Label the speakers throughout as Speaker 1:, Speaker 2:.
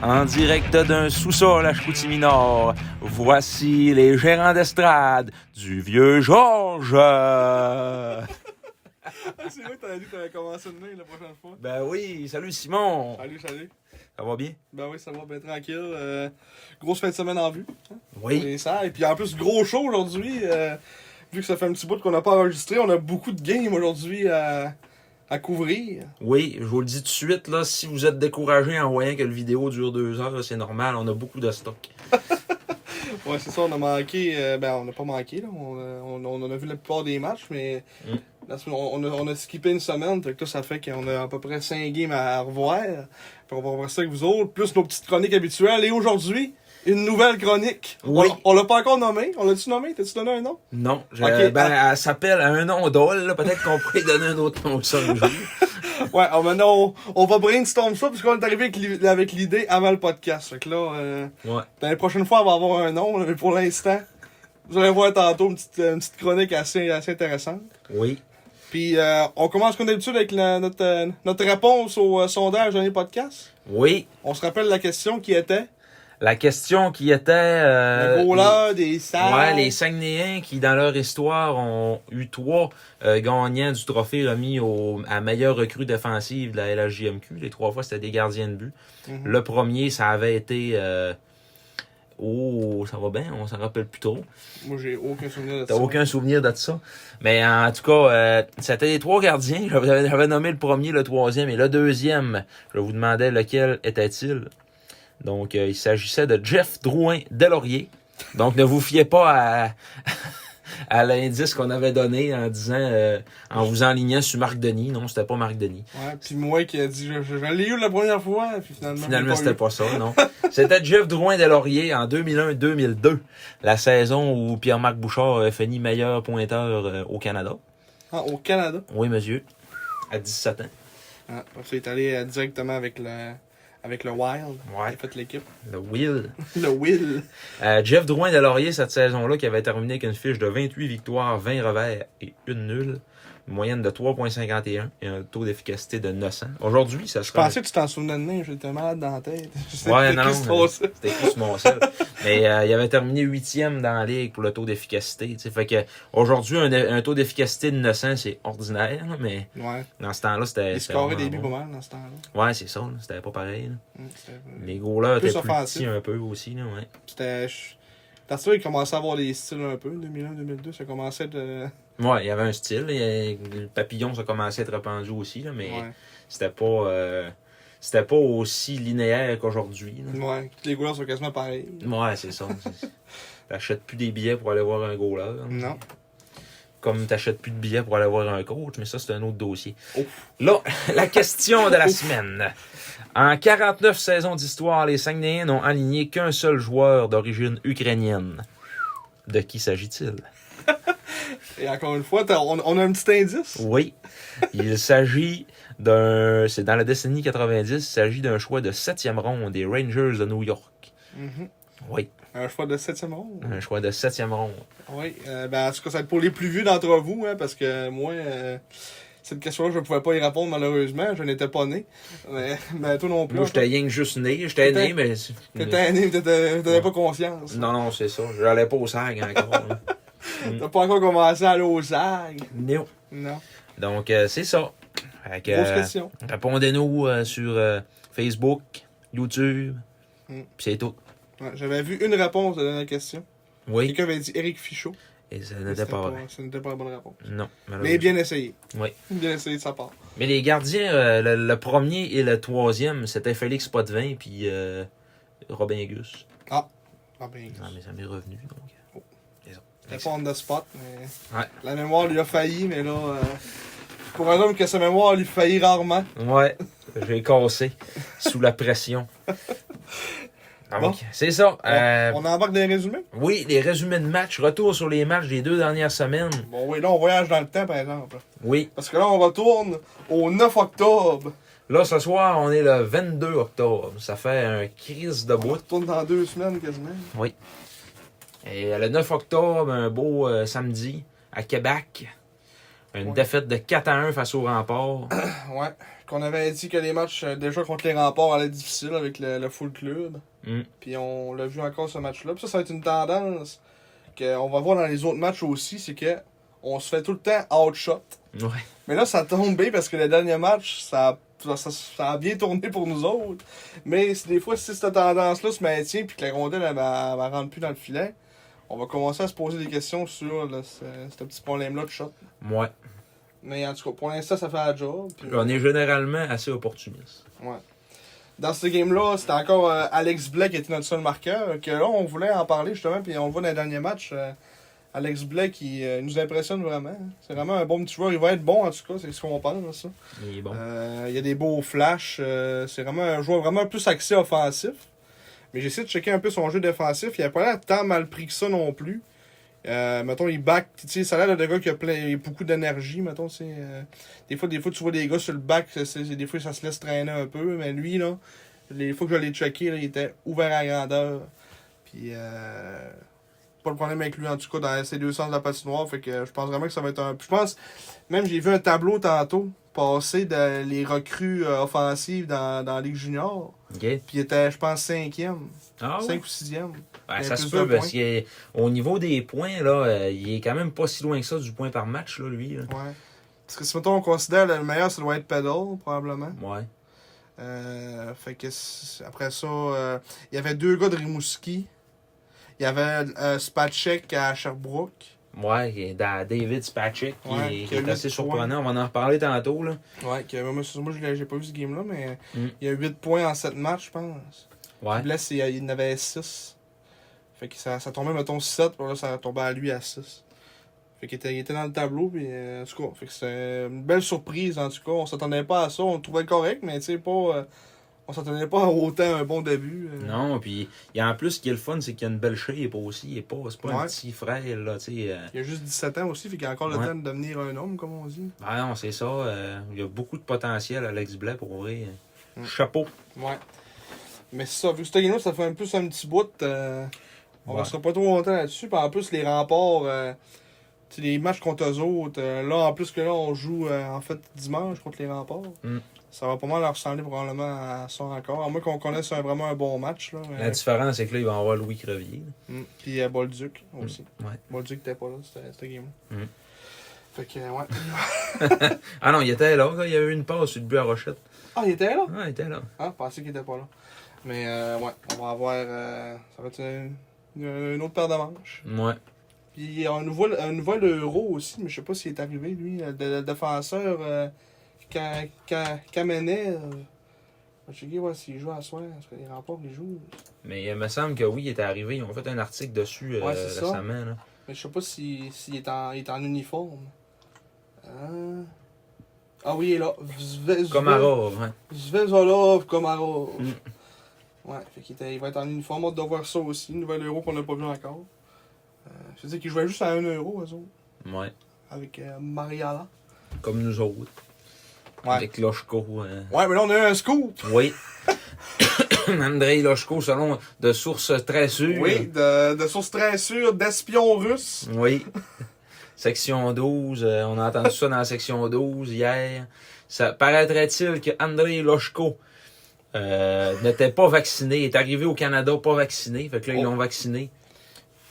Speaker 1: En direct d'un sous-sol à Chicoutimi Nord, voici les gérants d'estrade du vieux Georges.
Speaker 2: C'est vrai que t'avais dit que t'avais commencé demain la prochaine fois.
Speaker 1: ben oui, salut Simon.
Speaker 2: Salut, salut.
Speaker 1: Ça va bien?
Speaker 2: Ben oui, ça va bien tranquille. Euh, grosse fin de semaine en vue.
Speaker 1: Oui.
Speaker 2: Et ça, et puis en plus, gros show aujourd'hui. euh, vu que ça fait un petit bout qu'on n'a pas enregistré, on a beaucoup de games aujourd'hui à, à couvrir.
Speaker 1: Oui, je vous le dis tout de suite, là, si vous êtes découragé en voyant que le vidéo dure deux heures, c'est normal, on a beaucoup de stock.
Speaker 2: Ouais, c'est ça, on a manqué. euh, ben, on n'a pas manqué, là. On, a- on- on en a vu la plupart des matchs, mais
Speaker 1: Mm.
Speaker 2: la semaine- on, on a, on a skippé une semaine. fait que là, ça fait qu'on a à peu près 5 games à revoir. Puis on va revoir ça avec vous autres, plus nos petites chroniques habituelles. Et aujourd'hui, une nouvelle chronique.
Speaker 1: Oui.
Speaker 2: On, on l'a pas encore nommée. On l'a-tu nommée T'as-tu donné un nom
Speaker 1: Non, je-
Speaker 2: Ok, ah.
Speaker 1: ben, elle s'appelle à un nom d'ol, là, peut-être qu'on pourrait donner un autre nom que ça un jour.
Speaker 2: Ouais, alors maintenant, on, on va brainstorm ça, puisqu'on est arrivé avec l'i- avec l'idée avant le podcast. Fait que là, euh,
Speaker 1: Ouais.
Speaker 2: dans les prochaines fois, on va avoir un nom, là, mais pour l'instant, vous allez voir tantôt une petite, une petite chronique assez, assez intéressante.
Speaker 1: Oui.
Speaker 2: Puis euh, on commence comme d'habitude avec la- notre, euh, notre réponse au euh, sondage dernier podcast.
Speaker 1: Oui.
Speaker 2: On se rappelle la question qui était
Speaker 1: La question qui était... euh,
Speaker 2: le voleur des
Speaker 1: Ouais,
Speaker 2: salles.
Speaker 1: les Saguenayens qui, dans leur histoire, ont eu trois euh, gagnants du trophée remis au, à meilleure recrue défensive de la LHJMQ. Les trois fois, c'était des gardiens de but.
Speaker 2: Mhm.
Speaker 1: Le premier, ça avait été... euh, Oh, ça va bien, on s'en rappelle plus trop.
Speaker 2: Moi, j'ai aucun souvenir de
Speaker 1: T'as
Speaker 2: ça.
Speaker 1: aucun souvenir de ça. Mais en tout cas, euh, c'était les trois gardiens. J'avais j'avais nommé le premier, le troisième et le deuxième. Je vous demandais lequel était-il. Donc, euh, il s'agissait de Jeff Drouin Delaurier. Donc, ne vous fiez pas à, à l'indice qu'on avait donné en disant, euh, en vous enlignant sur Marc Denis. Non, c'était pas Marc Denis.
Speaker 2: Ouais, puis moi qui a dit je, je- je l'ai eu la première fois, puis finalement.
Speaker 1: Finalement,
Speaker 2: je l'ai
Speaker 1: c'était
Speaker 2: pas
Speaker 1: pas ça, non. C'était Jeff Drouin Delaurier en 2001-2002, la saison où Pierre-Marc Bouchard a fini meilleur pointeur euh, au Canada.
Speaker 2: eu. Ah, au Canada.
Speaker 1: Oui, monsieur. À 17 ans.
Speaker 2: Ah, parce qu'il est allé euh, directement avec le avec le Wild. Il
Speaker 1: Ouais.
Speaker 2: a fait l'équipe.
Speaker 1: Le Will.
Speaker 2: Le Will.
Speaker 1: Euh, Jeff Drouin de Laurier, cette saison-là, qui avait terminé avec une fiche de 28 victoires, 20 revers et une nulle. Une moyenne de 3,51 et un taux d'efficacité de 900. Aujourd'hui, ça
Speaker 2: Je
Speaker 1: serait...
Speaker 2: pensais que tu t'en souvenais de moi, j'étais malade dans la tête. Je sais
Speaker 1: Ouais,
Speaker 2: pas
Speaker 1: non,
Speaker 2: qui se passe.
Speaker 1: C'était plus mon sel. Mais euh, il avait terminé huitième dans la ligue pour le taux d'efficacité. tu sais. Fait que aujourd'hui, un, un taux d'efficacité de 900, c'est ordinaire, là, mais
Speaker 2: Ouais.
Speaker 1: dans ce temps-là, c'était.
Speaker 2: Il
Speaker 1: c'était
Speaker 2: scorait des
Speaker 1: vraiment
Speaker 2: buts pas
Speaker 1: bon.
Speaker 2: mal dans ce temps-là.
Speaker 1: Ouais, c'est ça. là. C'était pas pareil. là.
Speaker 2: Hum, c'était-
Speaker 1: Les goalers
Speaker 2: Plus
Speaker 1: étaient plus
Speaker 2: offensif.
Speaker 1: petits un peu aussi. Là, ouais.
Speaker 2: C'était. je- Dans ça, il commençait à avoir des styles un peu. 2001, 2002, ça commençait de.
Speaker 1: Ouais, il y avait un style. il y a- le papillon, ça commençait à être répandu aussi, là, mais
Speaker 2: Ouais.
Speaker 1: c'était pas. euh, c'était pas aussi linéaire qu'aujourd'hui. là.
Speaker 2: Ouais. Toutes les couleurs sont quasiment pareilles.
Speaker 1: Ouais, c'est ça. c'est- T'achètes plus des billets pour aller voir un goaler. là.
Speaker 2: Non.
Speaker 1: Comme t'achètes plus de billets pour aller voir un coach, mais ça, c'est un autre dossier.
Speaker 2: Ouf.
Speaker 1: Là, la question de la semaine. En 49 saisons d'histoire, les Saguenayens n'ont aligné qu'un seul joueur d'origine ukrainienne. De qui s'agit-il?
Speaker 2: Et encore une fois, t'as- on, on a un petit indice.
Speaker 1: Oui. Il s'agit d'un. C'est dans la décennie 90, il s'agit d'un choix de septième ronde des Rangers de New York.
Speaker 2: Mhm.
Speaker 1: Oh. Oui, Mm.
Speaker 2: Un choix de 7 ronde.
Speaker 1: un choix de septième ronde.
Speaker 2: Oui, euh, ben, en tout cas, ça va être pour les plus vieux d'entre vous, hein, parce que moi, euh, cette question-là, je ne pouvais pas y répondre malheureusement, je n'étais pas né. Mais, mais toi non plus.
Speaker 1: Moi, j'étais rien que juste né. J'étais Mm. né,
Speaker 2: T'étais-
Speaker 1: mais.
Speaker 2: T'étais né, mais t'étais- t'avais pas conscience.
Speaker 1: Non, non, c'est ça. J'allais pas au SAG encore. là.
Speaker 2: T'as pas encore commencé à aller aux zagues.
Speaker 1: Non.
Speaker 2: Non.
Speaker 1: Donc, euh, c'est ça. Fait que,
Speaker 2: Grosse
Speaker 1: euh,
Speaker 2: question.
Speaker 1: Répondez-nous euh, sur euh, Facebook, YouTube.
Speaker 2: Mm.
Speaker 1: Puis c'est tout.
Speaker 2: Ouais, J'avais vu une réponse à la dernière question.
Speaker 1: Oui.
Speaker 2: Quelqu'un avait dit Eric Fichot.
Speaker 1: Et ça
Speaker 2: mais
Speaker 1: n'était
Speaker 2: c'était
Speaker 1: pas vrai.
Speaker 2: Ce n'était pas la bonne réponse.
Speaker 1: Non, malheureusement.
Speaker 2: Mais bien essayé.
Speaker 1: Oui.
Speaker 2: Bien essayé de sa part.
Speaker 1: Mais les gardiens, euh, le, le premier et le troisième, c'était Félix Potvin puis euh, Robin Agus.
Speaker 2: Ah ben,
Speaker 1: Non, mais ça m'est revenu. Donc...
Speaker 2: Oh.
Speaker 1: Désolé.
Speaker 2: c'était pas on the spot, mais
Speaker 1: Ouais.
Speaker 2: la mémoire lui a failli, mais là, euh, pour un homme que sa mémoire lui faillit rarement,
Speaker 1: Ouais, j'ai cassé sous la pression. Donc,
Speaker 2: Bon.
Speaker 1: c'est ça. Euh,
Speaker 2: on embarque des résumés.
Speaker 1: Oui, les résumés de matchs, retour sur les matchs des deux dernières semaines.
Speaker 2: Bon, oui, là, on voyage dans le temps, par exemple.
Speaker 1: Oui,
Speaker 2: Parce que là, on retourne au 9 octobre.
Speaker 1: là ce soir, on est le 22 octobre. Ça fait un crise de
Speaker 2: On
Speaker 1: bout.
Speaker 2: retourne dans deux semaines quasiment.
Speaker 1: Et euh, le 9 octobre, un beau euh, samedi à Québec. Une
Speaker 2: Ouais.
Speaker 1: défaite de 4 à 1 face au remport.
Speaker 2: Ouais. Qu'on avait dit que les matchs euh, déjà contre les remports allaient être difficiles avec le, le full club.
Speaker 1: Mm.
Speaker 2: Puis on l'a vu encore ce match-là. Puis ça, ça va être une tendance qu'on va voir dans les autres matchs aussi, c'est que on se fait tout le temps outshot.
Speaker 1: Ouais.
Speaker 2: Mais là, ça a tombé parce que le dernier match, ça a, ça, ça- ça a bien tourné pour nous autres. Mais c'est- des fois, si cette tendance-là se maintient puis que la rondelle ne rentre plus dans le filet, on va commencer à se poser des questions sur là, ce, ce petit problème-là de shot.
Speaker 1: Ouais.
Speaker 2: Mais en tout cas, pour l'instant, ça fait la job. puis-
Speaker 1: On est généralement assez opportuniste.
Speaker 2: Dans ce game-là, c'était encore euh, Alex Blais qui était notre seul marqueur. Que là, on voulait en parler justement, puis on le voit dans les derniers matchs. euh, Alex Blais qui euh, nous impressionne vraiment. hein. C'est vraiment un bon petit joueur. Il va être bon en tout cas, c'est ce qu'on pense. Ça.
Speaker 1: Mais bon.
Speaker 2: Euh, il y a des beaux flashs. euh, c'est vraiment un joueur vraiment plus axé offensif. Mais j'essaie de checker un peu son jeu défensif. Il a pas l'air tant mal pris que ça non plus. Euh, mettons, il back. Tu sais, ça a l'air d'un gars qui a plein, beaucoup d'énergie. Mettons, c'est euh, des, fois, des fois, tu vois des gars sur le back. c'est- c'est- Des fois, ça se laisse traîner un peu. Mais lui, là, les fois que je l'ai checké, là, il était ouvert à grandeur. Puis, euh, pas de problème avec lui, en tout cas, dans ces deux sens de la patinoire. Fait que euh, je pense vraiment que ça va être un. Puis Je pense, même j'ai vu un tableau tantôt passer de les recrues euh, offensives dans, dans la Ligue Junior.
Speaker 1: OK.
Speaker 2: Puis il était, je pense, cinquième.
Speaker 1: Ah, ouais.
Speaker 2: Cinq ou sixième.
Speaker 1: Ben,
Speaker 2: Il y a
Speaker 1: ça se
Speaker 2: plusieurs
Speaker 1: peut parce qu'au niveau des points, là, euh, il est quand même pas si loin que ça du point par match, là, lui. là.
Speaker 2: Ouais. Parce que si mettons on considère le meilleur, ça doit être Pedal, probablement.
Speaker 1: Ouais.
Speaker 2: Euh, fait que c- après ça, euh, il y avait deux gars de Rimouski. Il y avait euh, Spatchek à Sherbrooke.
Speaker 1: Ouais, et Da- David Spachik, qui,
Speaker 2: Ouais,
Speaker 1: est-
Speaker 2: qui
Speaker 1: qui
Speaker 2: a
Speaker 1: est
Speaker 2: huit
Speaker 1: assez
Speaker 2: points.
Speaker 1: surprenant. On va en reparler tantôt. Là.
Speaker 2: Ouais, que moi, moi, moi, je l'ai- j'ai pas vu ce game-là, mais
Speaker 1: Mm.
Speaker 2: il y a 8 points en 7 matchs, je pense.
Speaker 1: Ouais.
Speaker 2: Puis Là, c'est- euh, il y en avait 6. Fait que ça, ça tombait, mettons, 7, puis là, ça tombait à lui à 6. Fait qu'il était, il était dans le tableau, puis euh, en tout cas, fait que c'est une belle surprise, en tout cas. On s'attendait pas à ça, on le trouvait correct, mais tu sais, pas. euh, on s'attendait pas à autant un bon début. euh.
Speaker 1: Non, puis il y a en plus ce qui est le fun, c'est qu'il a une belle shape aussi. Il est pas, c'est pas un
Speaker 2: Ouais.
Speaker 1: petit frère, là, tu sais. euh,
Speaker 2: Il a juste 17 ans aussi, fait qu'il a encore le
Speaker 1: Ouais.
Speaker 2: temps de devenir un homme, comme on dit.
Speaker 1: ben non, c'est ça. euh, il y a beaucoup de potentiel, Alex Blais, pour vrai.
Speaker 2: Mm.
Speaker 1: Chapeau.
Speaker 2: Ouais. Mais c'est ça, vu que ce game-là, ça fait un plus un petit bout. euh, on
Speaker 1: Ouais.
Speaker 2: restera pas trop longtemps là-dessus. Puis en plus, les remports, euh, tu sais, les matchs contre eux autres, euh, là, en plus que là, on joue euh, en fait dimanche contre les remports.
Speaker 1: Mm.
Speaker 2: Ça va pas mal leur ressembler probablement à ça encore. À moins qu'on connaisse un- vraiment un bon match. Là,
Speaker 1: La différence, c'est que là, il va avoir Louis Crevier.
Speaker 2: Mm. Puis euh, Bolduc aussi.
Speaker 1: Mm. Ouais.
Speaker 2: Bolduc était pas là, c'était c'était game-là.
Speaker 1: Mm.
Speaker 2: Fait que, euh, ouais.
Speaker 1: Ah non, il était là. gars, Il y a eu une passe sur le but à Rochette.
Speaker 2: Ah, il était là?
Speaker 1: Ouais, il était là.
Speaker 2: Ah, je pensais qu'il était pas là. Mais euh, ouais, on va avoir. euh, ça va être une, une- une autre paire de manches.
Speaker 1: Ouais.
Speaker 2: Puis il y a un nouvel, un nouvel euro aussi, mais je sais pas s'il est arrivé, lui, le, le défenseur euh, Ka- Ka- Kamenev. Je sais pas ouais, s'il joue à soir, parce que les remports, ils jouent.
Speaker 1: Mais euh, il me semble que oui, il est arrivé. Ils ont fait un article dessus euh,
Speaker 2: Ouais, c'est ça.
Speaker 1: récemment. Là.
Speaker 2: Mais je sais pas s'il s'il est, en, il est en uniforme. Hein? Ah oui, il est là. Zve- Zve-
Speaker 1: Komarov, hein.
Speaker 2: Zvezolov Komarov.
Speaker 1: Mm.
Speaker 2: Ouais, fait qu'il était- il va être en uniforme. On doit voir ça aussi. Une nouvelle euro qu'on n'a pas vu encore. Euh, C'est-à-dire qu'ils jouaient juste à 1 euro, eux autres,
Speaker 1: Ouais.
Speaker 2: avec euh, Mariala.
Speaker 1: Comme nous autres.
Speaker 2: Ouais.
Speaker 1: Avec Loshko. euh,
Speaker 2: Ouais, mais là, on a eu un scoop.
Speaker 1: Oui. Andrei Loshko, selon de sources très sûres.
Speaker 2: Oui, de, de source très sûre, d'espion russe.
Speaker 1: Oui. Section 12, euh, on a entendu ça dans la section 12 hier. Ça paraîtrait-il que Andrei Loshko euh, n'était pas vacciné, est arrivé au Canada pas vacciné, fait que là ils
Speaker 2: Oh.
Speaker 1: l'ont vacciné.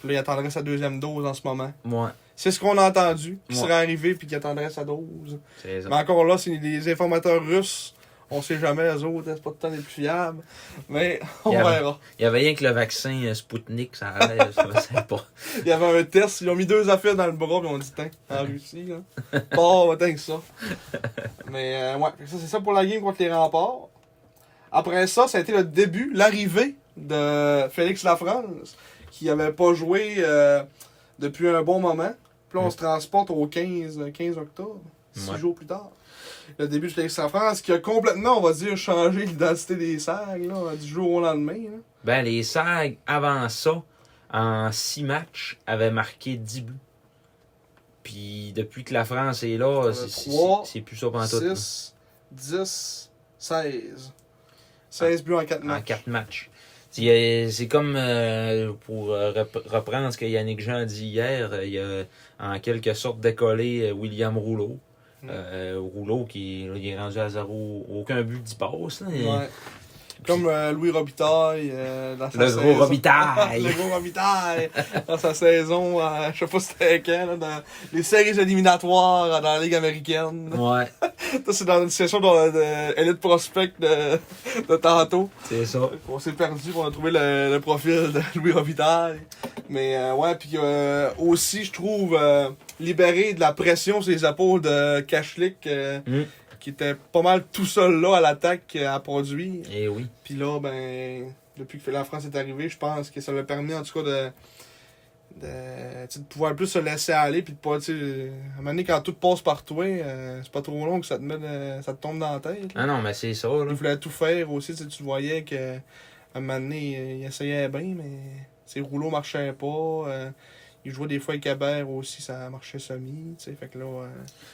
Speaker 2: Là, il attendrait sa deuxième dose en ce moment.
Speaker 1: Moi,
Speaker 2: C'est ce qu'on a entendu, qui
Speaker 1: Ouais.
Speaker 2: serait arrivé puis qu'il attendrait sa dose.
Speaker 1: c'est ça.
Speaker 2: Mais encore là, c'est des informateurs russes. On sait jamais, les autres, c'est pas tout le temps les plus fiables. Mais on
Speaker 1: Il y avait-
Speaker 2: verra.
Speaker 1: Il y avait rien que le vaccin euh, Spoutnik, ça allait, ça passait pas.
Speaker 2: Il y avait un test, ils ont mis deux affaires dans le bras, puis on dit, tiens, en Russie, là. Oh, tant que ça. Mais, euh, ouais, Fait que ça, c'est ça pour la game contre les remparts. Après ça, ça a été le début, l'arrivée de Félix Lafrance, qui n'avait pas joué euh, depuis un bon moment. Puis là, on se transporte au 15, le 15 octobre, six
Speaker 1: Ouais.
Speaker 2: jours plus tard. Le début de Félix Lafrance, qui a complètement, on va dire, changé l'identité des sacs, là, du jour au lendemain. là.
Speaker 1: Ben, les SAG, avant ça, en six matchs, avaient marqué 10 buts. Puis depuis que la France est là,
Speaker 2: Euh,
Speaker 1: c'est- c'est
Speaker 2: trois,
Speaker 1: c'est plus ça pendant tout.
Speaker 2: 6, 10, 16. 16 buts en 4
Speaker 1: en
Speaker 2: matchs.
Speaker 1: quatre matchs. Si, euh, C'est comme euh, pour euh, rep- reprendre ce que Yannick Jean a dit hier, euh, il a en quelque sorte décollé euh, William Rouleau.
Speaker 2: Mm.
Speaker 1: Euh, Rouleau qui là, il est rendu à zéro, aucun but d'y passe. là.
Speaker 2: Ouais. Comme euh, Louis Robitaille euh, dans sa
Speaker 1: Le
Speaker 2: saison.
Speaker 1: gros Robitaille.
Speaker 2: Le gros Robitaille dans sa saison, euh, je sais pas c'était quand, là, dans les séries éliminatoires euh, dans la Ligue américaine.
Speaker 1: Ouais,
Speaker 2: Ça, c'est dans une session de, de Elite Prospect de, de tantôt.
Speaker 1: c'est ça.
Speaker 2: On s'est perdu, on a trouvé le, le profil de Louis Robitaille. Mais euh, ouais, puis euh, aussi, je trouve, euh, libéré de la pression sur les épaules de Kachlik, euh,
Speaker 1: Mm.
Speaker 2: qui était pas mal tout seul là à l'attaque euh, à produire.
Speaker 1: Et Eh oui.
Speaker 2: Puis là, ben, depuis que la France est arrivée, je pense que ça l'a permis en tout cas de, de, tu sais, de pouvoir plus se laisser aller. Puis de pas, tu sais, à un moment donné, quand tout passe par toi, euh, c'est pas trop long que ça te, met de- ça te tombe dans la tête. là.
Speaker 1: Ah non, mais c'est ça. là.
Speaker 2: Il voulait tout faire aussi, tu sais, tu voyais que à un moment donné, euh, il essayait bien, mais ses rouleaux marchaient pas. euh, il jouait des fois avec Cabert aussi, ça marchait semi. tu sais, Fait que là, euh,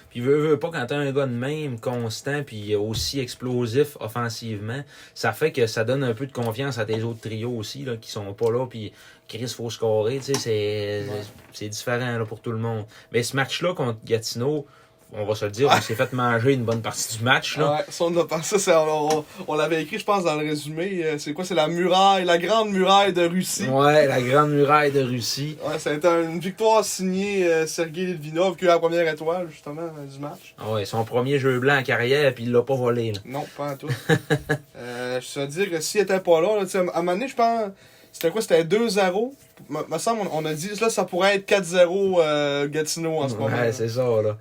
Speaker 1: Puis veut, veut pas, quand t'as un gars de même, constant, puis aussi explosif offensivement, ça fait que ça donne un peu de confiance à tes autres trios aussi, là, qui sont pas là, puis Chris, faut scorer, tu sais, c'est,
Speaker 2: Ouais.
Speaker 1: c'est différent, là, pour tout le monde. Mais ce match-là contre Gatineau, on va se le dire, on s'est fait manger une bonne partie du match, là.
Speaker 2: ouais, ça, on a pensé, c'est- on, on- on l'avait écrit, je pense, dans le résumé. euh, c'est quoi C'est la muraille, la grande muraille de Russie.
Speaker 1: Ouais, la grande muraille de Russie.
Speaker 2: Ouais, ça a été une victoire signée euh, Sergei Litvinov, qui a eu la première étoile, justement, euh, du match.
Speaker 1: Ah Ouais, son premier jeu blanc en carrière, puis il l'a pas volé, là.
Speaker 2: Non, pas en tout. euh, je veux dire que s'il était pas là, là, tu sais, à un moment donné, je pense, c'était quoi C'était 2-0. Me me semble, on on a dit, là, ça pourrait être 4-0 euh, Gatineau en ce moment.
Speaker 1: Ouais, c'est ça, là.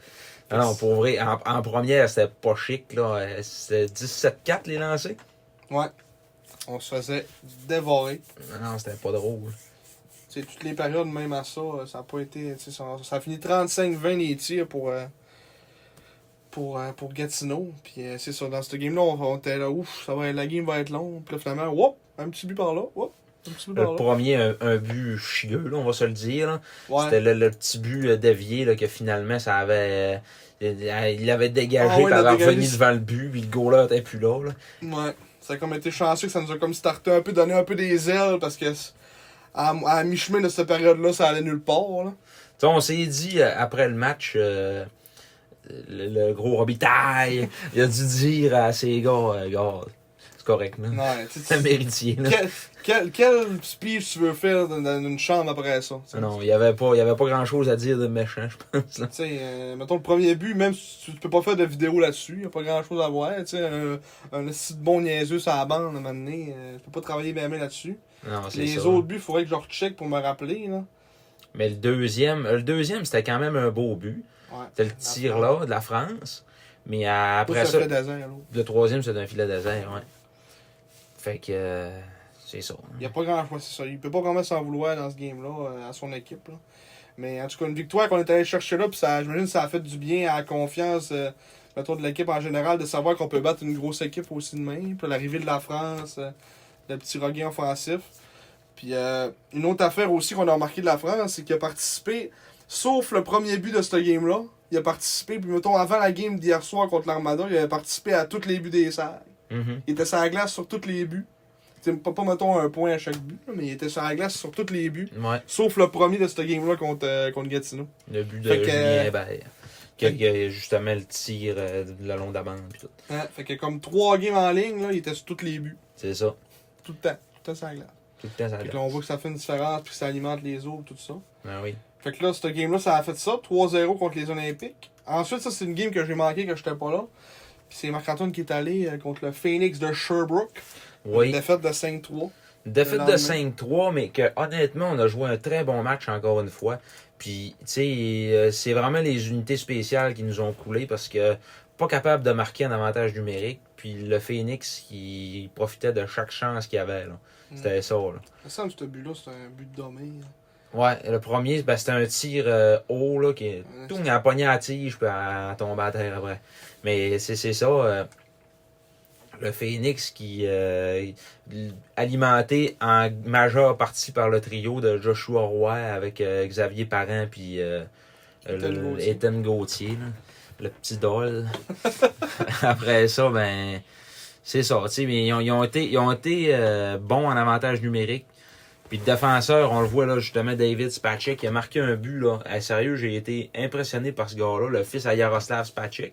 Speaker 1: Ah Non, pour vrai, en, en première, c'était pas chic, là. Euh, C'était 17-4 les lancers.
Speaker 2: Ouais. On se faisait dévorer.
Speaker 1: Ah Non, c'était pas drôle.
Speaker 2: Tu sais, toutes les périodes, même à ça, euh, ça a pas été. tu sais, Ça, ça a fini 35-20 les tirs pour, euh, pour, euh, pour Gatineau. Puis euh, c'est ça, dans cette game-là, on, on était là, ouf, ça va être, la game va être longue. Puis là, finalement, whoop, un petit but par là, whoop, un petit but par
Speaker 1: Le
Speaker 2: là.
Speaker 1: premier, un, un but chieux, là, on va se le dire. là. C'était
Speaker 2: Ouais.
Speaker 1: le, le petit but euh, dévié là, que finalement, ça avait. euh, il l'avait dégagé,
Speaker 2: Ah ouais,
Speaker 1: puis
Speaker 2: il a
Speaker 1: avait
Speaker 2: dégagé.
Speaker 1: revenu devant le but, puis le goaler était plus là. là.
Speaker 2: ouais. Ça a comme été chanceux que ça nous a comme starté un peu, donné un peu des ailes parce que c- à, à mi-chemin de cette période-là, ça allait nulle part. Là.
Speaker 1: Tu sais, on s'est dit euh, après le match. euh, le, le gros Robitaille, il a dû dire à ses gars, euh, gars c'est correct, man.
Speaker 2: Ouais, tu sais,
Speaker 1: C'est
Speaker 2: tu-
Speaker 1: mérité. là.
Speaker 2: quel, quel, quel speech tu veux faire dans, dans une chambre après ça? tu sais?
Speaker 1: Ah Non, il n'y avait pas, il y avait pas grand chose à dire de méchant, je pense. là.
Speaker 2: Tu sais, euh, mettons le premier but, même si tu, tu peux pas faire de vidéo là-dessus, y a pas grand chose à voir. Tu sais, un, un petit bon niaiseux sur la bande à un moment donné, euh, tu peux pas travailler bien, bien là-dessus.
Speaker 1: Non, Ah, c'est
Speaker 2: Les
Speaker 1: ça.
Speaker 2: autres buts, il faudrait que je recheck pour me rappeler. Là.
Speaker 1: Mais le deuxième, euh, le deuxième c'était quand même un beau but.
Speaker 2: Ouais.
Speaker 1: C'était le tir là de la France. Mais euh, après
Speaker 2: Après
Speaker 1: ça,
Speaker 2: ça, fait désert, l'autre.
Speaker 1: le troisième, c'est un filet désert, ouais. Fait que euh, c'est ça.
Speaker 2: Il y a pas grand chose, c'est ça. Il peut pas vraiment s'en vouloir dans ce game-là, euh, à son équipe. là. Mais en tout cas, une victoire qu'on est allé chercher là, puis ça, j'imagine que ça a fait du bien à la confiance, euh, mettons, de l'équipe en général, de savoir qu'on peut battre une grosse équipe aussi demain. Puis l'arrivée de la France, euh, le petit regain offensif. Puis euh, une autre affaire aussi qu'on a remarqué de la France, c'est qu'il a participé, sauf le premier but de ce game-là, il a participé, puis mettons, avant la game d'hier soir contre l'Armada, il a participé à tous les buts des salles.
Speaker 1: Mhm.
Speaker 2: Il était sur la glace sur tous les buts. T'sais, pas, pas mettons un point à chaque but, là, mais il était sur la glace sur tous les buts.
Speaker 1: Ouais,
Speaker 2: Sauf le premier de ce game-là contre, euh, contre Gatineau.
Speaker 1: le but de
Speaker 2: Fait que- euh,
Speaker 1: Julien Hébert. Que,
Speaker 2: Fait-
Speaker 1: que, justement le tir euh, de le long de la bande. pis tout.
Speaker 2: Hein, Fait que comme trois games en ligne, là, il était sur tous les buts.
Speaker 1: C'est ça.
Speaker 2: Tout le temps. Tout le temps sur la glace.
Speaker 1: Tout le temps, ça
Speaker 2: Fait que
Speaker 1: allait.
Speaker 2: là, on voit que ça fait une différence, puis que ça alimente les autres, tout ça.
Speaker 1: Ah oui.
Speaker 2: Fait que là, ce game-là, ça a fait ça, 3-0 contre les Olympiques. Ensuite, ça, c'est une game que j'ai manqué quand j'étais pas là. Puis c'est Marc-Antoine qui est allé euh, contre le Phoenix de Sherbrooke. Une
Speaker 1: Oui.
Speaker 2: défaite de 5-3.
Speaker 1: Défaite de
Speaker 2: Énorme.
Speaker 1: 5-3, mais que honnêtement, on a joué un très bon match encore une fois. Puis, tu sais, euh, c'est vraiment les unités spéciales qui nous ont coulé parce que pas capable de marquer un avantage numérique. Puis le Phoenix qui profitait de chaque chance qu'il avait. là. C'était ça. Là.
Speaker 2: Il me semble que ce but-là, c'est un but de hein. domaine.
Speaker 1: Ouais, le premier, ben, c'était un tir euh, haut là, qui est
Speaker 2: Ouais.
Speaker 1: tout en pognant la tige puis à tomber à terre après. Mais c'est c'est ça. euh, le Phoenix qui euh, l- alimenté en majeure partie par le trio de Joshua Roy avec euh, Xavier Parent puis euh, euh,
Speaker 2: Ethan
Speaker 1: le-
Speaker 2: Gauthier.
Speaker 1: Ethan Gauthier, là, le petit doll. après ça, ben c'est ça. tu sais, Mais ils, ont, ils ont été, ils ont été euh, bons en avantage numérique. Puis le défenseur, on le voit là justement, David Spacek, qui a marqué un but là. À sérieux, j'ai été impressionné par ce gars-là, le fils à Yaroslav Spacek.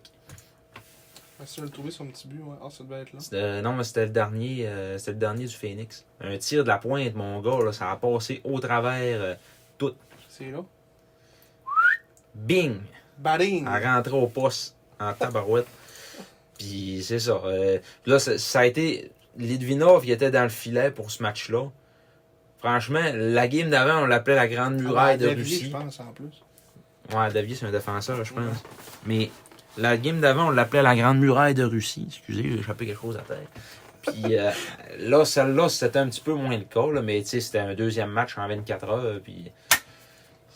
Speaker 2: Si tu veux le trouver, son petit but, ouais. Ah, ça devait être là.
Speaker 1: C'était- non, mais c'était le dernier, euh, c'était le dernier du Phoenix. Un tir de la pointe, mon gars, là, ça a passé au travers. euh,
Speaker 2: C'est là.
Speaker 1: bing,
Speaker 2: Batting!
Speaker 1: à rentrer au poste en tabarouette. Puis c'est ça. euh, là, ça, ça a été. Lidvinov, il était dans le filet pour ce match-là. Franchement, la game d'avant, on l'appelait la Grande Muraille de Russie.
Speaker 2: Ah, je pense, en plus.
Speaker 1: Ouais, Davier, c'est un défenseur, je pense. Mais la game d'avant, on l'appelait la Grande Muraille de Russie. Excusez, j'ai échappé quelque chose à terre. Puis euh, là, celle-là, c'était un petit peu moins le cas, là, mais tu sais, c'était un deuxième match en 24 heures. Puis.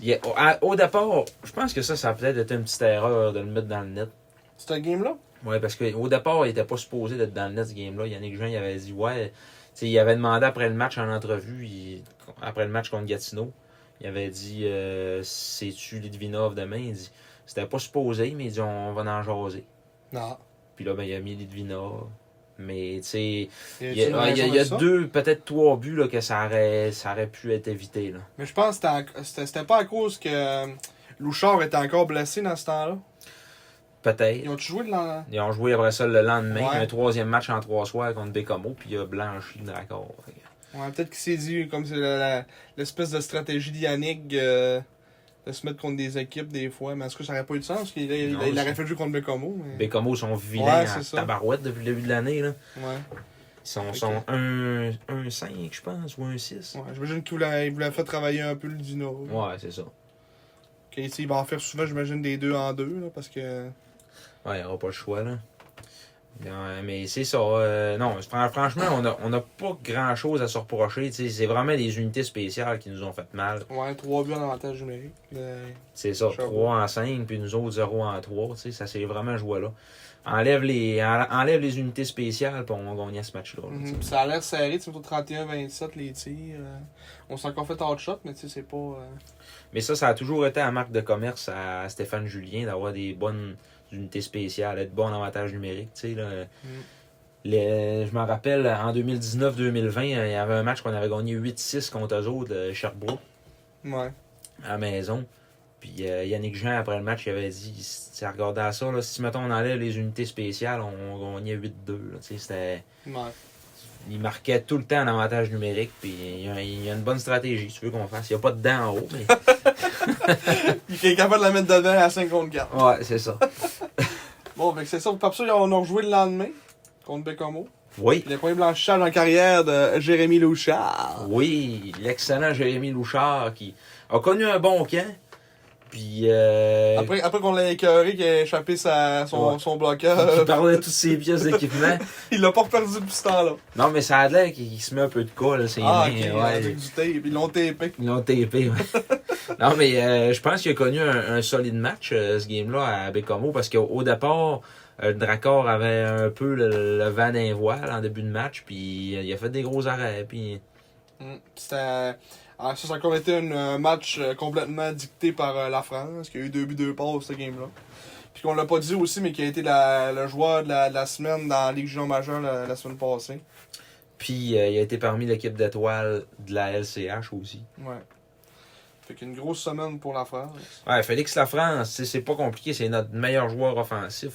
Speaker 1: il y a- au- à- au départ, je pense que ça, ça a peut-être été une petite erreur de le mettre dans le net.
Speaker 2: Cette game-là?
Speaker 1: Ouais, parce qu'au départ, il était pas supposé d'être dans le net, ce game-là. Yannick Jean, il avait dit, ouais, tu sais, il avait demandé après le match en entrevue, il- après le match contre Gatineau, il avait dit, euh, c'est-tu Lidvinov demain? Il dit, c'était pas supposé, mais il dit, on va en jaser.
Speaker 2: Non.
Speaker 1: Puis là, ben, il a mis Lidvinov. Mais, tu sais,
Speaker 2: Y
Speaker 1: il
Speaker 2: a-t-il
Speaker 1: y a,
Speaker 2: une
Speaker 1: ouais, il y a-
Speaker 2: raison
Speaker 1: il y a
Speaker 2: à ça?
Speaker 1: deux, peut-être trois buts, là, que ça aurait, ça aurait pu être évité, là.
Speaker 2: Mais je pense que c'était en- c'était c'était pas à cause que euh, Louchard était encore blessé dans ce temps-là. Ils
Speaker 1: Peut-être.
Speaker 2: ont-tu joué de l'an...
Speaker 1: Ils ont joué après ça le lendemain,
Speaker 2: Ouais.
Speaker 1: un troisième match en trois soirs contre Bécamo, puis il a blanchi le raccord. Fait que-
Speaker 2: Ouais, peut-être qu'il s'est dit, comme c'est la- la- l'espèce de stratégie d'Yannick euh, de se mettre contre des équipes des fois. Mais est-ce que ça aurait pas eu de sens? qu'il il,
Speaker 1: Non,
Speaker 2: il aurait
Speaker 1: c'est-
Speaker 2: fait jouer contre Becomo. Mais...
Speaker 1: Bécamo sont vilains
Speaker 2: Ouais, c'est
Speaker 1: en
Speaker 2: ça.
Speaker 1: tabarouette depuis le début de l'année. là.
Speaker 2: Ouais.
Speaker 1: Ils sont,
Speaker 2: Ok.
Speaker 1: sont 1-5, je pense, ou 1-6.
Speaker 2: Ouais, J'imagine qu'il voulait, il voulait faire travailler un peu le Dino.
Speaker 1: Ouais, c'est ça.
Speaker 2: Ok, tu sais, il va en faire souvent, j'imagine, des deux en deux, là, parce que.
Speaker 1: Ouais, il n'y aura pas le choix. là. Non, mais c'est ça. euh, non, fran- franchement, on n'a on a pas grand-chose à se reprocher. tu sais, C'est vraiment les unités spéciales qui nous ont fait mal.
Speaker 2: Ouais, trois buts en avantage numérique. Euh,
Speaker 1: C'est ça,
Speaker 2: Sure.
Speaker 1: 3 en 5, puis nous autres 0 en 3. Ça s'est vraiment joué là. Enlève les, en- enlève les unités spéciales, puis on gagnait ce match-là. là, tu sais.
Speaker 2: mhm. Puis Ça a l'air serré, tu sais, plutôt 31-27 les tirs. euh, on s'est encore fait hard shot, mais tu sais, c'est pas. euh,
Speaker 1: Mais ça, ça a toujours été la marque de commerce à Stéphane Julien d'avoir des bonnes unités spéciales, être bon en avantage numérique. tu sais, là. Les- je me rappelle, en 2019-2020, euh, il y avait un match qu'on avait gagné 8-6 contre eux autres, euh, Sherbrooke,
Speaker 2: Ouais.
Speaker 1: à la maison. Puis euh, Yannick Jean, après le match, il avait dit, si regardé à ça, là, si mettons on enlève les unités spéciales, on, on gagnait 8-2. là. Tu sais, c'était-
Speaker 2: Ouais.
Speaker 1: Il marquait tout le temps en avantage numérique, puis il y a, il y a une bonne stratégie, tu veux qu'on fasse. Il n'y a pas de dents en haut, mais
Speaker 2: Il est capable de la mettre dedans à 54.
Speaker 1: ouais, c'est ça.
Speaker 2: Bon, fait que c'est ça. Pour Papsa, on a rejoué le lendemain contre Bécomo.
Speaker 1: Oui.
Speaker 2: Puis le premier blanchissage en carrière de Jérémy Louchard.
Speaker 1: Oui, l'excellent Jérémy Louchard qui a connu un bon camp. Puis euh,
Speaker 2: Après, après qu'on l'a écœuré, qu'il a échappé sa, son,
Speaker 1: Ouais.
Speaker 2: son
Speaker 1: qui
Speaker 2: bloqueur,
Speaker 1: parlait de toutes ses pièces d'équipement.
Speaker 2: il l'a pas perdu depuis ce temps-là.
Speaker 1: Non, mais ça a l'air qu'il qu'il se met un peu de colle, ses
Speaker 2: Ah, ok,
Speaker 1: mains.
Speaker 2: avec
Speaker 1: ouais.
Speaker 2: du tape. Ils l'ont tapé.
Speaker 1: Ils l'ont tapé. ouais. non, mais euh, je pense qu'il a connu un, un solide match, euh, ce game-là, à Bécamo, parce qu'au au départ, euh, le Dracor avait un peu le, le vent d'un voile en début de match, puis euh, il a fait des gros arrêts. Puis...
Speaker 2: Mm. C'était- ah, ça, ça a encore été un euh, match euh, complètement dicté par euh, la France, qui a eu deux buts, deux passes, ce game-là. Puis qu'on l'a pas dit aussi, mais qui a été la- le joueur de la, de la semaine dans la Ligue junior majeure la, la semaine passée.
Speaker 1: Puis euh, il a été parmi l'équipe d'étoiles de la LCH aussi.
Speaker 2: Ouais. Fait qu'une grosse semaine pour la France.
Speaker 1: Ouais, Félix Lafrance, c'est- c'est pas compliqué, c'est notre meilleur joueur offensif.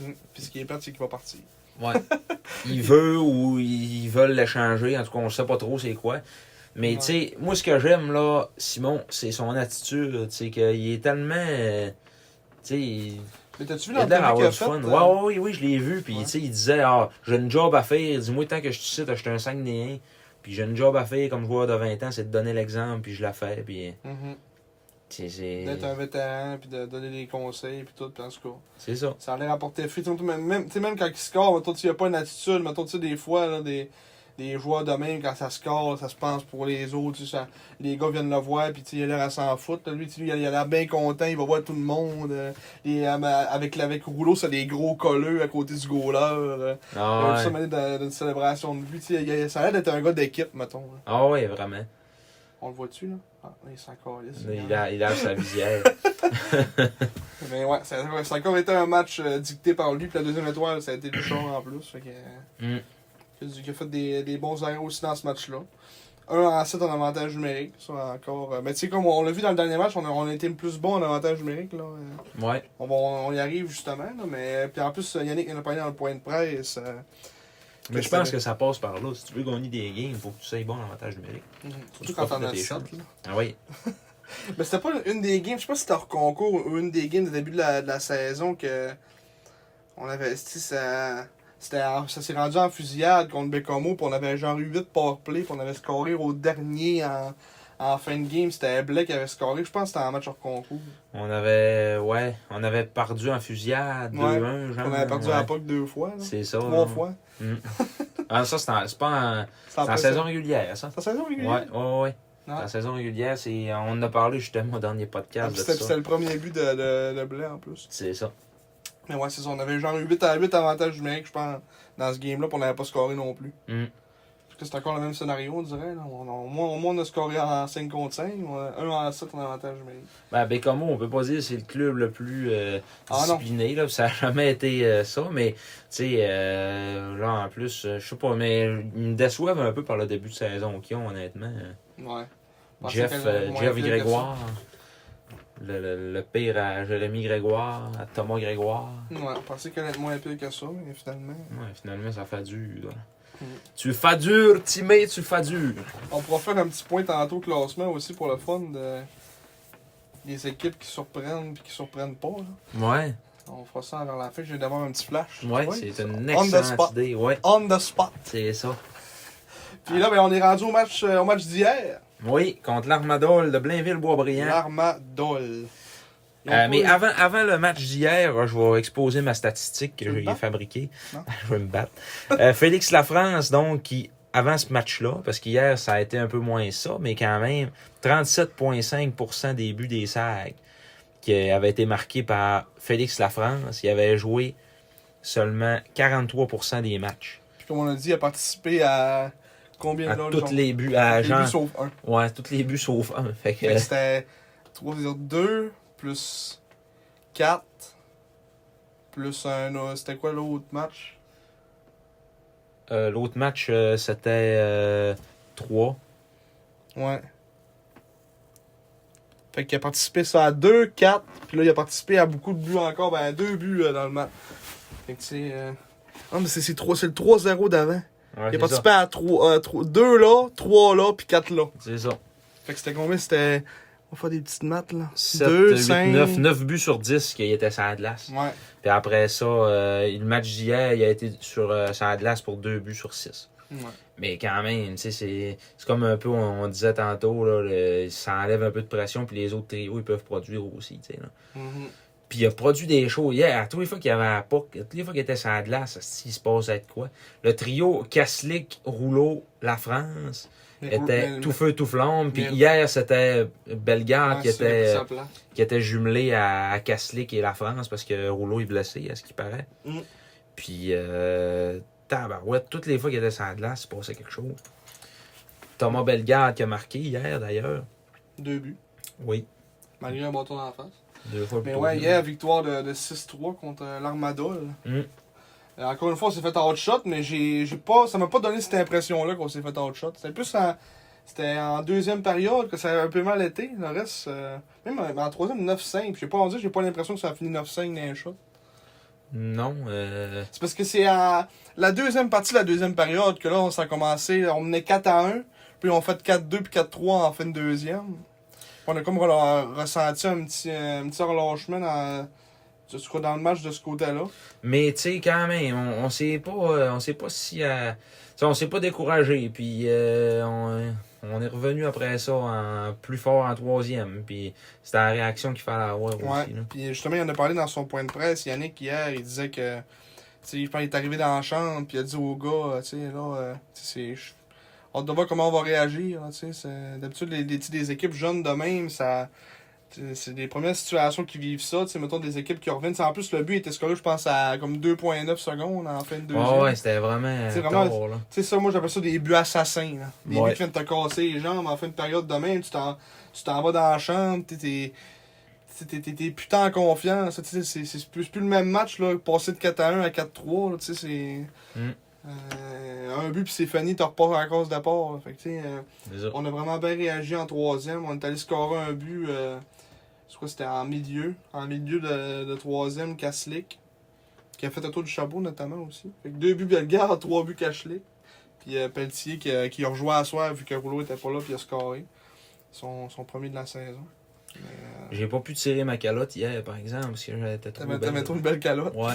Speaker 2: Mm. Puis ce qui est perte, c'est qu'il va partir.
Speaker 1: Ouais. il veut ou ils veulent l'échanger, en tout cas, on sait pas trop c'est quoi. Mais
Speaker 2: Ouais.
Speaker 1: tu sais, moi ce que j'aime là, Simon, c'est son attitude, tu sais qu'il est tellement euh, tu sais, il-
Speaker 2: Mais t'as-tu vu
Speaker 1: Il a l'air
Speaker 2: l'entrevue qu'il
Speaker 1: d'avoir
Speaker 2: a
Speaker 1: du
Speaker 2: faite?
Speaker 1: fun.
Speaker 2: euh,
Speaker 1: Ouais, ouais, oui, oui, je l'ai vu. Puis,
Speaker 2: Ouais.
Speaker 1: tu sais, il disait, ah, j'ai une job à faire. Dis-moi, tant que je suis ici, j'étais un 5 des 1. Puis, j'ai une job à faire comme joueur de 20 ans, c'est de donner l'exemple. Puis, je la fais. Puis,
Speaker 2: mhm.
Speaker 1: c'est- c'est.
Speaker 2: D'être un vétéran, puis de donner des conseils, puis tout, puis en tout cas.
Speaker 1: C'est ça.
Speaker 2: Ça a l'air à porter fruit. Surtout Même, même, tu sais, même quand il score, mettons, s'il n'y a pas une attitude, mettons, tu sais, des fois, là, des, des joueurs de même, quand ça score, ça se pense pour les autres. tu sais, ça- les gars viennent le voir, puis tu sais, il a l'air à s'en foutre. là. Lui, tu sais, lui, il a l'air bien content, il va voir tout le monde. euh, les- euh, avec, avec Rouleau, c'est des gros colleux à côté du goaler. euh. Il a
Speaker 1: Ah,
Speaker 2: vu ça
Speaker 1: ouais.
Speaker 2: mener dans- dans une célébration de but. tu sais, il a- Ça a l'air d'être un gars d'équipe, mettons. là.
Speaker 1: Ah, ouais, vraiment.
Speaker 2: On le voit-tu, là? Ah, il s'en calisse.
Speaker 1: Il a, il a sa visière.
Speaker 2: Mais ouais, ça, ça a encore été un match euh, dicté par lui. Puis la deuxième étoile, ça a été Bouchard en plus. Fait que,
Speaker 1: Mm.
Speaker 2: Il a dû- il a fait des, des bons arrêts aussi dans ce match-là. Un en 7 en avantage numérique. Ça encore. euh, mais tu sais, comme on l'a vu dans le dernier match, on a, on a été le plus bon en avantage numérique. Là. Euh,
Speaker 1: Ouais.
Speaker 2: On, va- on y arrive justement. là, mais puis en plus, euh, Yannick en a parlé dans le point de presse. euh,
Speaker 1: Mais je
Speaker 2: c'était-
Speaker 1: pense que ça passe par là. Si tu veux gagner des games, il faut que tu sois bon en avantage numérique.
Speaker 2: Surtout quand on
Speaker 1: profiter
Speaker 2: a
Speaker 1: des
Speaker 2: 7.
Speaker 1: chances. Ah, oui.
Speaker 2: Mais c'était pas une des games, je sais pas si c'était hors concours ou une des games du début de la, de la saison que. On avait. si ça. C'était, en- ça s'est rendu en fusillade contre Bécomo, puis on avait genre eu 8 powerplay, puis on avait scoré au dernier en, en fin de game. C'était Blais qui avait scoré, je pense que c'était en match hors concours.
Speaker 1: On avait. Ouais. On avait perdu en fusillade.
Speaker 2: Ouais.
Speaker 1: 2-1, genre.
Speaker 2: on avait perdu
Speaker 1: Ah, ouais.
Speaker 2: à la POC deux fois, là.
Speaker 1: C'est ça.
Speaker 2: trois
Speaker 1: là.
Speaker 2: fois.
Speaker 1: Ah, ça, c'est en- c'est pas en.
Speaker 2: C'est
Speaker 1: C'est en
Speaker 2: après
Speaker 1: saison régulière, ça.
Speaker 2: ça. C'est en saison
Speaker 1: Ouais,
Speaker 2: régulière.
Speaker 1: ouais, ouais. ouais.
Speaker 2: Ouais.
Speaker 1: La saison régulière, c'est. On en a parlé justement au dernier
Speaker 2: Ah,
Speaker 1: podcast
Speaker 2: puis
Speaker 1: de
Speaker 2: c'était,
Speaker 1: ça.
Speaker 2: c'était le premier but de, de, de Blais en plus.
Speaker 1: C'est ça.
Speaker 2: Mais ouais, c'est ça. On avait genre 8 à 8 avantages numériques, je pense, dans ce game-là, puis on n'avait pas scoré non plus.
Speaker 1: Mm.
Speaker 2: Parce que c'est encore le même scénario, on dirait. Là. On, on- au, moins, au moins, on a scoré en 5 contre 5, on a 1 en 7 en avantage numérique.
Speaker 1: Ben, Bécamo, on peut pas dire que c'est le club le plus euh,
Speaker 2: Ah, non.
Speaker 1: discipliné, là, ça a jamais été euh, ça, mais, tu sais, euh, là, en plus, euh, je sais pas, mais ils me déçoivent un peu par le début de saison qu'ils ont, honnêtement. Euh,
Speaker 2: Ouais. Je pensais
Speaker 1: Jeff,
Speaker 2: qu'elle
Speaker 1: euh,
Speaker 2: avait moins
Speaker 1: Jeff
Speaker 2: pire que ça.
Speaker 1: Grégoire, le, le- le pire à Jérémy Grégoire, à Thomas Grégoire.
Speaker 2: Ouais, on pensait qu'elle allait être moins pire que ça, mais finalement.
Speaker 1: Ouais, finalement, ça fait dur.
Speaker 2: Mm.
Speaker 1: Tu fais dur, Timé, tu fais dur.
Speaker 2: On pourra faire un petit point tantôt classement aussi pour le fun de. Des équipes qui surprennent puis qui surprennent pas. Là.
Speaker 1: Ouais.
Speaker 2: On fera ça vers la fin. J'ai d'abord un petit flash.
Speaker 1: Ouais,
Speaker 2: Oui.
Speaker 1: c'est une
Speaker 2: On the
Speaker 1: excellente
Speaker 2: spot.
Speaker 1: idée. Ouais,
Speaker 2: On the spot.
Speaker 1: c'est ça.
Speaker 2: Puis là, ben, on est rendu au match, euh, au match d'hier.
Speaker 1: Oui, contre l'Armadol de Blainville-Boisbriand.
Speaker 2: L'Armadol. Ils
Speaker 1: Euh,
Speaker 2: ont pas
Speaker 1: mais
Speaker 2: eu-
Speaker 1: avant, avant le match d'hier, euh, je vais exposer ma statistique
Speaker 2: Tu
Speaker 1: que
Speaker 2: veux te
Speaker 1: j'ai
Speaker 2: battre?
Speaker 1: fabriquée.
Speaker 2: Non.
Speaker 1: je vais me battre. Euh, Félix Lafrance, donc, qui, avant ce match-là, parce qu'hier, ça a été un peu moins ça, mais quand même, 37,5 des buts des sacs qui avaient été marqués par Félix Lafrance. Il avait joué seulement 43 des matchs.
Speaker 2: Puis comme on a dit, il a participé à combien
Speaker 1: À
Speaker 2: de
Speaker 1: tous les buts, à
Speaker 2: J'ai
Speaker 1: genre.
Speaker 2: vu sauf un.
Speaker 1: Ouais, tous les buts sauf un. Fait que,
Speaker 2: Fait que C'était 3,2 plus 4 plus un. euh, C'était quoi l'autre match
Speaker 1: Euh, L'autre match, euh, c'était euh, 3.
Speaker 2: Ouais. Fait qu'il a participé ça à 2, 4. Puis là, il a participé à beaucoup de buts encore. Ben, à 2 buts euh, dans le match. Fait que c'est. euh, Non, mais c'est c'est trois- c'est le 3-0 d'avant. Il a
Speaker 1: c'est ça.
Speaker 2: participé à 3, 2 là, 3 là, puis 4 là.
Speaker 1: C'est ça.
Speaker 2: Fait que c'était combien C'était. On va faire des petites maths là.
Speaker 1: 7,
Speaker 2: 2,
Speaker 1: 8,
Speaker 2: 5.
Speaker 1: 9, 9 buts sur 10 qu'il était sur la glace.
Speaker 2: Ouais.
Speaker 1: Puis après ça, euh, le match d'hier, il a été sur, euh, sur la glace pour 2 buts sur 6.
Speaker 2: ouais.
Speaker 1: Mais quand même, tu sais, c'est c'est comme un peu, on, on disait tantôt, là, le- ça enlève un peu de pression, puis les autres trios, ils peuvent produire aussi, tu sais. là.
Speaker 2: Mhm.
Speaker 1: Puis il a produit des shows hier. À toutes les fois qu'il y avait à Puck, à toutes les fois qu'il était sur la glace, asti, il se passait de quoi. Le trio Caslick, Rouleau, La France,
Speaker 2: Mais-
Speaker 1: était
Speaker 2: mais-
Speaker 1: tout feu, tout flamme. Puis
Speaker 2: mais-
Speaker 1: hier, c'était Bellegarde
Speaker 2: Ouais,
Speaker 1: qui,
Speaker 2: c'est le
Speaker 1: était, euh,
Speaker 2: plus appelant.
Speaker 1: qui était jumelé à, à Kaslik et la France parce que Rouleau est blessé, à ce qui paraît.
Speaker 2: Mm.
Speaker 1: Puis, euh, tabarouette, toutes les fois qu'il était sur la glace, il se passait quelque chose. Thomas Bellegarde qui a marqué hier, d'ailleurs.
Speaker 2: Deux buts,
Speaker 1: Oui,
Speaker 2: malgré un bâton dans la face.
Speaker 1: deux fois
Speaker 2: Mais
Speaker 1: plutôt
Speaker 2: ouais,
Speaker 1: bien.
Speaker 2: hier, victoire de, de 6-3 contre euh, l'Armadol.
Speaker 1: Mm.
Speaker 2: Euh, Encore une fois, on s'est fait en hot shot, mais j'ai j'ai pas, ça m'a pas donné cette impression-là qu'on s'est fait en hot shot. C'était plus en, c'était en deuxième période que ça a un peu mal été. Le reste, euh, même en, en troisième, 9-5. Puis j'ai pas, on dit, j'ai pas l'impression que ça a fini 9-5 dans un shot.
Speaker 1: Non, euh,
Speaker 2: C'est parce que c'est à la deuxième partie de la deuxième période que là, on s'est commencé. On menait 4 à 1, puis on fait 4-2 puis 4-3 en fin de deuxième. Puis on a comme rela- ressenti un petit, un petit relâchement dans Tu crois dans le match de ce côté-là?
Speaker 1: Mais tu sais, quand même, on, on sait pas. euh, on sait pas si. euh, tu sais, on s'est pas découragé. Puis euh, on, on est revenu après ça en plus fort en troisième. Puis c'était la réaction qu'il fallait avoir
Speaker 2: Ouais.
Speaker 1: aussi. Là.
Speaker 2: Puis justement, il en a parlé dans son point de presse. Yannick, hier, il disait que. Tu sais, je pense qu'il est arrivé dans la chambre, puis il a dit au gars, euh, tu sais, là, euh, tu sais, c'est. je- Hâte de voir comment on va réagir. là, tu sais, c'est- D'habitude, les, les, tu sais, des équipes jeunes de même, ça. tu sais, C'est des premières situations qui vivent ça, tu sais, mettons des équipes qui reviennent. Tu sais, En plus, le but était ce cas-là, je pense, à comme 2,9 secondes en fin de deuxième.
Speaker 1: Ouais, ouais, c'était vraiment. euh,
Speaker 2: C'est vraiment-
Speaker 1: tard, là.
Speaker 2: Tu sais, ça, moi, j'appelle ça des buts assassins. Là. Des
Speaker 3: Ouais.
Speaker 2: buts qui viennent te casser les jambes en fin de période de même. Tu t'en tu t'en vas dans la chambre, t'es- t'es. t'es- T'es t'es- t'es putain en confiance. tu sais, C'est c'est plus, c'est plus le même match, là, passer de 4 à 1 à 4-3. là, Tu sais, c'est.
Speaker 1: Mm.
Speaker 2: Euh, un but, puis c'est fini, t'as repars à cause d'apport. là. Fait que, tu sais, euh,
Speaker 1: C'est ça.
Speaker 2: on a vraiment bien réagi en troisième. On est allé scorer un but, euh, je crois que c'était en milieu, en milieu de, de troisième, Kaslik, qui a fait un tour du chapeau notamment aussi. Fait que deux buts Bellegarde, trois buts Kaslik. Puis euh, Pelletier qui, a- qui a rejoué à soir vu que Rouleau était pas là, puis il a scoré son, son premier de la saison. Mais, euh,
Speaker 1: J'ai pas pu tirer ma calotte hier, par exemple, parce que j'étais trop.
Speaker 2: T'avais
Speaker 1: belle.
Speaker 2: t'avais trop une belle calotte.
Speaker 1: Ouais,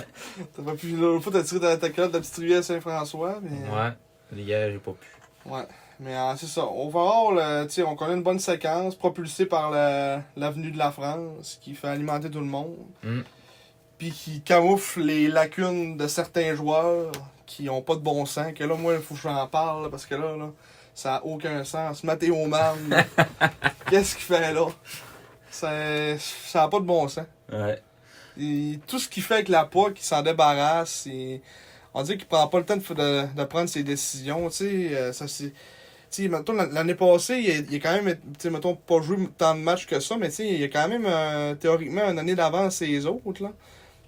Speaker 2: T'as pas pu. L'autre fois, t'as tiré ta, ta calotte de la petite rivière Saint-François. Mais...
Speaker 1: ouais. Hier, j'ai pas pu.
Speaker 2: Ouais, mais euh, c'est ça. Overall, euh, tu sais, on connaît une bonne séquence propulsée par la- l'avenue de la France qui fait alimenter tout le monde.
Speaker 1: Mm.
Speaker 2: Puis qui camoufle les lacunes de certains joueurs qui ont pas de bon sens. Que là, moi, il faut que j'en parle parce que là, là ça a aucun sens. Mathéo Man, qu'est-ce qu'il fait là? Ça ça a pas de bon sens.
Speaker 1: Ouais.
Speaker 2: Il- tout ce qu'il fait avec la POC, il s'en débarrasse. il- on dirait qu'il prend pas le temps de, f- de- de prendre ses décisions. Tu sais, euh, ça c'est. tu sais, mettons, l'an- l'année passée, il a, il a quand même, tu sais, mettons, pas joué tant de matchs que ça, mais tu sais, il a quand même, euh, théoriquement, une année d'avance les autres, là.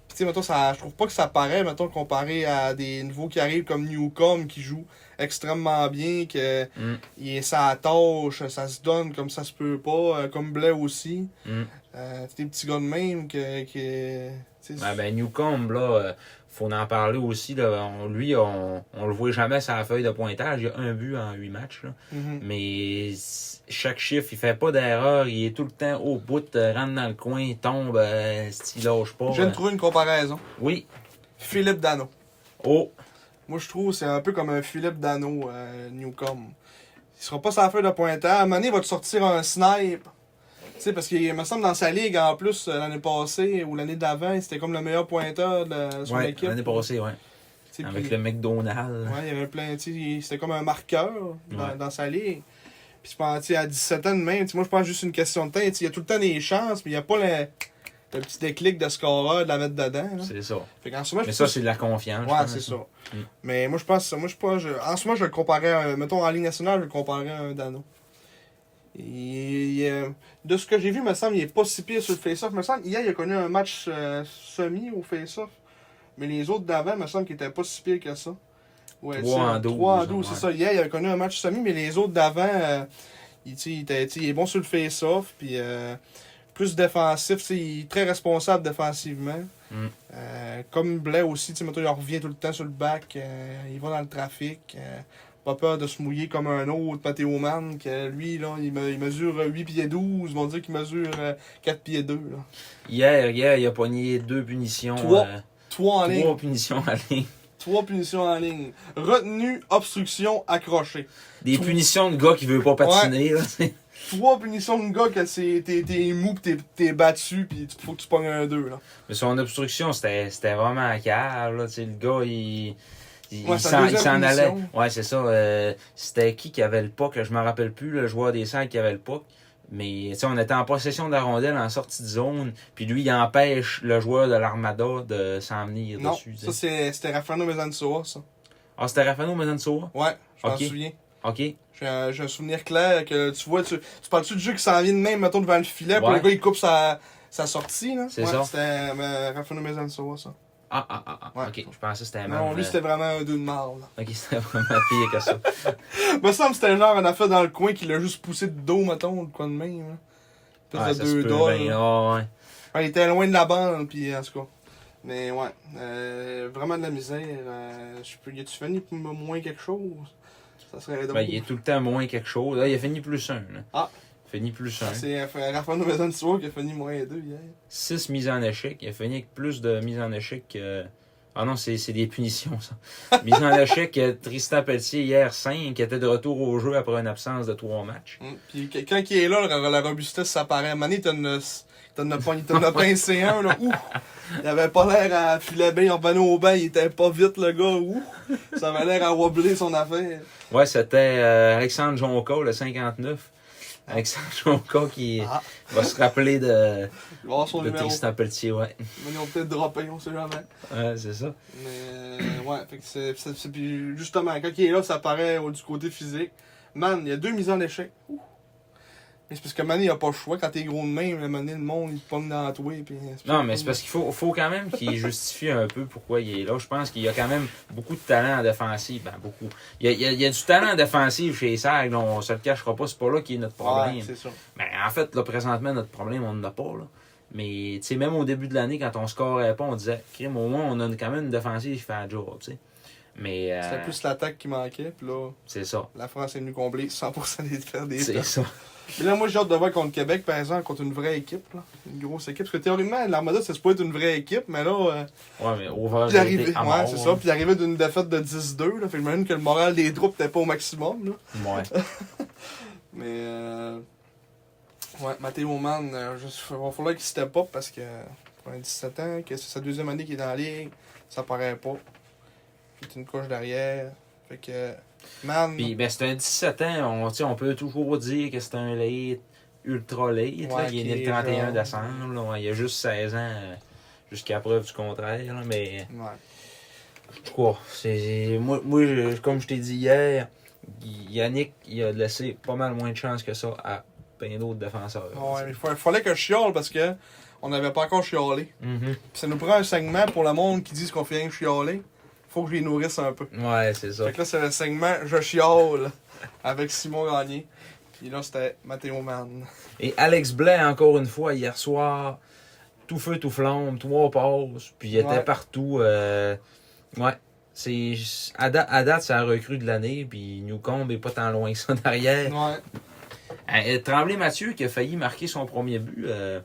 Speaker 2: Puis, tu sais, mettons, ça, je trouve pas que ça paraît, mettons, comparé à des nouveaux qui arrivent comme Newcom, qui joue extrêmement bien, que
Speaker 1: Mm.
Speaker 2: il, ça tâche, ça se donne comme ça se peut pas, euh, comme Blais aussi.
Speaker 1: Mm.
Speaker 2: Euh, c'est des petits gars de même que. que tu sais,
Speaker 1: Ah ben Newcomb, là, euh, faut en parler aussi. Là. On- lui, on, on le voit jamais sur la feuille de pointage. Il a un but en huit matchs. Là.
Speaker 2: Mhm.
Speaker 1: Mais s- chaque chiffre, il fait pas d'erreur. Il est tout le temps au bout, euh, rentre dans le coin, il tombe, euh, il lâche pas.
Speaker 2: Je viens
Speaker 1: euh.
Speaker 2: de trouver une comparaison.
Speaker 1: Oui.
Speaker 2: Philippe Dano.
Speaker 1: Oh,
Speaker 2: Moi, je trouve que c'est un peu comme un Philippe Dano, euh, Newcomb. Il sera pas sa feuille de pointeur. À un moment donné, il va te sortir un snipe. Tu sais, parce qu'il me semble dans sa ligue, en plus, euh, l'année passée ou l'année d'avant, c'était comme le meilleur pointeur de son
Speaker 1: ouais,
Speaker 2: équipe.
Speaker 1: l'année passée, ouais.
Speaker 2: Tu sais,
Speaker 1: Avec
Speaker 2: puis-
Speaker 1: le McDonald's.
Speaker 2: Ouais, il y avait plein, tu sais, c'était comme un marqueur dans,
Speaker 1: Ouais.
Speaker 2: dans sa ligue. Puis je pense, tu sais, à 17 ans de même, tu sais, moi je pense juste une question de temps, tu sais, il y a tout le temps des chances, mais il n'y a pas le, le petit déclic de scoreur de la mettre dedans. là.
Speaker 1: C'est ça.
Speaker 2: Fait qu'en ce moment,
Speaker 1: Mais
Speaker 2: je
Speaker 1: ça, c'est de la confiance. je
Speaker 2: Ouais,
Speaker 1: pense.
Speaker 2: c'est ça.
Speaker 1: Mm.
Speaker 2: Mais moi, je pense. Moi, je pense je, en ce moment, je le comparais. à un- mettons, en Ligue nationale, je le comparais à un Dano. Il- il, euh, de ce que j'ai vu, me semble, il est pas si pire sur le face-off. me semble, hier, il a connu un match euh, semi au face-off. Mais les autres d'avant, me semble qu'il était pas si pire que ça. Ouais,
Speaker 1: Trois
Speaker 2: tu sais,
Speaker 1: en douze,
Speaker 2: trois en douze,
Speaker 1: ouais.
Speaker 2: c'est ça. Hier, il a connu un match semi, mais les autres d'avant, euh, il, tu sais, il était- tu sais, il est bon sur le face-off. Puis. euh, plus défensif, tu sais, il est très responsable défensivement.
Speaker 1: Mm.
Speaker 2: Euh, comme Blais aussi, tu sais, mettons, il revient tout le temps sur le bac, euh, il va dans le trafic, euh, pas peur de se mouiller comme un autre, Matteo Mann, que lui, là, il, me- il mesure euh, 8 pieds 12, ils vont dire qu'il mesure euh, 4 pieds 2. Là.
Speaker 1: Hier, hier, il a pogné deux punitions.
Speaker 2: Trois.
Speaker 1: euh,
Speaker 2: Trois en ligne,
Speaker 1: trois punitions à ligne.
Speaker 2: trois punitions en ligne. Retenue, obstruction, accroché.
Speaker 1: Des
Speaker 2: Tout.
Speaker 1: punitions de gars qui veut pas patiner. là, c'est-
Speaker 2: Trois punitions de gars que c'est- t'es t'es mou, pis t'es- t'es battu, pis tu- faut que tu pognes un 2. Là.
Speaker 1: Mais son obstruction, c'était c'était vraiment à cave. Là. tu sais, Le gars, il. Il
Speaker 2: Ouais,
Speaker 1: il
Speaker 2: sa
Speaker 1: s'en il
Speaker 2: deuxième
Speaker 1: s'en allait.
Speaker 2: punition.
Speaker 1: Ouais, c'est ça. euh, c'était qui qui avait le puck? Je me rappelle plus, le joueur des sacs qui avait le puck. Mais tu sais, on était en possession de la rondelle en sortie de zone. Puis lui, il empêche le joueur de l'Armada de s'en venir
Speaker 2: Non,
Speaker 1: dessus. tu sais.
Speaker 2: ça c'est- c'était Rafano Mezansoa, ça.
Speaker 1: Ah, c'était Rafano Menansoa?
Speaker 2: Ouais, je m'en
Speaker 1: Ok.
Speaker 2: souviens.
Speaker 1: OK.
Speaker 2: J'ai un, j'ai un souvenir clair que tu vois, tu, tu parles-tu du jeu qui s'en vient de même, mettons, devant le filet, puis
Speaker 1: Ouais.
Speaker 2: le gars il coupe sa, sa sortie, là.
Speaker 1: C'est
Speaker 2: ouais,
Speaker 1: ça.
Speaker 2: C'était euh, Rafael Mezansoa, ça.
Speaker 1: Ah, ah, ah, ah.
Speaker 2: Ouais.
Speaker 1: OK. Je pensais que c'était
Speaker 2: Non,
Speaker 1: même,
Speaker 2: lui
Speaker 1: euh,
Speaker 2: c'était vraiment un deux de marre, là.
Speaker 1: OK, c'était vraiment pire que ça.
Speaker 2: Me semble que c'était genre un affaire dans le coin qui l'a juste poussé de dos, mettons, de coin de même, là.
Speaker 1: Ouais,
Speaker 2: Peut-être
Speaker 1: Ah, ça
Speaker 2: de
Speaker 1: se
Speaker 2: deux
Speaker 1: peut ben, hein.
Speaker 2: doigts. hein.
Speaker 1: bien,
Speaker 2: là.
Speaker 1: ouais, ouais.
Speaker 2: Ouais, il était loin de la bande, puis en tout cas. Mais ouais, euh, vraiment de la misère. Euh, je peux, y a-tu fini pour me moins quelque chose? Ça serait drôle.
Speaker 1: Ben, il est tout le temps moins quelque chose. Là, il a Ah, fini plus un. là.
Speaker 2: Ah.
Speaker 1: Fait fini plus 1.
Speaker 2: C'est euh, Rafael Novezan Silva qui a fini moins 2 hier.
Speaker 1: 6 mises en échec. Il a fini avec plus de mises en échec que. Ah non, c'est c'est des punitions, ça. Mise en échec, euh, Tristan Pelletier hier 5, qui était de retour au jeu après une absence de 3 matchs.
Speaker 2: Mm. Puis que- quand il est là, la, la robustesse, ça paraît. Mané, t'en as t'en as pogné- t'en as pincé un, là. Ouh! Il avait pas l'air à filer bien, il revenait au banc, il était pas vite, le gars. Ouh! Ça avait l'air à wobbler son affaire.
Speaker 1: Ouais, c'était euh, Alexandre Jonca, le 59. Alexandre Jonca qui
Speaker 2: Ah.
Speaker 1: va se rappeler de,
Speaker 2: Il va avoir son
Speaker 1: de
Speaker 2: numéro.
Speaker 1: Tristan Pelletier, ouais.
Speaker 2: Mais ils ont peut-être droppé, on sait jamais.
Speaker 1: Ouais, c'est ça.
Speaker 2: Mais euh, ouais, fait que c'est, c'est- c'est- puis justement, quand il est là, ça paraît au- du côté physique. Man, il y a deux mises en échec. Ouh. Mais c'est parce que Man, il a pas le choix. Quand t'es gros de même, le man, le monde, il te pogne dans toi. Puis,
Speaker 1: Non, mais c'est parce qu'il faut, faut quand même qu'il justifie un peu pourquoi il est là. Je pense qu'il y a quand même beaucoup de talent en défensive. Ben, beaucoup. Il y a, il y a- il y a du talent en défensive chez Serg, on se le cachera pas. C'est pas là qui est notre problème.
Speaker 2: Ouais, c'est ça.
Speaker 1: Ben, en fait, là, présentement, notre problème, on n'en a pas. Là. Mais tu sais, même au début de l'année, quand on scorait pas, on disait, crime, au moins, on a une- quand même une défensive qui fait un job. tu sais. Mais euh,
Speaker 2: C'était plus l'attaque qui manquait. Puis là,
Speaker 1: c'est ça.
Speaker 2: la France est venue combler 100% des faire des
Speaker 1: C'est
Speaker 2: places.
Speaker 1: ça.
Speaker 2: Mais là, moi, j'ai hâte de voir contre Québec, par exemple, contre une vraie équipe. Là. Une grosse équipe. Parce que théoriquement, l'Armada, ça se peut être une vraie équipe. Mais là, euh,
Speaker 1: Ouais, mais over.
Speaker 2: Puis l'arrivée, ouais, c'est ça.
Speaker 1: hein.
Speaker 2: Puis l'arrivée d'une défaite de 10-2, là. Fait que j'imagine que le moral des troupes n'était pas au maximum, là.
Speaker 1: Ouais.
Speaker 2: Mais, euh... Ouais, Matteo Mann, euh, je- il va falloir qu'il step up parce que, pour un 17 ans, que c'est sa deuxième année qu'il est dans la ligue, ça paraît pas. Puis t'as une couche derrière. Fait que, Mann,
Speaker 1: Puis ben, c'est un 17 ans, on, tu sais, on peut toujours dire que c'est un late, ultra late. là.
Speaker 2: Ouais,
Speaker 1: Il est
Speaker 2: qui
Speaker 1: né
Speaker 2: est
Speaker 1: le 31
Speaker 2: genre-
Speaker 1: décembre, là. Ouais, il a juste 16 ans euh, jusqu'à preuve du contraire. là, Mais
Speaker 2: ouais.
Speaker 1: en tout cas, c'est- moi, moi je- comme je t'ai dit hier, Yannick il a laissé pas mal moins de chance que ça à plein d'autres défenseurs.
Speaker 2: Ouais, mais il fa- fallait que je chiale parce que on n'avait pas encore chialé.
Speaker 1: Mhm.
Speaker 2: Puis ça nous prend un segment pour le monde qui dit qu'on fait rien que chialer. Faut que je les nourrisse un peu.
Speaker 1: Ouais, c'est ça.
Speaker 2: Fait que là, c'est le segment Je chiole avec Simon Gagné. Puis là, c'était Mathéo Mann.
Speaker 1: Et Alex Blais, encore une fois, hier soir, tout feu, tout flamme, trois passes, puis il était
Speaker 2: Ouais.
Speaker 1: partout. euh, ouais. C'est, à, date, à date, c'est la recrue de l'année, puis Newcombe est pas tant loin que ça derrière.
Speaker 2: Ouais.
Speaker 1: Euh, Tremblay Mathieu qui a failli marquer son premier but. euh,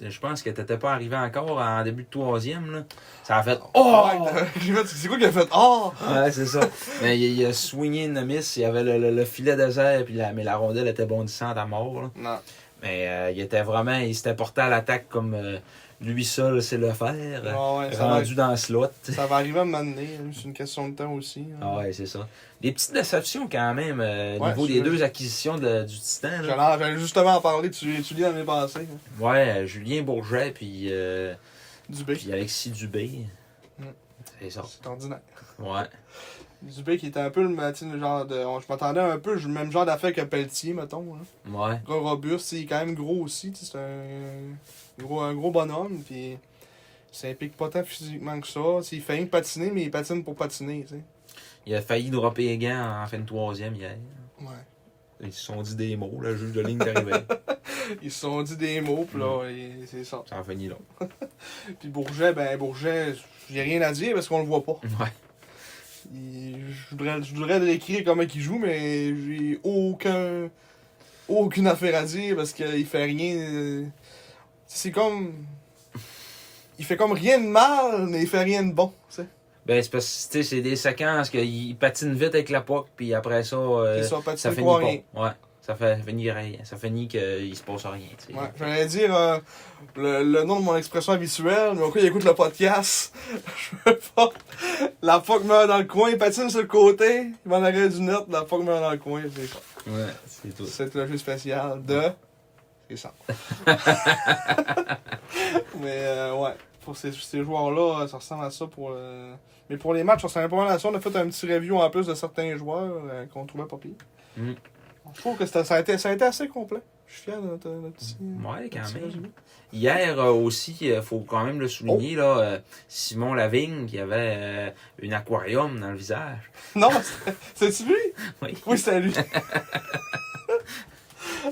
Speaker 1: je pense que t'étais pas arrivé encore en début de troisième. Là. Ça a fait Oh!
Speaker 2: Ouais, J'ai fait, euh, c'est quoi qu'il a fait Oh
Speaker 1: Ouais, c'est ça. Mais il, il a swingé une miss, il y avait le, le- le filet désert, puis la, mais la rondelle était bondissante à mort. là.
Speaker 2: Non.
Speaker 1: Mais euh, il était vraiment, il s'était porté à l'attaque comme euh, lui seul sait le faire, euh,
Speaker 2: Ouais, ouais, ça, va,
Speaker 1: rendu dans le slot.
Speaker 2: ça va arriver à un moment donné. hein, C'est une question de temps aussi. hein.
Speaker 1: Ah ouais, c'est ça. Des petites déceptions quand même euh, au
Speaker 2: Ouais,
Speaker 1: niveau
Speaker 2: c'est
Speaker 1: des
Speaker 2: vrai.
Speaker 1: deux acquisitions de- du Titan. là.
Speaker 2: J'allais j'allais justement en parler. Tu, tu lis dans mes pensées. hein.
Speaker 1: Ouais, euh, Julien Bourget puis, euh,
Speaker 2: Dubé.
Speaker 1: puis Alexis Dubé.
Speaker 2: Mm.
Speaker 1: C'est ça.
Speaker 2: C'est ordinaire.
Speaker 1: Ouais.
Speaker 2: Dubé qui était un peu le matin, le genre de. on- Je m'attendais un peu, le même genre d'affaire que Pelletier, mettons. hein.
Speaker 1: Ouais.
Speaker 2: gros robuste, il est quand même gros aussi, tu sais, c'est un gros, un gros bonhomme, puis ça implique pas tant physiquement que ça. Tu sais, Il fait rien que patiner, mais il patine pour patiner, tu sais.
Speaker 1: Il a failli dropper les gants en fin de troisième hier.
Speaker 2: Ouais.
Speaker 1: Ils se sont dit des mots, le juge de ligne est arrivé.
Speaker 2: Ils se sont dit des mots, puis là, et c'est ça.
Speaker 1: Ça en finit là.
Speaker 2: Puis Bourget, ben Bourget, j'ai rien à dire parce qu'on le voit pas.
Speaker 1: Ouais.
Speaker 2: Il- Je voudrais, je voudrais l'écrire comment il joue, mais j'ai aucun, aucune affaire à dire parce qu'il fait rien. euh, C'est comme. Il fait comme rien de mal, mais il fait rien de bon, tu sais.
Speaker 1: Ben, c'est parce que tu sais, c'est des séquences qu'il patine vite avec la poque, puis après ça, euh,
Speaker 2: Ils sont pas
Speaker 1: ça
Speaker 2: ça
Speaker 1: finit pas. Ouais. Ça fait finit rien. Ça finit qu'il se passe rien. tu sais.
Speaker 2: Ouais, j'allais dire euh, le, le nom de mon expression habituelle, mais au cas où il écoute le podcast, je veux pas. La fuck meurt dans le coin, il patine sur le côté, il m'en arrête du net, la fuck meurt dans le coin, c'est ça.
Speaker 1: Ouais, c'est tout.
Speaker 2: C'est le jeu spécial de. C'est ça. mais euh, ouais, pour ces, ces joueurs-là, ça ressemble à ça pour. euh, Mais pour les matchs, ça ressemble pas mal à ça. On a fait un petit review en plus de certains joueurs euh, qu'on trouvait pas pire.
Speaker 1: Mm.
Speaker 2: Je trouve que c'était- ça a, été, ça a été assez complet. Je suis fier de notre, euh, notre petit.
Speaker 1: Ouais, quand
Speaker 2: petit
Speaker 1: même.
Speaker 2: résumé.
Speaker 1: Hier euh, aussi, il faut quand même le souligner,
Speaker 2: Oh.
Speaker 1: là, euh, Simon Lavigne qui avait euh, une aquarium dans le visage.
Speaker 2: Non, c'est- c'est-tu lui?
Speaker 1: Oui.
Speaker 2: Oui, c'est lui.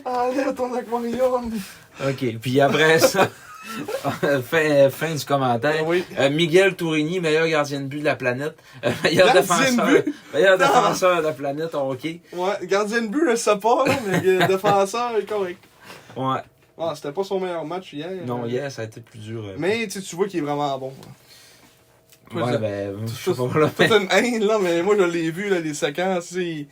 Speaker 2: Allez, ton aquarium!
Speaker 1: OK. Puis après ça, fin, fin du commentaire.
Speaker 2: Oui.
Speaker 1: Euh, Miguel Tourigny, meilleur gardien de but de la planète. Euh, meilleur
Speaker 2: Gardien de
Speaker 1: défenseur.
Speaker 2: but?
Speaker 1: Meilleur
Speaker 2: Non.
Speaker 1: défenseur de la planète en hockey.
Speaker 2: Ouais, gardien de but, je sais pas, là, mais le défenseur est correct.
Speaker 1: Ouais.
Speaker 2: Ouais, Ah, c'était pas son meilleur match hier.
Speaker 1: Non,
Speaker 2: Euh,
Speaker 1: hier, ça a été plus dur. euh.
Speaker 2: Mais tu sais, tu vois qu'il est vraiment bon. Toi,
Speaker 1: ouais,
Speaker 2: tu-
Speaker 1: ben, je sais
Speaker 2: tout-
Speaker 1: pas, là, mais-
Speaker 2: Toute une haine, là, mais moi, je l'ai vu, là, les séquences, tu sais, il,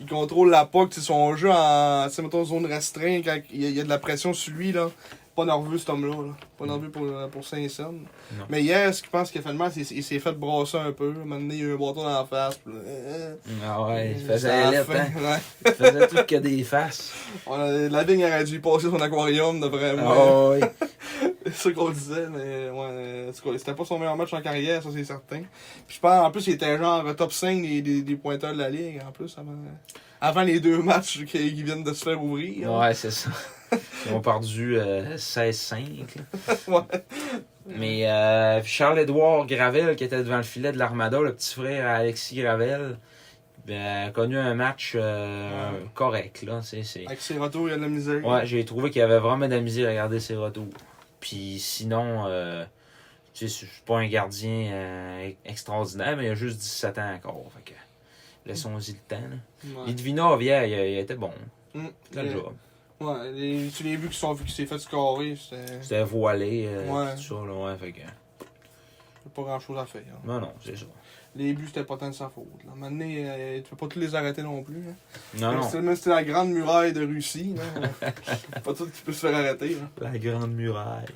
Speaker 2: il contrôle la POC, tu sais, son jeu en, tu sais, mettons, zone restreinte, quand il y, a, il y a de la pression sur lui, là. Pas nerveux, cet homme-là, là. Pas nerveux pour, euh, pour Saint-Saëns.
Speaker 1: Mm. Non.
Speaker 2: Mais hier, ce qu'il pense qu'il a fait de mal, c'est qu'il s'est fait brasser un peu, là. Maintenant, il y a eu un bâton dans la face, puis là, euh,
Speaker 1: Ah ouais, il
Speaker 2: c'est
Speaker 1: faisait
Speaker 2: à
Speaker 1: la
Speaker 2: la
Speaker 1: lettre,
Speaker 2: fin,
Speaker 1: hein.
Speaker 2: ouais.
Speaker 1: Il faisait tout que des faces.
Speaker 2: On a- La vigne aurait dû y passer son aquarium, de vraiment.
Speaker 1: Ah ouais.
Speaker 2: C'est ce qu'on disait, mais ouais, euh, en tout cas, c'était pas son meilleur match en carrière, ça c'est certain. Puis je pense, en plus, il était genre top 5 des, des, des pointeurs de la ligue, en plus, avant, avant les deux matchs qui, qui viennent de se faire ouvrir. hein. là.
Speaker 1: Ouais, c'est ça. Ils ont perdu euh, 16-5. là. Mais euh, puis Charles-Édouard Gravel, qui était devant le filet de l'Armada, le petit frère à Alexis Gravel, ben, a connu un match euh,
Speaker 2: Ouais.
Speaker 1: correct. Là. C'est, c'est...
Speaker 2: Avec ses retours, il y a de la misère.
Speaker 1: Ouais, j'ai trouvé qu'il avait vraiment de la misère à regarder ses retours. Puis sinon, euh, tu sais, je suis pas un gardien euh, extraordinaire, mais il a juste 17 ans encore. Fait que, laissons-y le temps. Là.
Speaker 2: Ouais.
Speaker 1: Litvinov, hier, il, il était bon.
Speaker 2: Mm.
Speaker 1: Fait le job.
Speaker 2: Ouais, les- tu l'as vu qui sont vu qu'il s'est fait scorer, c'était
Speaker 1: C'était voilé, euh,
Speaker 2: Ouais.
Speaker 1: tout ça, là, ouais, fait que...
Speaker 2: pas grand chose à faire. hein.
Speaker 1: Non, non, c'est ça.
Speaker 2: Les buts, c'était pas tant de sa faute. Là. Maintenant, euh, tu peux pas tous les arrêter non plus. hein.
Speaker 1: Non,
Speaker 2: Même
Speaker 1: non,
Speaker 2: si- Même si c'était la grande muraille de Russie, là, euh, pas tout qui peut se faire arrêter. là.
Speaker 1: la grande muraille.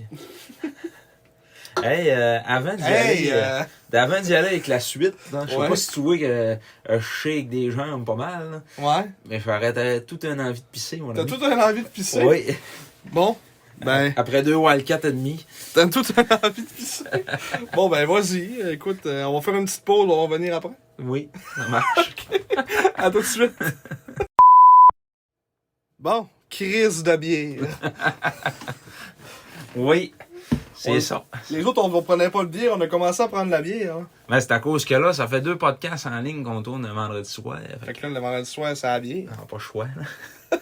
Speaker 1: hey, euh, avant d'y
Speaker 2: Hey!
Speaker 1: aller, euh,
Speaker 2: euh,
Speaker 1: d'avant d'y aller avec la suite, hein, je sais
Speaker 2: Ouais.
Speaker 1: pas si tu vois que euh, je shake des jambes pas mal, là,
Speaker 2: Ouais.
Speaker 1: mais j'arrêtais tout un envie de pisser, mon
Speaker 2: T'as
Speaker 1: ami.
Speaker 2: tout un envie de pisser?
Speaker 1: Oui,
Speaker 2: Bon, ben,
Speaker 1: après deux Wildcat et demi.
Speaker 2: t'as tout un envie de pisser. Bon, ben, vas-y. Écoute, euh, on va faire une petite pause, on va revenir après.
Speaker 1: Oui, ça marche.
Speaker 2: À tout de suite. Bon, crise de bière.
Speaker 1: oui, c'est
Speaker 2: Ouais.
Speaker 1: ça.
Speaker 2: Les autres, on ne prenait pas le bière, on a commencé à prendre la bière. hein.
Speaker 1: Mais c'est à cause que là, ça fait deux podcasts en ligne qu'on tourne le vendredi soir. Fait
Speaker 2: Fait que là, le vendredi soir, c'est la bière.
Speaker 1: que, non, pas le choix, là.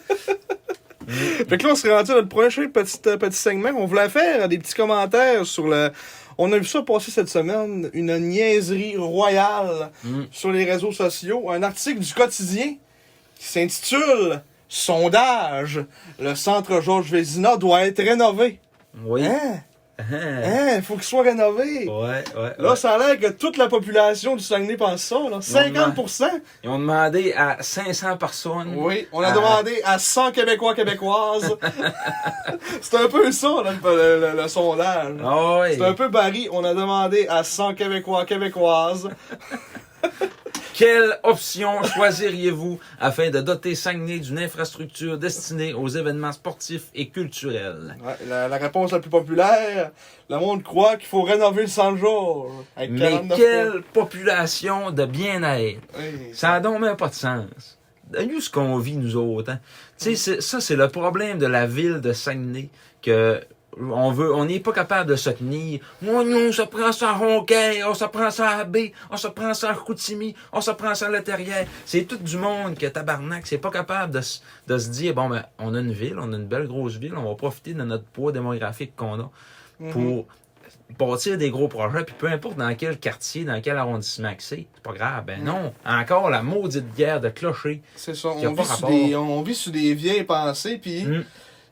Speaker 2: Fait que là, on s'est rendu à notre prochain petit, euh, petit segment. On voulait faire des petits commentaires sur le. On a vu ça passer cette semaine, une niaiserie royale
Speaker 1: Mm.
Speaker 2: sur les réseaux sociaux. Un article du quotidien qui s'intitule Sondage. Le centre Georges Vézina doit être rénové.
Speaker 1: Oui.
Speaker 2: Hein?
Speaker 1: Hein?
Speaker 2: Hein? Faut qu'il soit rénové.
Speaker 1: Ouais, ouais,
Speaker 2: Là,
Speaker 1: ouais.
Speaker 2: ça a l'air que toute la population du Saguenay pense ça. Là. 50%?
Speaker 1: Ils ont demandé à 500 personnes.
Speaker 2: Oui, on a
Speaker 1: Ah.
Speaker 2: demandé à 100 Québécois, Québécoises. c'est un peu ça, là, le, le- le sondage.
Speaker 1: Ah ouais.
Speaker 2: C'est un peu Barry. On a demandé à 100 Québécois, Québécoises.
Speaker 1: Quelle option choisiriez-vous afin de doter Saguenay d'une infrastructure destinée aux événements sportifs et culturels?
Speaker 2: Ouais, la, la réponse la plus populaire, le monde croit qu'il faut rénover le centre Georges. Avec
Speaker 1: Mais
Speaker 2: 49
Speaker 1: quelle population de bien-être!
Speaker 2: fois. Hey.
Speaker 1: Ça n'a donc même pas de sens. Nous, ce qu'on vit, nous autres, hein. Tu sais, c'est- ça, c'est le problème de la ville de Saguenay, que on veut, on n'est pas capable de se tenir. Moi, nous, on se prend ça à Ronquin, on se prend ça à B, on se prend ça à Koutimi, on se prend ça à Leterrière. C'est tout du monde que tabarnak, c'est pas capable de, se- de se dire, bon, ben, on a une ville, on a une belle grosse ville, on va profiter de notre poids démographique qu'on a
Speaker 2: Mhm.
Speaker 1: pour bâtir des gros projets, puis peu importe dans quel quartier, dans quel arrondissement que c'est, c'est pas grave. Ben non, encore la maudite guerre de clochers.
Speaker 2: C'est ça,
Speaker 1: Y a
Speaker 2: on
Speaker 1: pas
Speaker 2: vit, sur
Speaker 1: rapport.
Speaker 2: des, on vit sur des vieilles pensées, puis
Speaker 1: Mm.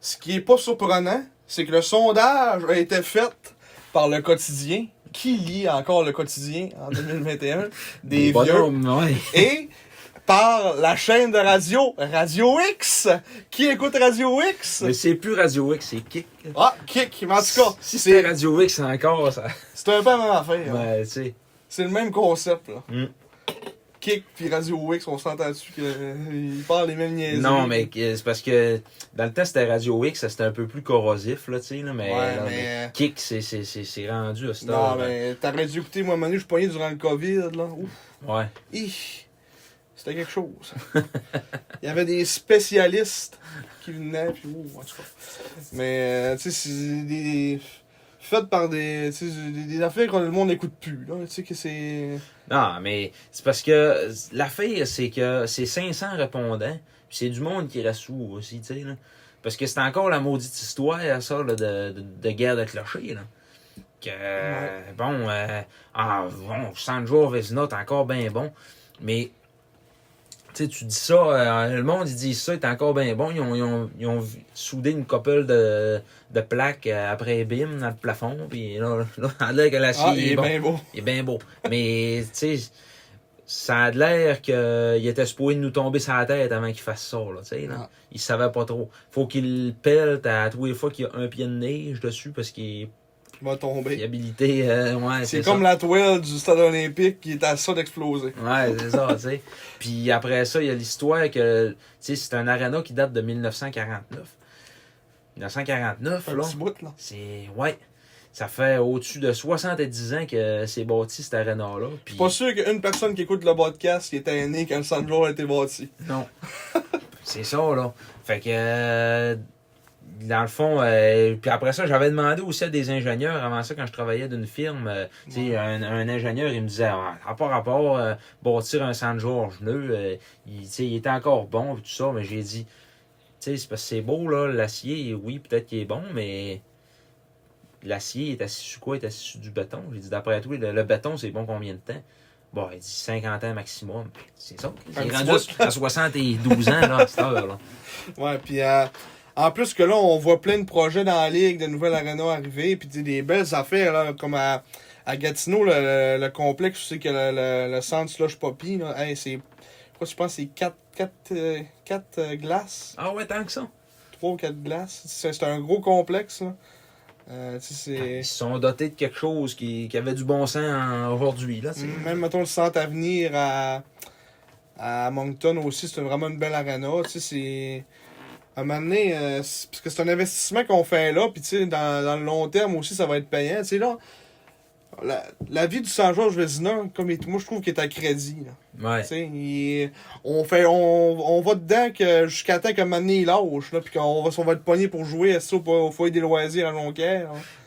Speaker 2: ce qui est pas surprenant, c'est que le sondage a été fait par le quotidien. Qui lit encore le quotidien en 2021? Des vieux.
Speaker 1: bonhommes, ouais.
Speaker 2: Et par la chaîne de radio, Radio X. Qui écoute Radio X?
Speaker 1: Mais c'est plus Radio X, c'est Kick.
Speaker 2: Ah, kick, mais en tout cas,
Speaker 1: si
Speaker 2: c'est-
Speaker 1: c'était Radio X encore, ça.
Speaker 2: c'est un peu la même affaire.
Speaker 1: Ben, tu sais.
Speaker 2: C'est le même concept, là.
Speaker 1: Mm.
Speaker 2: Kick puis Radio X, on s'entend dessus qu'ils parlent les mêmes niaiseries.
Speaker 1: Non, mais euh, c'est parce que dans le temps, c'était Radio X, ça, c'était un peu plus corrosif, là, tu sais, là, mais,
Speaker 2: Ouais,
Speaker 1: là,
Speaker 2: mais-
Speaker 1: Kick, c'est- c'est c'est- c'est rendu à cette
Speaker 2: Non,
Speaker 1: heure,
Speaker 2: mais t'aurais dû écouter, moi, Manu, je suis pogné durant le COVID, là. Ouf.
Speaker 1: Ouais.
Speaker 2: Hi. C'était quelque chose. Il y avait des spécialistes qui venaient, puis ouh, en tout cas. Mais, euh, tu sais, c'est des, des- Faites par des, tu sais, des, des affaires que le monde n'écoute plus, là. Tu sais, que c'est...
Speaker 1: Non, mais c'est parce que l'affaire, c'est que c'est 500 répondants, puis c'est du monde qui reste sourd aussi, tu sais. là. Parce que c'est encore la maudite histoire, ça, là, de, de, de guerre de clochers. Là. Que, euh, bon, euh, ah, bon, Sanjo Vezina, t'es encore bien bon. Mais, tu sais, tu dis ça, euh, le monde, ils disent ça, t'es encore bien bon. Ils ont, ils ont- ils ont vu- soudé une couple de, de plaques euh, après BIM dans le plafond. Puis là, là, ça a l'air que l'acier
Speaker 2: Ah,
Speaker 1: il
Speaker 2: il est
Speaker 1: bon.
Speaker 2: bien beau.
Speaker 1: Il est bien beau. Mais, tu sais, ça a de l'air qu'il était supposé de nous tomber sur la tête avant qu'il fasse ça, là, tu sais, là.
Speaker 2: Ah.
Speaker 1: Il savait pas trop. Faut qu'il pèle à tous les fois qu'il y a un pied de neige dessus parce qu'il est
Speaker 2: Il va
Speaker 1: il est
Speaker 2: tomber.
Speaker 1: habilité, euh, ouais,
Speaker 2: C'est
Speaker 1: ça.
Speaker 2: comme la toile du stade olympique qui est à ça d'exploser.
Speaker 1: Ouais, c'est ça, tu sais. Puis après ça, il y a l'histoire que, tu sais, c'est un aréna qui date de 1949. 1949,
Speaker 2: Un
Speaker 1: là.
Speaker 2: petit bout, là.
Speaker 1: C'est, ouais. Ça fait au-dessus de 70 ans que c'est bâti, cet aréna-là.
Speaker 2: Je
Speaker 1: Puis,
Speaker 2: suis pas sûr qu'une personne qui écoute le podcast qui était née quand le Sandro a été bâti.
Speaker 1: Non. c'est ça, là. Fait que, euh, dans le fond, euh, puis après ça, j'avais demandé aussi à des ingénieurs, avant ça, quand je travaillais d'une firme, euh, tu sais, un, un ingénieur, il me disait, Ah, à part à part, euh, bâtir un San Georges neuf, euh, il, tu sais, il était encore bon, puis tout ça, mais j'ai dit, tu sais, c'est parce que c'est beau, là, l'acier, oui, peut-être qu'il est bon, mais l'acier est assis sur quoi? Il est assis sur du béton. J'ai dit, d'après toi, le, le béton, c'est bon combien de temps? Bon, il dit 50 ans maximum. C'est ça.
Speaker 2: Un
Speaker 1: Il est
Speaker 2: petit
Speaker 1: rendu
Speaker 2: bout.
Speaker 1: à 72 ans, là, à cette heure, là.
Speaker 2: Ouais, puis euh, en plus que là, on voit plein de projets dans la ligue, de nouvelles arénas arriver, puis des- des belles affaires, là, comme à, à Gatineau, le, le- le complexe, tu sais que le, le, le centre Slush Poppy, là, hey, c'est. Je crois que je pense que c'est 4 quatre, euh, quatre, euh, glaces,
Speaker 1: Ah ouais, tant que ça.
Speaker 2: 3 ou 4 glaces. C'est c'est un gros complexe, là. Euh, tu sais,
Speaker 1: Ils
Speaker 2: c'est.
Speaker 1: se sont dotés de quelque chose qui, qui avait du bon sens en- aujourd'hui, là. tu sais.
Speaker 2: Mm. Même, mettons, le centre Avenir à, à Moncton aussi, c'est vraiment une belle arena. Tu sais, c'est. À un moment donné, euh, c'est- parce que c'est un investissement qu'on fait là, puis tu sais, dans, dans le long terme aussi, ça va être payant. Tu sais, là, la, la vie du Saint-Georges Vézina, comme il- moi, je trouve qu'il est à crédit. Là.
Speaker 1: Ouais.
Speaker 2: Tu sais, il- on, fait, on, on va dedans que jusqu'à temps qu'à un moment donné, il lâche, là, puis qu'on va, on va être pogné pour jouer à ça au, au foyer des loisirs à Longueuil.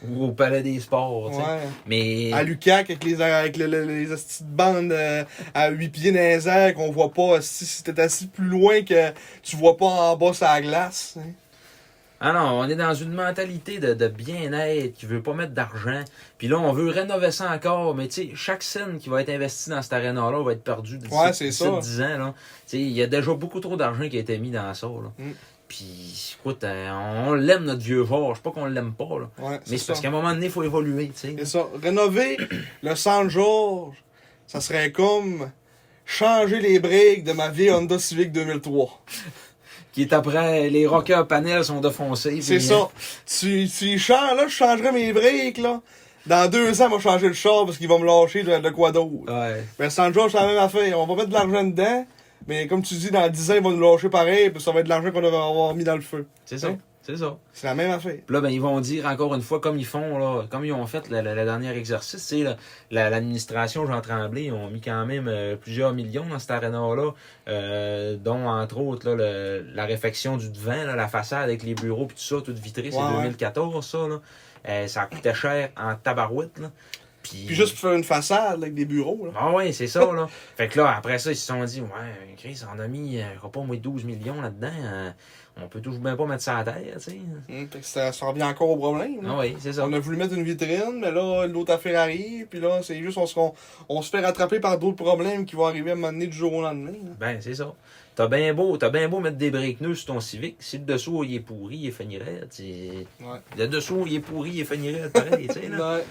Speaker 1: Ou au Palais des Sports, tu sais.
Speaker 2: Ouais
Speaker 1: Mais.
Speaker 2: à Lucac avec les avec le- le- les petites bandes euh, à huit pieds dans les airs qu'on voit pas si, si t'es assis plus loin que tu vois pas en bas sur la glace. hein.
Speaker 1: Ah non, on est dans une mentalité de, de bien-être qui veut pas mettre d'argent. Puis là, on veut rénover ça encore, mais tu sais, chaque scène qui va être investie dans cette aréna-là va être perdue d'ici
Speaker 2: Ouais, c'est
Speaker 1: d'ici
Speaker 2: ça.
Speaker 1: 10 ans. là. Tu sais, Il y a déjà beaucoup trop d'argent qui a été mis dans ça. Là.
Speaker 2: Mm.
Speaker 1: Puis, écoute, euh, on l'aime notre vieux Georges, pas qu'on l'aime pas, là.
Speaker 2: Ouais,
Speaker 1: mais
Speaker 2: c'est
Speaker 1: c'est
Speaker 2: ça.
Speaker 1: parce qu'à un moment donné, il faut évoluer. tu sais.
Speaker 2: C'est ça. Rénover le San Georges, ça serait comme changer les briques de ma vieille Honda Civic 2003.
Speaker 1: Qui est après, les rockers panels sont défoncés.
Speaker 2: C'est
Speaker 1: puis,
Speaker 2: ça. Tu, tu y changes, là, je changerai mes briques, là. Dans deux ans, moi, je vais changer le char parce qu'il va me lâcher de, de quoi d'autre.
Speaker 1: euh, ouais.
Speaker 2: Mais San George, c'est la même affaire. On va mettre de l'argent dedans, mais comme tu dis, dans 10 ans, ils vont nous lâcher pareil, puis ça va être de l'argent qu'on devait avoir mis dans le feu.
Speaker 1: C'est ça.
Speaker 2: Ouais.
Speaker 1: C'est ça.
Speaker 2: C'est la même affaire.
Speaker 1: Puis là, ben, ils vont dire encore une fois, comme ils font, là, comme ils ont fait le, le- le dernier exercice, tu sais, là, la- l'administration Jean Tremblay, ils ont mis quand même euh, plusieurs millions dans cet aréna-là, euh, dont entre autres là, le- la réfection du devant, là, la façade avec les bureaux puis tout ça, tout vitré, c'est
Speaker 2: Ouais, ouais.
Speaker 1: 2014, ça. Là. Euh, ça coûtait cher en tabarouette. Là. Puis,
Speaker 2: Puis juste pour faire une façade là, avec des bureaux, là.
Speaker 1: Ah ouais, c'est ça, là. Fait que là, après ça, ils se sont dit, ouais, Chris, on a mis, euh, je crois pas, au moins 12 millions là-dedans. euh, on peut toujours bien pas mettre ça à terre, tu sais.
Speaker 2: Hum, fait que ça, ça revient encore au problème. là.
Speaker 1: Ah oui, c'est ça.
Speaker 2: On a voulu mettre une vitrine, mais là, l'autre affaire arrive, puis là, c'est juste, on se, on, on se fait rattraper par d'autres problèmes qui vont arriver à un moment donné du jour au lendemain. là.
Speaker 1: Ben, c'est ça. T'as bien beau, t'as bien beau mettre des briques neuves sur ton Civic, si le dessous il est pourri, il est finirait.
Speaker 2: Ouais.
Speaker 1: Le dessous il est pourri, il est finirait pareil, tu sais là.
Speaker 2: Ouais.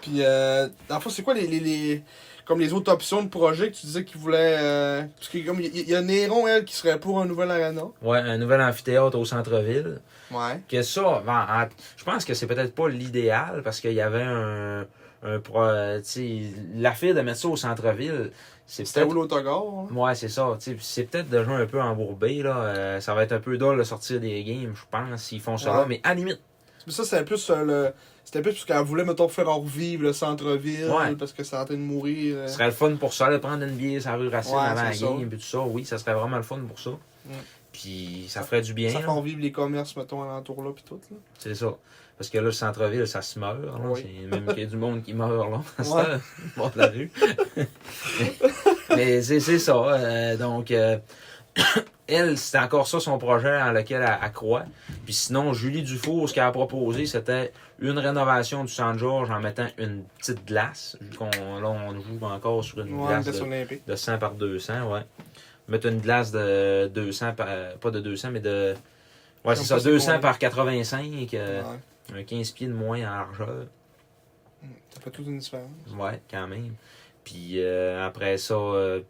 Speaker 2: Puis, euh, dans le fond, c'est quoi les, les, les- Comme les autres options de projet que tu disais qu'ils voulaient. euh, parce qu'il y, y a Néron, elle, qui serait pour un nouvel arena.
Speaker 1: Ouais, un nouvel amphithéâtre au centre-ville.
Speaker 2: Ouais.
Speaker 1: Que ça, ben, en- je pense que c'est peut-être pas l'idéal parce qu'il y avait un. un pro, euh, tu sais, l'affaire de mettre ça au centre-ville, c'est
Speaker 2: C'était
Speaker 1: peut-être
Speaker 2: où l'autogare? hein?
Speaker 1: Ouais, c'est ça. tu sais, C'est peut-être déjà un peu embourbé. Là. euh, ça va être un peu dole de sortir des games, je pense, s'ils font ça là.
Speaker 2: Ouais.
Speaker 1: Mais à la limite,
Speaker 2: Mais ça, c'était plus euh, le. C'était plus parce qu'elle voulait, mettons, faire revivre le centre-ville,
Speaker 1: Ouais.
Speaker 2: parce que ça en train de mourir. euh.
Speaker 1: ce serait le fun pour ça, là, prendre une bière sur la rue Racine
Speaker 2: Ouais,
Speaker 1: avant la
Speaker 2: c'est ça.
Speaker 1: game, puis tout ça. Oui, ça serait vraiment le fun pour ça. Puis ça ferait du bien. hein?
Speaker 2: Ça
Speaker 1: là.
Speaker 2: fait revivre les commerces, mettons, alentour là, pis tout. Là.
Speaker 1: C'est ça. Parce que là, le centre-ville, ça se meurt. là.
Speaker 2: Oui.
Speaker 1: C'est même qu'il y a du monde qui meurt là, à cette
Speaker 2: Ouais.
Speaker 1: heure, au bord de la rue. mais mais c'est c'est ça. euh, donc, euh, elle, c'était encore ça son projet dans lequel elle, elle croit. Puis sinon, Julie Dufour, ce qu'elle a proposé, c'était une rénovation du Saint-Georges en mettant une petite glace. Vu qu'on là, on joue encore sur une
Speaker 2: Ouais,
Speaker 1: glace
Speaker 2: des
Speaker 1: de,
Speaker 2: Olympiques.
Speaker 1: de 100 par 200, ouais. Mettre une glace de 200 par, euh, pas de 200, mais de. Ouais, c'est
Speaker 2: Comme
Speaker 1: ça,
Speaker 2: ça, c'est
Speaker 1: 200
Speaker 2: combien?
Speaker 1: par 85, euh,
Speaker 2: Ouais.
Speaker 1: un 15 pieds de moins en largeur.
Speaker 2: Ça fait toute une différence.
Speaker 1: Ouais, quand même. Puis euh, après ça, euh,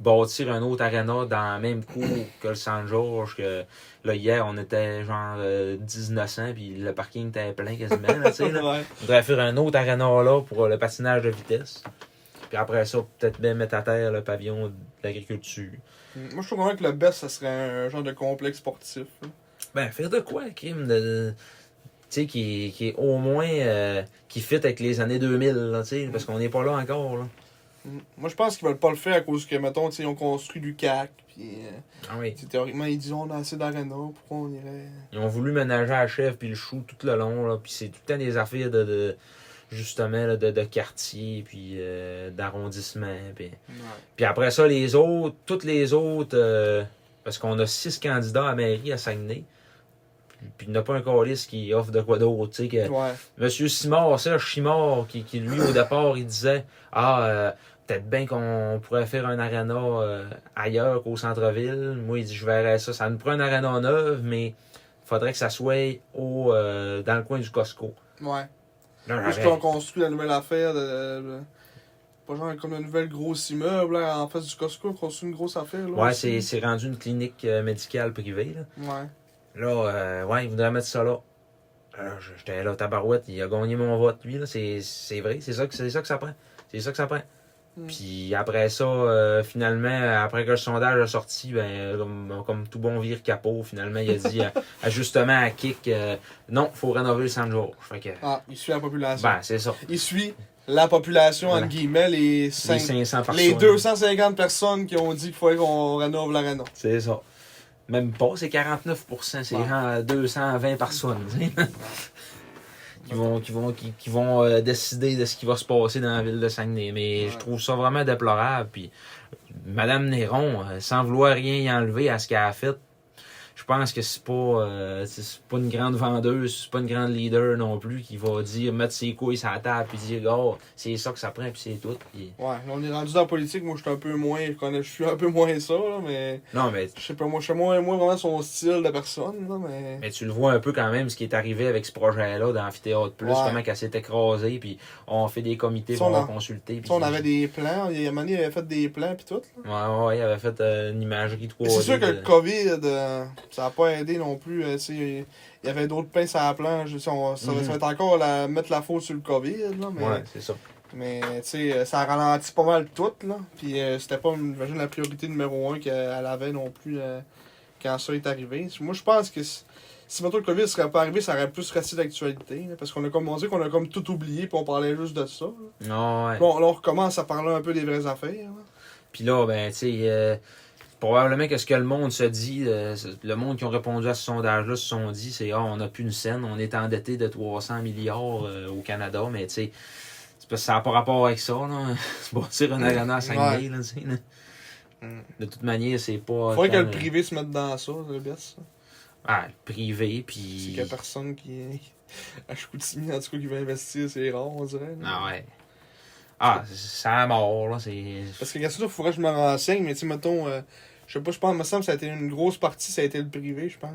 Speaker 1: bâtir un autre arena dans la même cour que le Saint-Georges. Que, là, hier, on était genre euh, 1900, puis le parking était plein quasiment. Là, tu sais, là.
Speaker 2: Ouais.
Speaker 1: faudrait faire un autre arena là pour euh, le patinage de vitesse. Puis après ça, peut-être bien mettre à terre le pavillon de l'agriculture.
Speaker 2: Moi, je trouve vraiment que le best, ça serait un genre de complexe sportif. là.
Speaker 1: Ben, faire de quoi, Kim? De... Tu sais, qui, qui est au moins... euh, qui fit avec les années 2000, là, tu sais, parce qu'on n'est pas là encore, là.
Speaker 2: Mm. Moi, je pense qu'ils veulent pas le faire à cause que, mettons, tu sais, ils ont construit du CAC. Puis, euh,
Speaker 1: Ah oui.
Speaker 2: tu sais, théoriquement, ils disent on a assez d'aréna, pourquoi on irait.
Speaker 1: Ils ont voulu ménager la chef puis le chou tout le long, là, puis c'est tout le temps des affaires de... de- justement, là, de, de quartier, puis euh, d'arrondissement, puis... Puis après ça, les autres, toutes les autres, euh, parce qu'on a six candidats à mairie à Saguenay, puis- puis il n'y en a pas un calice qui offre de quoi d'autre, tu sais, que...
Speaker 2: Ouais.
Speaker 1: Monsieur Simard, Serge Simard, qui, qui lui, au départ, il disait Ah, euh, peut-être bien qu'on pourrait faire un aréna euh, ailleurs qu'au centre-ville. Moi, il dit Je verrais ça. Ça nous prend un aréna neuf, mais faudrait que ça soit au, euh, dans le coin du Costco.
Speaker 2: Ouais.
Speaker 1: Là,
Speaker 2: Juste
Speaker 1: j'avais-
Speaker 2: qu'ils ont construit la nouvelle affaire de. de- pas genre comme un nouvel gros immeuble là, en face du Costco, ils ont construit une grosse affaire. Là,
Speaker 1: Ouais, c'est
Speaker 2: aussi.
Speaker 1: c'est rendu une clinique euh, médicale privée. Là,
Speaker 2: Ouais.
Speaker 1: là euh, ouais, il voudrait mettre ça là. Alors, j- J'étais là, tabarouette, il a gagné mon vote, lui. là. C'est c'est vrai, c'est ça, que- c'est ça que ça prend. C'est ça que ça prend.
Speaker 2: Mm.
Speaker 1: Puis après ça, euh, finalement, après que le sondage a sorti, ben, comme, comme tout bon vire capot, finalement, il a dit euh, ajustement à Kik, euh, non, faut rénover le Saint-Georges. Fait que,
Speaker 2: Ah, il suit la population.
Speaker 1: ben, c'est ça.
Speaker 2: Il suit la population,
Speaker 1: Voilà.
Speaker 2: entre guillemets, les,
Speaker 1: Les
Speaker 2: cinq-
Speaker 1: 500 personnes.
Speaker 2: les 250 personnes qui ont dit qu'il fallait qu'on rénove l'aréna.
Speaker 1: C'est ça. Même pas, c'est 49 c'est
Speaker 2: Ouais.
Speaker 1: genre 220 personnes. tu sais. qui vont, qui vont, qui, qui vont euh, décider de ce qui va se passer dans la ville de Saguenay. Mais
Speaker 2: Ouais.
Speaker 1: je trouve ça vraiment déplorable. Puis, Madame Néron, euh, sans vouloir rien y enlever à ce qu'elle a fait, je pense que c'est pas, euh, c'est- c'est pas une grande vendeuse, c'est pas une grande leader non plus qui va dire mettre ses couilles sur la table puis dire oh c'est ça que ça prend puis c'est tout. Puis-
Speaker 2: Ouais, là, on est rendu dans la politique, moi je suis un peu moins, je connais, je suis un peu moins ça, là, mais
Speaker 1: Non mais
Speaker 2: je sais pas, moi je suis moins, moins vraiment son style de personne, là, mais...
Speaker 1: Mais tu le vois un peu quand même ce qui est arrivé avec ce projet-là dans Amphithéâtre Plus,
Speaker 2: Ouais.
Speaker 1: comment qu'elle s'est écrasée, puis on fait des comités,
Speaker 2: Ça,
Speaker 1: pour
Speaker 2: on
Speaker 1: on va
Speaker 2: en-
Speaker 1: consulter.
Speaker 2: Tu
Speaker 1: Puis
Speaker 2: sais, on avait des plans, il y a un moment donné, il avait fait des plans pis tout, là.
Speaker 1: Ouais, ouais, il avait fait euh, une imagerie 3D.
Speaker 2: Mais c'est sûr que
Speaker 1: de-
Speaker 2: le COVID, euh, ça a pas aidé non plus, euh, tu sais, il y avait d'autres plans sur la planche, je sais, on- ça, va-
Speaker 1: Mhm.
Speaker 2: ça va être encore la, mettre la faute sur le COVID, là, mais...
Speaker 1: Ouais, c'est ça.
Speaker 2: Mais tu sais, euh, ça ralentit pas mal tout, là. Puis euh, c'était pas, j'imagine, la priorité numéro un qu'elle avait non plus euh, quand ça est arrivé. Moi, je pense que si, si mettons, le COVID serait pas arrivé, ça aurait plus resté d'actualité. là, parce qu'on a comme on dit qu'on a comme tout oublié, puis on parlait juste de ça. là.
Speaker 1: Non, ouais.
Speaker 2: Bon, là, on recommence à parler un peu des vraies affaires. là.
Speaker 1: Puis là, ben, tu sais, euh, probablement que ce que le monde se dit, euh, c'est- le monde qui ont répondu à ce sondage-là se sont dit, c'est, ah, on n'a plus une scène, on est endetté de 300 milliards euh, au Canada, mais tu sais, c'est parce que ça n'a pas rapport avec ça, là. Se bâtir un arena à Saguenay, là, tu sais, là.
Speaker 2: Mm.
Speaker 1: De toute manière, c'est pas.
Speaker 2: Faudrait que le
Speaker 1: tant-
Speaker 2: privé se mette dans ça, le best. ça.
Speaker 1: Ah, le privé,
Speaker 2: C'est
Speaker 1: puis.
Speaker 2: que personne qui. À Chicoutimi, en tout cas, qui veut investir, c'est rare, on dirait. là.
Speaker 1: Ah ouais. Ah, c'est- c'est à mort, là. C'est.
Speaker 2: Parce que question, il faudrait que je me renseigne, mais tu sais, mettons, euh, je sais pas, je pense, il me semble que ça a été une grosse partie, ça a été le privé, je pense.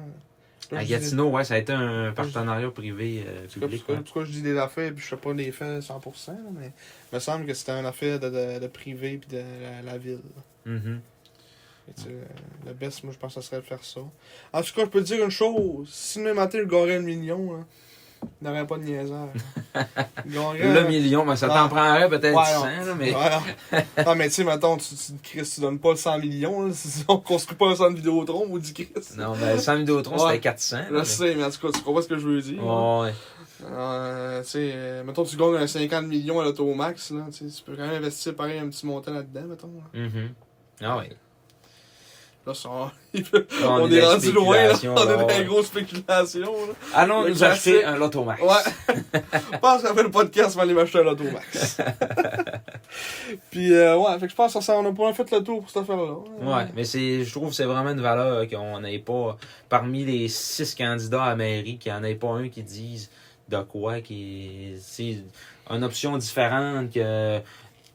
Speaker 2: Là,
Speaker 1: À
Speaker 2: je dis des-
Speaker 1: Gatineau, ouais, ça a été un partenariat euh, privé-public.
Speaker 2: En tout cas, je dis des affaires, puis je sais pas les faits 100%, là, mais il me semble que c'était une affaire de, de, de privé, puis de la, la ville.
Speaker 1: Mm-hmm.
Speaker 2: Et tu sais, euh, le best, moi, je pense que ça serait de faire ça. En tout cas, je peux te dire une chose, si demain matin, le Gorel Mignon, là, hein, il n'aurait pas de niaiseur. Le Gorel-
Speaker 1: Le million, mais ça
Speaker 2: Ouais.
Speaker 1: t'en prendrait peut-être
Speaker 2: Ouais,
Speaker 1: 100, là, mais.
Speaker 2: Ouais, non. non, mais tu sais, mettons, tu, tu, Chris, tu donnes pas le 100 millions, là, si on construit pas un centre Vidéotron, ou dit Chris.
Speaker 1: Non, ben, mais 100 Vidéotron,
Speaker 2: Ouais.
Speaker 1: c'était 400. là,
Speaker 2: Je
Speaker 1: mais-
Speaker 2: sais, mais en tout cas, tu comprends ce que je veux dire. là.
Speaker 1: Ouais, ouais.
Speaker 2: Euh, tu sais, euh, mettons, tu gagnes un 50 millions à l'automax, là, tu sais, tu peux quand même investir pareil un petit montant là-dedans, mettons. Là,
Speaker 1: Mhm. Ah ouais.
Speaker 2: Là, ça-
Speaker 1: Là,
Speaker 2: on,
Speaker 1: dans
Speaker 2: est
Speaker 1: la
Speaker 2: rendu loin, là.
Speaker 1: spéculation,
Speaker 2: on est dans
Speaker 1: ouais.
Speaker 2: la grosse spéculation. Là.
Speaker 1: Allons
Speaker 2: Le
Speaker 1: nous acheter
Speaker 2: classique.
Speaker 1: un Lotomax.
Speaker 2: Ouais. Je pense qu'on fait le podcast, on va aller m'acheter un automax. Puis, euh, ouais, fait que je pense qu'on on a pas mal fait le tour pour cette affaire-là. hein.
Speaker 1: Ouais, mais c'est, je trouve que c'est vraiment une valeur qu'on n'ait pas, parmi les six candidats à mairie, qu'il n'y en ait pas un qui dise de quoi, qui c'est une option différente que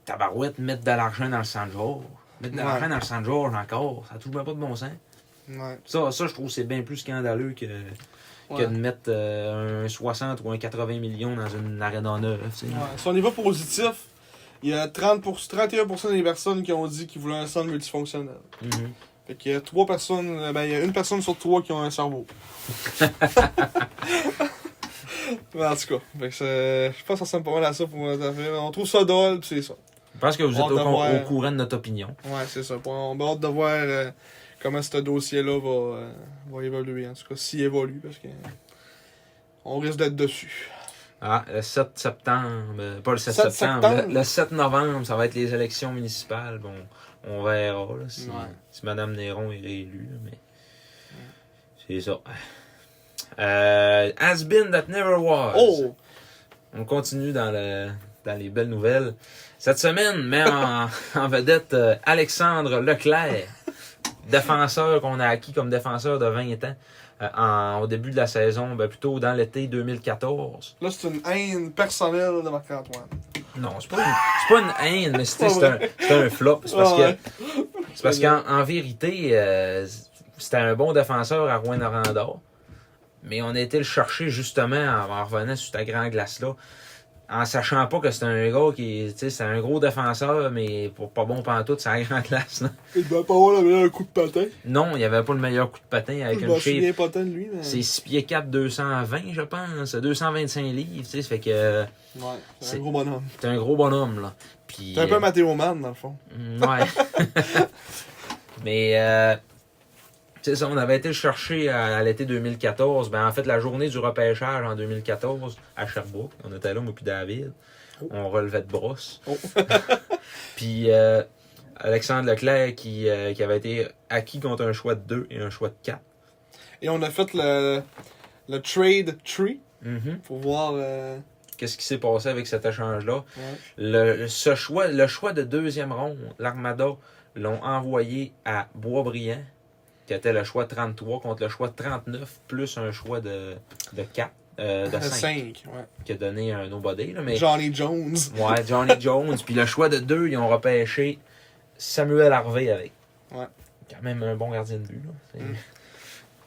Speaker 1: Tabarouette mette de l'argent dans le Sanjor. Mettre de
Speaker 2: Ouais.
Speaker 1: l'argent dans le Sanjor encore, ça touche même pas de bon sens.
Speaker 2: Ouais.
Speaker 1: Ça, ça je trouve que c'est bien plus scandaleux que, que
Speaker 2: Ouais.
Speaker 1: de mettre euh, un 60 ou un 80 millions dans une arena neuve. tu sais.
Speaker 2: Ouais, Si on y va positif, il y a 30 pour- 31% des personnes qui ont dit qu'ils voulaient un centre multifonctionnel.
Speaker 1: Mhm.
Speaker 2: Fait qu'il y a trois personnes, euh, ben il y a une personne sur trois qui a un cerveau. Mais en tout cas, fait que c'est- je pense que ça ressemble pas mal à ça pour moi. On trouve ça drôle, pis c'est ça.
Speaker 1: Je pense que vous êtes
Speaker 2: Hâte
Speaker 1: au,
Speaker 2: de
Speaker 1: con-
Speaker 2: voir.
Speaker 1: au courant de notre opinion.
Speaker 2: Ouais, c'est ça. On a hâte de voir euh, comment ce dossier-là va, euh, va évoluer. En tout cas, s'il évolue, parce que on risque d'être dessus.
Speaker 1: Ah, le 7 septembre, euh, pas le 7,
Speaker 2: 7
Speaker 1: septembre,
Speaker 2: septembre.
Speaker 1: Le, le 7 novembre, ça va être les élections municipales. Bon, on verra là, si,
Speaker 2: Ouais.
Speaker 1: si Mme Néron est réélue. là, Mais... C'est ça. Euh, Has been that never was.
Speaker 2: Oh!
Speaker 1: On continue dans, le, dans les belles nouvelles. Cette semaine, met en, en vedette euh, Alexandre Leclerc, défenseur qu'on a acquis comme défenseur de 20 ans euh, en- au début de la saison, ben, plutôt dans l'été 2014.
Speaker 2: Là, c'est une haine personnelle de Marc-Antoine.
Speaker 1: Non, c'est pas, une- c'est pas une haine, mais c'est c'est un, c'est un flop. C'est parce
Speaker 2: Ouais.
Speaker 1: que c'est parce qu'en en vérité, euh, c'était un bon défenseur à Rouen Noranda. Mais on a été le chercher justement en, en revenant sur ta grande glace-là. En sachant pas que c'était un gars qui. Tu sais, c'est un gros défenseur, mais pour pas bon pantoute, c'est la grande glace. là.
Speaker 2: Il va pas avoir le un coup de patin.
Speaker 1: Non, il avait pas le meilleur coup de patin avec
Speaker 2: Je
Speaker 1: une
Speaker 2: me
Speaker 1: shape.
Speaker 2: souviens pas tant de lui, mais.
Speaker 1: C'est 6 pieds 4, 220, je pense. 225 livres, tu sais. ça fait que.
Speaker 2: Ouais, c'est
Speaker 1: C'est-
Speaker 2: un gros bonhomme.
Speaker 1: T'es un gros bonhomme, là. Puis.
Speaker 2: T'es un peu
Speaker 1: euh,
Speaker 2: Mathéo Man, dans le fond.
Speaker 1: Mm, Ouais. Mais, euh, c'est ça, on avait été le chercher à, à l'été 2014. Ben, en fait, la journée du repêchage en 2014 à Sherbrooke, on était là, moi puis David. On relevait de brosse.
Speaker 2: Oh.
Speaker 1: puis, euh, Alexandre Leclerc qui, euh, qui avait été acquis contre un choix de 2 et un choix de 4.
Speaker 2: Et on a fait le, le trade tree pour voir. euh,
Speaker 1: Qu'est-ce qui s'est passé avec cet échange-là?
Speaker 2: ouais.
Speaker 1: Le, ce choix, le choix de deuxième ronde, l'Armada l'ont envoyé à Boisbriand, qui était le choix 33 contre le choix 39, plus un choix de, de 4, euh, de
Speaker 2: Le
Speaker 1: 5,
Speaker 2: 5. Ouais.
Speaker 1: qui a donné un nobody. Là, mais,
Speaker 2: Johnny Jones.
Speaker 1: ouais, Johnny Jones. Puis le choix de 2, ils ont repêché Samuel Harvey avec.
Speaker 2: Ouais.
Speaker 1: Quand même un bon gardien de but. Là. C'est-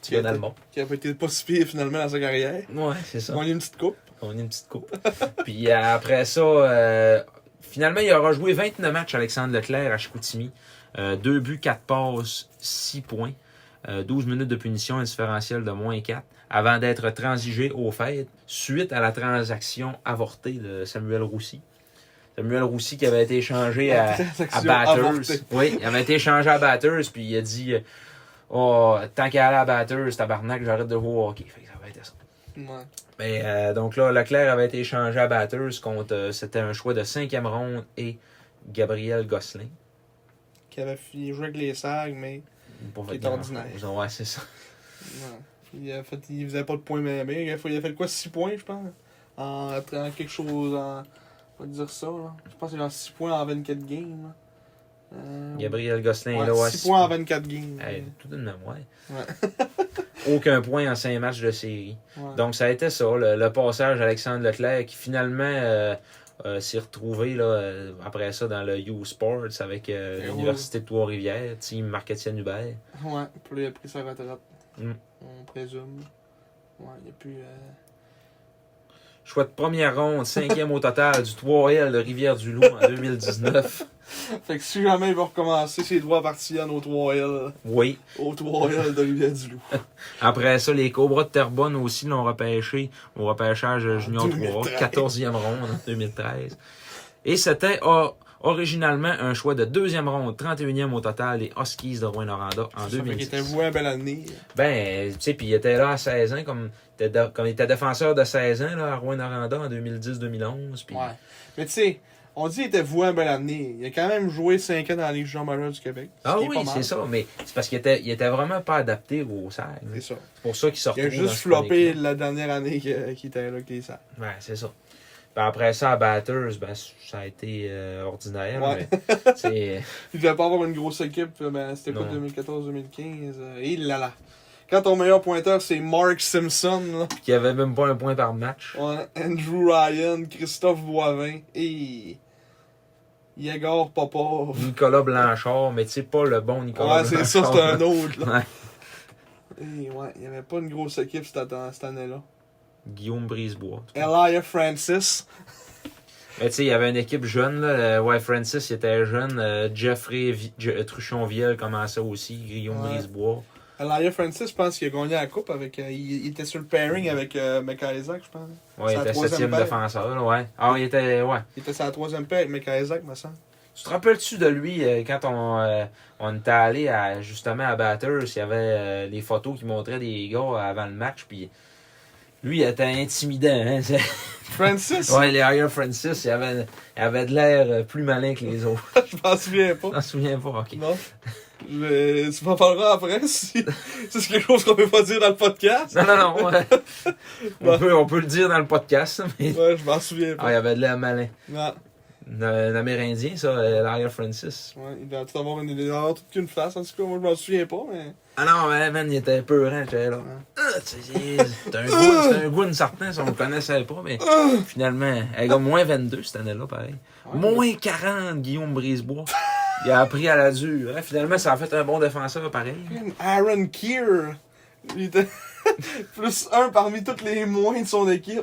Speaker 2: Mm.
Speaker 1: Petit gars d'Allemand.
Speaker 2: Qui a été pas si pire finalement dans sa carrière.
Speaker 1: Ouais, c'est ça.
Speaker 2: On a eu une petite coupe.
Speaker 1: On est une petite coupe. Puis euh, après ça, euh, finalement, il aura joué 29 matchs, Alexandre Leclerc, à Chicoutimi. 2 buts, 4 passes, 6 points. euh, 12 minutes de punition, un différentiel de moins 4. Avant d'être transigé au fait, suite à la transaction avortée de Samuel Roussy. Samuel Roussy qui avait été échangé euh, à, à
Speaker 2: Transaction
Speaker 1: Batters.
Speaker 2: avortée.
Speaker 1: Oui, il avait été échangé à Batters, puis il a dit euh, Oh, tant qu'à aller à Batters, tabarnak, j'arrête de jouer au hockey. Fait que ça va être ça.
Speaker 2: Ouais.
Speaker 1: Mais euh, donc là, Leclerc avait été échangé à Batters contre. euh, C'était un choix de cinquième ronde et Gabriel Gosselin.
Speaker 2: Qui avait fini jouer avec les sags, mais.
Speaker 1: Pour
Speaker 2: Qui est
Speaker 1: faire grand-
Speaker 2: ordinaire.
Speaker 1: Ouais, c'est ça.
Speaker 2: Ouais. Il, a fait, il faisait pas de points, mais, mais il, a fait, il a fait quoi 6 points, je pense En, en quelque chose. En, on va dire ça, là. Je pense qu'il a 6 points en 24 games. là. Euh,
Speaker 1: Gabriel Gosselin,
Speaker 2: Ouais,
Speaker 1: là, ouais.
Speaker 2: 6
Speaker 1: six
Speaker 2: points en
Speaker 1: points.
Speaker 2: 24 games.
Speaker 1: Hey, tout de mémoire.
Speaker 2: Ouais.
Speaker 1: Aucun point en cinq matchs de série.
Speaker 2: Ouais.
Speaker 1: Donc ça a été ça, le, le passage d'Alexandre Leclerc qui finalement euh, euh, s'est retrouvé là, euh, après ça dans le U-Sports avec euh,
Speaker 2: Et
Speaker 1: l'Université de Trois-Rivières, team Marc-Étienne Hubert.
Speaker 2: Ouais, puis là, il a pris sa retraite.
Speaker 1: Mm.
Speaker 2: On présume. Ouais, il a pu. euh,
Speaker 1: Choix de première ronde, cinquième au total du 3L de Rivière-du-Loup en 2019.
Speaker 2: Fait que si jamais il va recommencer, ses droits appartiennent au 3L.
Speaker 1: Oui.
Speaker 2: Au 3L de Rivière-du-Loup.
Speaker 1: Après ça, les Cobras de Terrebonne aussi l'ont repêché au repêchage junior 3,
Speaker 2: 2013.
Speaker 1: 14e ronde en 2013. Et c'était or- originalement un choix de deuxième ronde, 31e au total des Huskies de Rouen-Noranda en
Speaker 2: Ça fait qu'il était
Speaker 1: 2010.
Speaker 2: voué à belle année.
Speaker 1: Ben, tu sais, puis il était là à 16 ans, comme, il était de- comme il était défenseur de 16 ans là, à Rouen-Noranda en 2010-2011. puis euh,
Speaker 2: Ouais. Mais tu sais, on dit qu'il était voué à belle année. Il a quand même joué 5 ans dans la Ligue jean majeure du Québec. ce
Speaker 1: Ah
Speaker 2: qui est
Speaker 1: oui,
Speaker 2: pas mal.
Speaker 1: c'est ça, mais c'est parce qu'il était, il était vraiment pas adapté au sac.
Speaker 2: C'est ça.
Speaker 1: C'est pour ça qu'il
Speaker 2: Il a
Speaker 1: sortait.
Speaker 2: juste floppé la dernière année que- qu'il était là avec les Sacs.
Speaker 1: Ouais, c'est ça. Ben, après ça, à Batters, ben, ça a été euh, ordinaire.
Speaker 2: Ouais.
Speaker 1: mais, euh, tu sais,
Speaker 2: Il devait pas avoir une grosse équipe, euh, mais c'était pas
Speaker 1: Non.
Speaker 2: 2014-2015. euh, Et là là. Quand ton meilleur pointeur, c'est Mark Simpson, là.
Speaker 1: puis il y avait même pas un point par match.
Speaker 2: Ouais, Andrew Ryan, Christophe Boivin et. Yegor Popov.
Speaker 1: Nicolas Blanchard, mais tu sais, pas le bon Nicolas
Speaker 2: Ouais, c'est ça,
Speaker 1: Blanchard.
Speaker 2: c'est un autre, là.
Speaker 1: Hmm. Ouais.
Speaker 2: Et ouais, il n'y avait pas une grosse équipe cette, cette année-là.
Speaker 1: Guillaume Brisebois.
Speaker 2: Elia Francis.
Speaker 1: Mais tu sais, il y avait une équipe jeune. Là. Euh, Ouais, Francis il était jeune. Euh, Jeffrey Vi- Je- euh, Truchon-Viel commençait aussi. Guillaume
Speaker 2: Ouais.
Speaker 1: Brisebois.
Speaker 2: Elia Francis, je pense qu'il a gagné la coupe avec. euh, il, il était sur le pairing avec euh, Mekaizak, je pense.
Speaker 1: Ouais,
Speaker 2: C'est
Speaker 1: il
Speaker 2: la
Speaker 1: était
Speaker 2: troisième
Speaker 1: septième
Speaker 2: paire.
Speaker 1: défenseur. là, Ouais. Ah, il était. Ouais.
Speaker 2: Il était sur la troisième paire avec Mekaizak, me semble.
Speaker 1: Tu te rappelles-tu de lui euh, quand on, euh, on était allé à, justement à Batters, il y avait euh, les photos qui montraient des gars avant le match, puis lui, il était intimidant. Hein? c'est-
Speaker 2: Francis,
Speaker 1: Ouais, les Higher Francis, il avait, il avait de l'air euh, plus malin que les autres.
Speaker 2: je m'en souviens
Speaker 1: Je
Speaker 2: pas.
Speaker 1: m'en souviens pas, ok.
Speaker 2: Non. Je- tu m'en parleras après si si c'est quelque chose qu'on peut pas dire dans le podcast.
Speaker 1: Non, non, non. ouais.
Speaker 2: Bon.
Speaker 1: on, peut, on peut le dire dans le podcast, mais
Speaker 2: Ouais, je m'en souviens pas.
Speaker 1: ah, il avait de l'air malin.
Speaker 2: Non.
Speaker 1: Un, un Amérindien, ça, euh, l'Higher Francis.
Speaker 2: Ouais, il doit tout avoir une, il doit avoir toute qu'une face. En tout cas, moi, je m'en souviens pas, mais.
Speaker 1: Ah non, mais man, il était peurant, j'étais là. Ah, tu sais, c'est un goût, c'est un goût une certaine, si on le connaissait pas, mais finalement, elle a moins 22 cette année-là, pareil. Moins 40, Guillaume Brisebois. Il a appris à la dure. hein. Finalement, ça a fait un bon défenseur, pareil.
Speaker 2: Aaron Keir. Il était plus un parmi tous les moins de son équipe.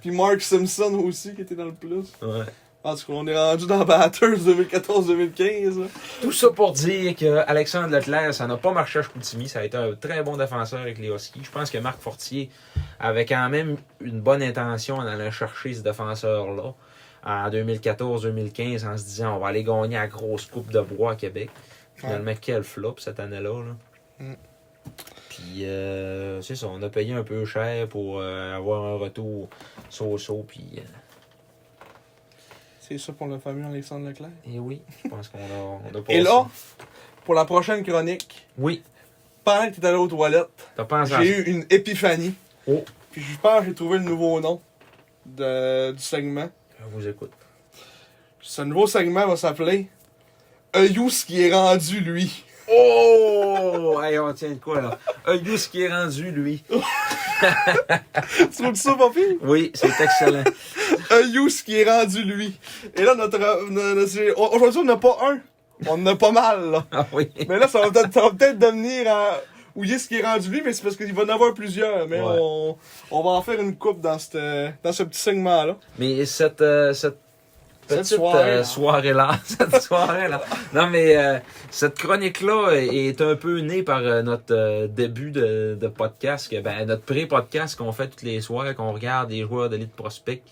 Speaker 2: Puis Mark Simpson aussi, qui était dans le plus.
Speaker 1: Ouais.
Speaker 2: En tout cas, on est rendu dans Batters 2014-2015. là.
Speaker 1: Tout ça pour dire que Alexandre Leclerc, ça n'a pas marché à Chicoutimi. Ça a été un très bon défenseur avec les Huskies. Je pense que Marc Fortier avait quand même une bonne intention en allant chercher ce défenseur-là en 2014-2015 en se disant on va aller gagner la grosse coupe de bois à Québec. Finalement, quel flop cette année-là. là.
Speaker 2: Mm.
Speaker 1: Puis, euh, c'est ça, on a payé un peu cher pour euh, avoir un retour so-so. Puis, euh,
Speaker 2: C'est ça pour le fameux Alexandre Leclerc.
Speaker 1: et oui, je pense qu'on a, on a
Speaker 2: Et
Speaker 1: passé-
Speaker 2: là, pour la prochaine chronique,
Speaker 1: Oui,
Speaker 2: pendant que tu allé aux toilettes,
Speaker 1: t'as pensé à Ah, ça.
Speaker 2: j'ai eu une épiphanie.
Speaker 1: Oh.
Speaker 2: Puis je pense que j'ai trouvé le nouveau nom de, du segment.
Speaker 1: Je vous écoute.
Speaker 2: Ce nouveau segment va s'appeler Ayous qui est rendu lui.
Speaker 1: Oh! Hey, on tient de quoi, là? Auguste qui est rendu, lui.
Speaker 2: tu trouves ça, papy?
Speaker 1: Oui, c'est excellent.
Speaker 2: Ayous qui est rendu lui. Et là, notre. euh, notre- Aujourd'hui, on n'a pas un. On en a pas mal, là.
Speaker 1: Ah oui.
Speaker 2: Mais là, ça va peut-être ça va peut-être devenir à ouiller ce qui est rendu lui, mais c'est parce qu'il va en avoir plusieurs. Mais
Speaker 1: Ouais.
Speaker 2: on, on va en faire une coupe dans, cette, dans ce petit segment-là.
Speaker 1: Mais cette, euh, cette
Speaker 2: Cette
Speaker 1: petite
Speaker 2: soirée-là.
Speaker 1: euh, soirée-là, cette soirée-là. Non, mais euh, cette chronique-là est un peu née par euh, notre euh, début de, de podcast, que, ben, notre pré-podcast qu'on fait toutes les soirs, qu'on regarde des joueurs de l'élite prospect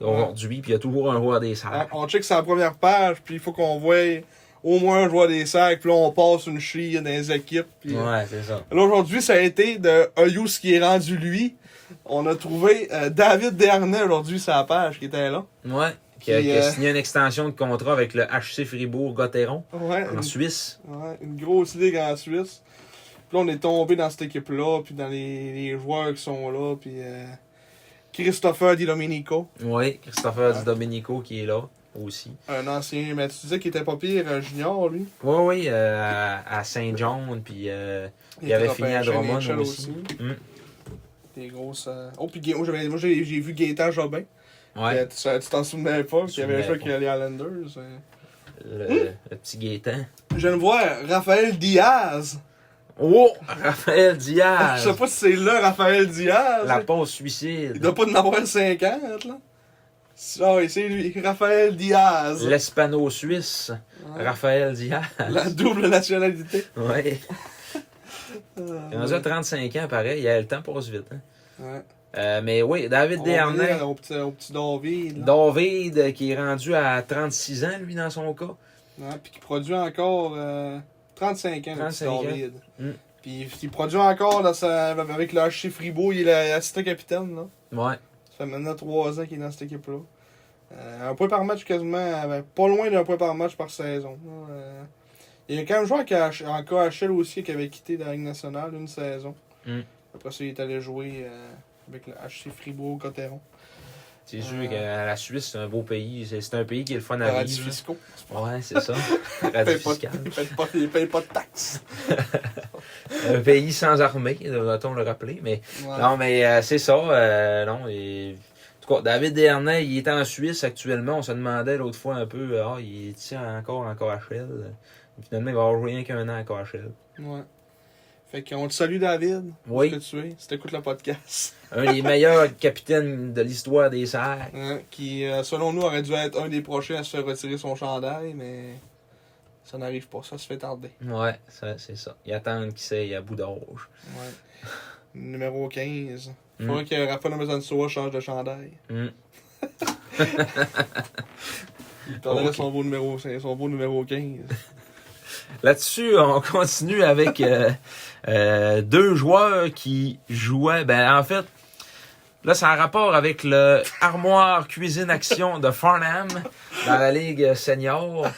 Speaker 1: aujourd'hui, puis il y a toujours un joueur des
Speaker 2: Hein,
Speaker 1: salles.
Speaker 2: On check sa première page, puis il faut qu'on voie au moins un joueur des sacs, puis là, on passe une chie dans les équipes. Puis, euh,
Speaker 1: Ouais, c'est ça.
Speaker 2: Là, aujourd'hui, ça a été de Ayous qui est rendu lui. On a trouvé euh, David Dernay aujourd'hui sur la page qui était là.
Speaker 1: Ouais. Qui a,
Speaker 2: Puis,
Speaker 1: qui a
Speaker 2: euh,
Speaker 1: signé une extension de contrat avec le HC Fribourg-Gotteron
Speaker 2: Ouais,
Speaker 1: en
Speaker 2: une-
Speaker 1: Suisse.
Speaker 2: Ouais, une grosse ligue en Suisse. Puis là, on est tombé dans cette équipe-là, puis dans les, les joueurs qui sont là, puis euh, Christopher Di Domenico,
Speaker 1: Oui, Christopher Di Domenico qui est là aussi.
Speaker 2: un ancien, mais tu disais qu'il était pas pire un junior, lui.
Speaker 1: Oui, oui, euh, à, à Saint-John, puis euh, Il
Speaker 2: était
Speaker 1: avait fini à
Speaker 2: repêché
Speaker 1: Drummond
Speaker 2: NHL
Speaker 1: aussi. Mm.
Speaker 2: Des grosses... euh, Oh, puis Gai- moi, j'avais- moi, j'ai j'ai vu Gaétan Jobin.
Speaker 1: ouais,
Speaker 2: Euh, Tu ça- tu t'en souvenais pas, qu'il y avait un
Speaker 1: Souvenais
Speaker 2: joueur
Speaker 1: pas.
Speaker 2: qui allait à Islanders. euh.
Speaker 1: le,
Speaker 2: Hein?
Speaker 1: le petit Gaétan.
Speaker 2: Je viens de voir Raphaël Diaz.
Speaker 1: Oh, Raphaël
Speaker 2: Je
Speaker 1: Diaz!
Speaker 2: sais pas si c'est là Raphaël Diaz.
Speaker 1: Ah, La pause
Speaker 2: Il
Speaker 1: suicide.
Speaker 2: doit pas en avoir 50, là. Ah oui, c'est lui, Raphaël Diaz.
Speaker 1: L'Espano-Suisse.
Speaker 2: Ouais.
Speaker 1: Raphaël Diaz.
Speaker 2: La double nationalité.
Speaker 1: Ouais.
Speaker 2: Euh,
Speaker 1: Il a 35 ans, pareil. Il a le temps passe vite. hein.
Speaker 2: ouais.
Speaker 1: Euh, mais oui, David
Speaker 2: On
Speaker 1: Dernay.
Speaker 2: revient Au petit, au petit David. là.
Speaker 1: David, euh, qui est rendu à 36 ans, lui, dans son cas.
Speaker 2: Ouais, puis qui produit encore euh, 35 ans,
Speaker 1: 35
Speaker 2: le
Speaker 1: ans.
Speaker 2: petit David.
Speaker 1: Mm.
Speaker 2: Puis il produit encore dans sa- avec le HC Fribourg, il est assistant capitaine, là.
Speaker 1: Ouais.
Speaker 2: Ça fait maintenant 3 ans qu'il est dans cette équipe-là. Euh, un point par match quasiment, euh, ben, pas loin d'un point par match par saison. Euh, il y a quand même joueur qui a, en KHL aussi qui avait quitté la Ligue nationale une saison.
Speaker 1: Mm.
Speaker 2: Après ça, il est allé jouer euh, avec le HC Fribourg Cotteron.
Speaker 1: C'est sûr que euh, la Suisse, c'est un beau pays. C'est c'est un pays qui est le fun à
Speaker 2: Paradis
Speaker 1: vivre.
Speaker 2: fiscaux.
Speaker 1: là. Ouais, c'est ça.
Speaker 2: Ils
Speaker 1: hein. Paradis
Speaker 2: payent pas,
Speaker 1: fiscal.
Speaker 2: ils payent pas- ils payent pas de taxes.
Speaker 1: Un pays sans armée, doit-on le rappeler. Mais
Speaker 2: Ouais.
Speaker 1: Non, mais euh, c'est ça. euh, non, et- En tout cas, David Dernay, il est en Suisse actuellement. On se demandait l'autre fois un peu, ah, il tient encore en KHL. euh, Finalement, il va avoir rien qu'un an en KHL.
Speaker 2: Ouais. Fait qu'on te salue, David.
Speaker 1: Oui.
Speaker 2: Que tu es, si t'écoutes le podcast.
Speaker 1: Un des meilleurs capitaines de l'histoire des Serres.
Speaker 2: Hein, qui, euh, selon nous, aurait dû être un des prochains à se faire retirer son chandail, mais ça n'arrive pas. Ça se fait tarder.
Speaker 1: Ouais, ça, c'est ça. Ils attendent qui sait à bout d'orge.
Speaker 2: Ouais. Numéro 15.
Speaker 1: Mm.
Speaker 2: Faudrait que Rafael Mazansoa change de chandail.
Speaker 1: Mm.
Speaker 2: Il perdrait
Speaker 1: Ok.
Speaker 2: son, beau numéro, son beau numéro 15.
Speaker 1: Là-dessus, on continue avec euh, euh, deux joueurs qui jouaient. Ben, en fait, là, c'est en rapport avec le Armoire Cuisine Action de Farnham dans la Ligue Senior.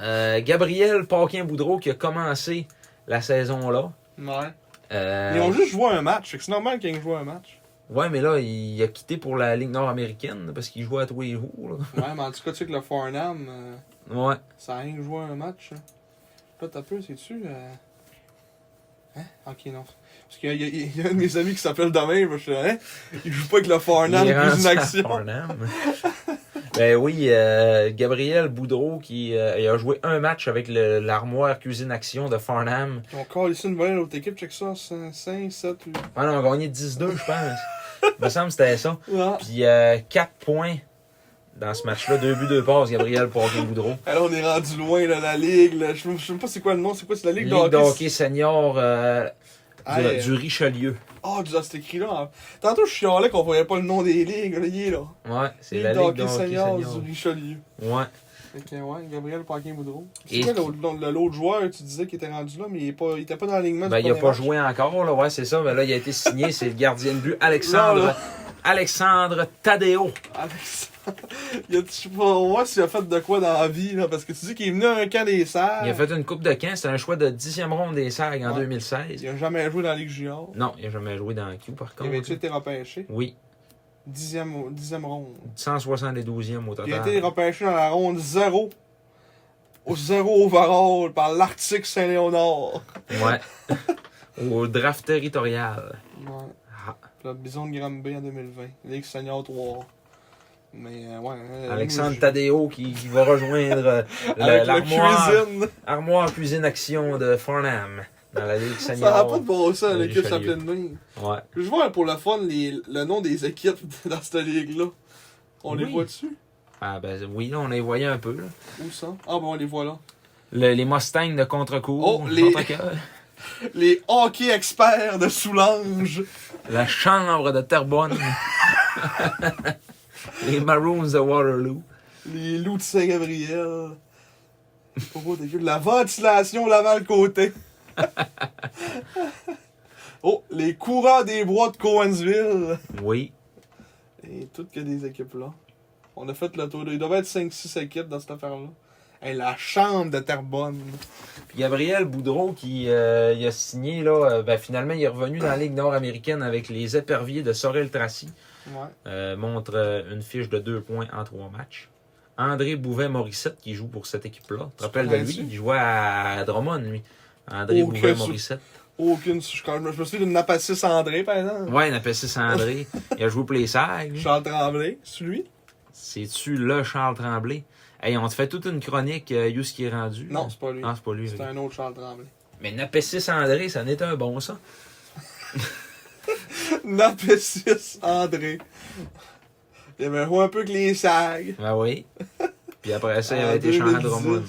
Speaker 1: Euh, Gabriel Paquin-Boudreau qui a commencé la saison-là.
Speaker 2: Ouais.
Speaker 1: Euh,
Speaker 2: Ils ont juste joué un match. Fait que c'est normal qu'ils aient joué un match.
Speaker 1: Ouais, mais là, il a quitté pour la Ligue nord-américaine parce qu'il jouait à tous les jours. là.
Speaker 2: Ouais, mais en tout cas, tu sais que le Farnham, euh,
Speaker 1: Ouais.
Speaker 2: ça a rien que joué un match. hein. Là, t'as peu, c'est-tu. euh, Hein? Ok, non. Parce qu'il y, a- il y a un de mes amis qui s'appelle Domain, je suis hein? Il joue pas avec le Farnham,
Speaker 1: Il est
Speaker 2: plus
Speaker 1: rendu
Speaker 2: une
Speaker 1: à
Speaker 2: action.
Speaker 1: Farnham. ben oui, euh, Gabriel Boudreau qui euh, il a joué un match avec le- l'armoire Cuisine Action de Farnham.
Speaker 2: Ils ont call ici une volée à l'autre équipe, check ça, 5, 7, 8.
Speaker 1: Ouais, Ah on a gagné 10-2, je pense. Il me semble que c'était ça.
Speaker 2: Ah.
Speaker 1: Puis 4 points dans ce match-là. Deux buts, deux passes, Gabriel Paquin Boudreau.
Speaker 2: Alors, on est rendu loin, là, la ligue, là. Je sais je sais même pas c'est quoi le nom, c'est quoi, c'est la ligue,
Speaker 1: Ligue
Speaker 2: de hockey.
Speaker 1: de hockey senior euh,
Speaker 2: Ah,
Speaker 1: du,
Speaker 2: euh,
Speaker 1: du Richelieu.
Speaker 2: Ah, du- ah, c'est écrit là. hein. Tantôt, je chialais qu'on voyait pas le nom des ligues, là, il est là.
Speaker 1: Ouais, c'est
Speaker 2: Ligue
Speaker 1: la
Speaker 2: de
Speaker 1: Ligue de
Speaker 2: hockey
Speaker 1: hockey
Speaker 2: senior
Speaker 1: senior.
Speaker 2: du Richelieu.
Speaker 1: Ouais.
Speaker 2: Fait que, ouais, Gabriel Paquin-Boudreau.
Speaker 1: Et-
Speaker 2: C'est quoi l'autre- l'autre l'autre joueur, tu disais qu'il était rendu là, mais il, est pas, il était pas dans l'alignement
Speaker 1: Ben,
Speaker 2: du
Speaker 1: il n'a
Speaker 2: premier
Speaker 1: pas
Speaker 2: match.
Speaker 1: joué encore, là. Ouais, c'est ça. Mais là, il a été signé. C'est le gardien de but, Alexandre,
Speaker 2: Là, là.
Speaker 1: Alexandre Tadeo.
Speaker 2: Alex, Ah, il a, je sais pas, on voit s'il a fait de quoi dans la vie, là, parce que tu dis qu'il est venu à un camp des Serres.
Speaker 1: Il a fait une coupe de camp. C'était un choix de 10e ronde des Sags en
Speaker 2: Ouais.
Speaker 1: 2016.
Speaker 2: Il a jamais joué dans la Ligue Junior.
Speaker 1: Non, il n'a jamais joué dans le Q, par
Speaker 2: Il
Speaker 1: contre.
Speaker 2: avait-tu été repêché?
Speaker 1: Oui,
Speaker 2: Dixième, dixième ronde.
Speaker 1: 172e au
Speaker 2: Il a été
Speaker 1: total.
Speaker 2: repêché dans la ronde 0 au 0 overall par l'Arctique Saint-Léonard.
Speaker 1: Ouais. au draft territorial.
Speaker 2: Ouais.
Speaker 1: Ah.
Speaker 2: Puis le Bison de Granby en 2020. Ligue Senior 3. Mais euh, ouais. euh,
Speaker 1: Alexandre
Speaker 2: nous,
Speaker 1: Tadeo qui, qui va rejoindre euh,
Speaker 2: je- Avec
Speaker 1: le-
Speaker 2: la
Speaker 1: l'armoire
Speaker 2: cuisine.
Speaker 1: armoire cuisine action de Farnham dans la Ligue
Speaker 2: Ça n'a pas
Speaker 1: senior.
Speaker 2: de bon sens,
Speaker 1: Le
Speaker 2: l'équipe
Speaker 1: Richelieu.
Speaker 2: s'appelait de même.
Speaker 1: Ouais.
Speaker 2: Je vois pour le fun les- le nom des équipes dans cette ligue-là. On les
Speaker 1: Oui.
Speaker 2: voit dessus
Speaker 1: Ah, ben oui, là, on les voyait un peu. là.
Speaker 2: Où ça Ah, ben on les voit là.
Speaker 1: Le- les Mustangs de contre-cours.
Speaker 2: Oh, les-
Speaker 1: Contre-cœur.
Speaker 2: Les hockey experts de Soulanges.
Speaker 1: La chambre de Terrebonne. les Maroons de Waterloo.
Speaker 2: Les loups de Saint-Gabriel. Pour beau des yeux. La ventilation l'avant le côté. oh, les courants des bois de Cowansville.
Speaker 1: Oui.
Speaker 2: Et toutes que des équipes là. On a fait le tour. de- Il devait être 5-6 équipes dans cette affaire-là. Et la chambre de Terrebonne.
Speaker 1: Puis Gabriel Boudreau qui euh, il a signé, là, euh, ben, finalement, il est revenu dans la Ligue nord-américaine avec les éperviers de Sorel Tracy.
Speaker 2: Ouais.
Speaker 1: Euh, montre euh, une fiche de deux points en trois matchs. André Bouvet-Morissette qui joue pour cette équipe-là. Tu te rappelles de lui?
Speaker 2: connais-tu?
Speaker 1: Il jouait à Drummond, lui. André
Speaker 2: Oh, que
Speaker 1: Bouvet-Morissette.
Speaker 2: Aucune. Je, je me souviens d'une Napassis André, par exemple.
Speaker 1: Ouais, il appelle ça André. Il a joué pour les Sags. lui.
Speaker 2: Charles Tremblay, c'est lui
Speaker 1: C'est-tu le Charles Tremblay? Hey, on te fait toute une chronique, euh, Yous qui est rendu.
Speaker 2: Non, c'est pas lui.
Speaker 1: Non, Ah, c'est pas lui.
Speaker 2: C'est
Speaker 1: oui.
Speaker 2: un autre Charles Tremblay.
Speaker 1: Mais Napessis André, ça n'était un bon ça.
Speaker 2: Napassis André. Il avait joué un peu que les sags. Ah,
Speaker 1: Ben oui. Puis après ça, il
Speaker 2: En
Speaker 1: avait été champion de
Speaker 2: 2010.
Speaker 1: Drummond.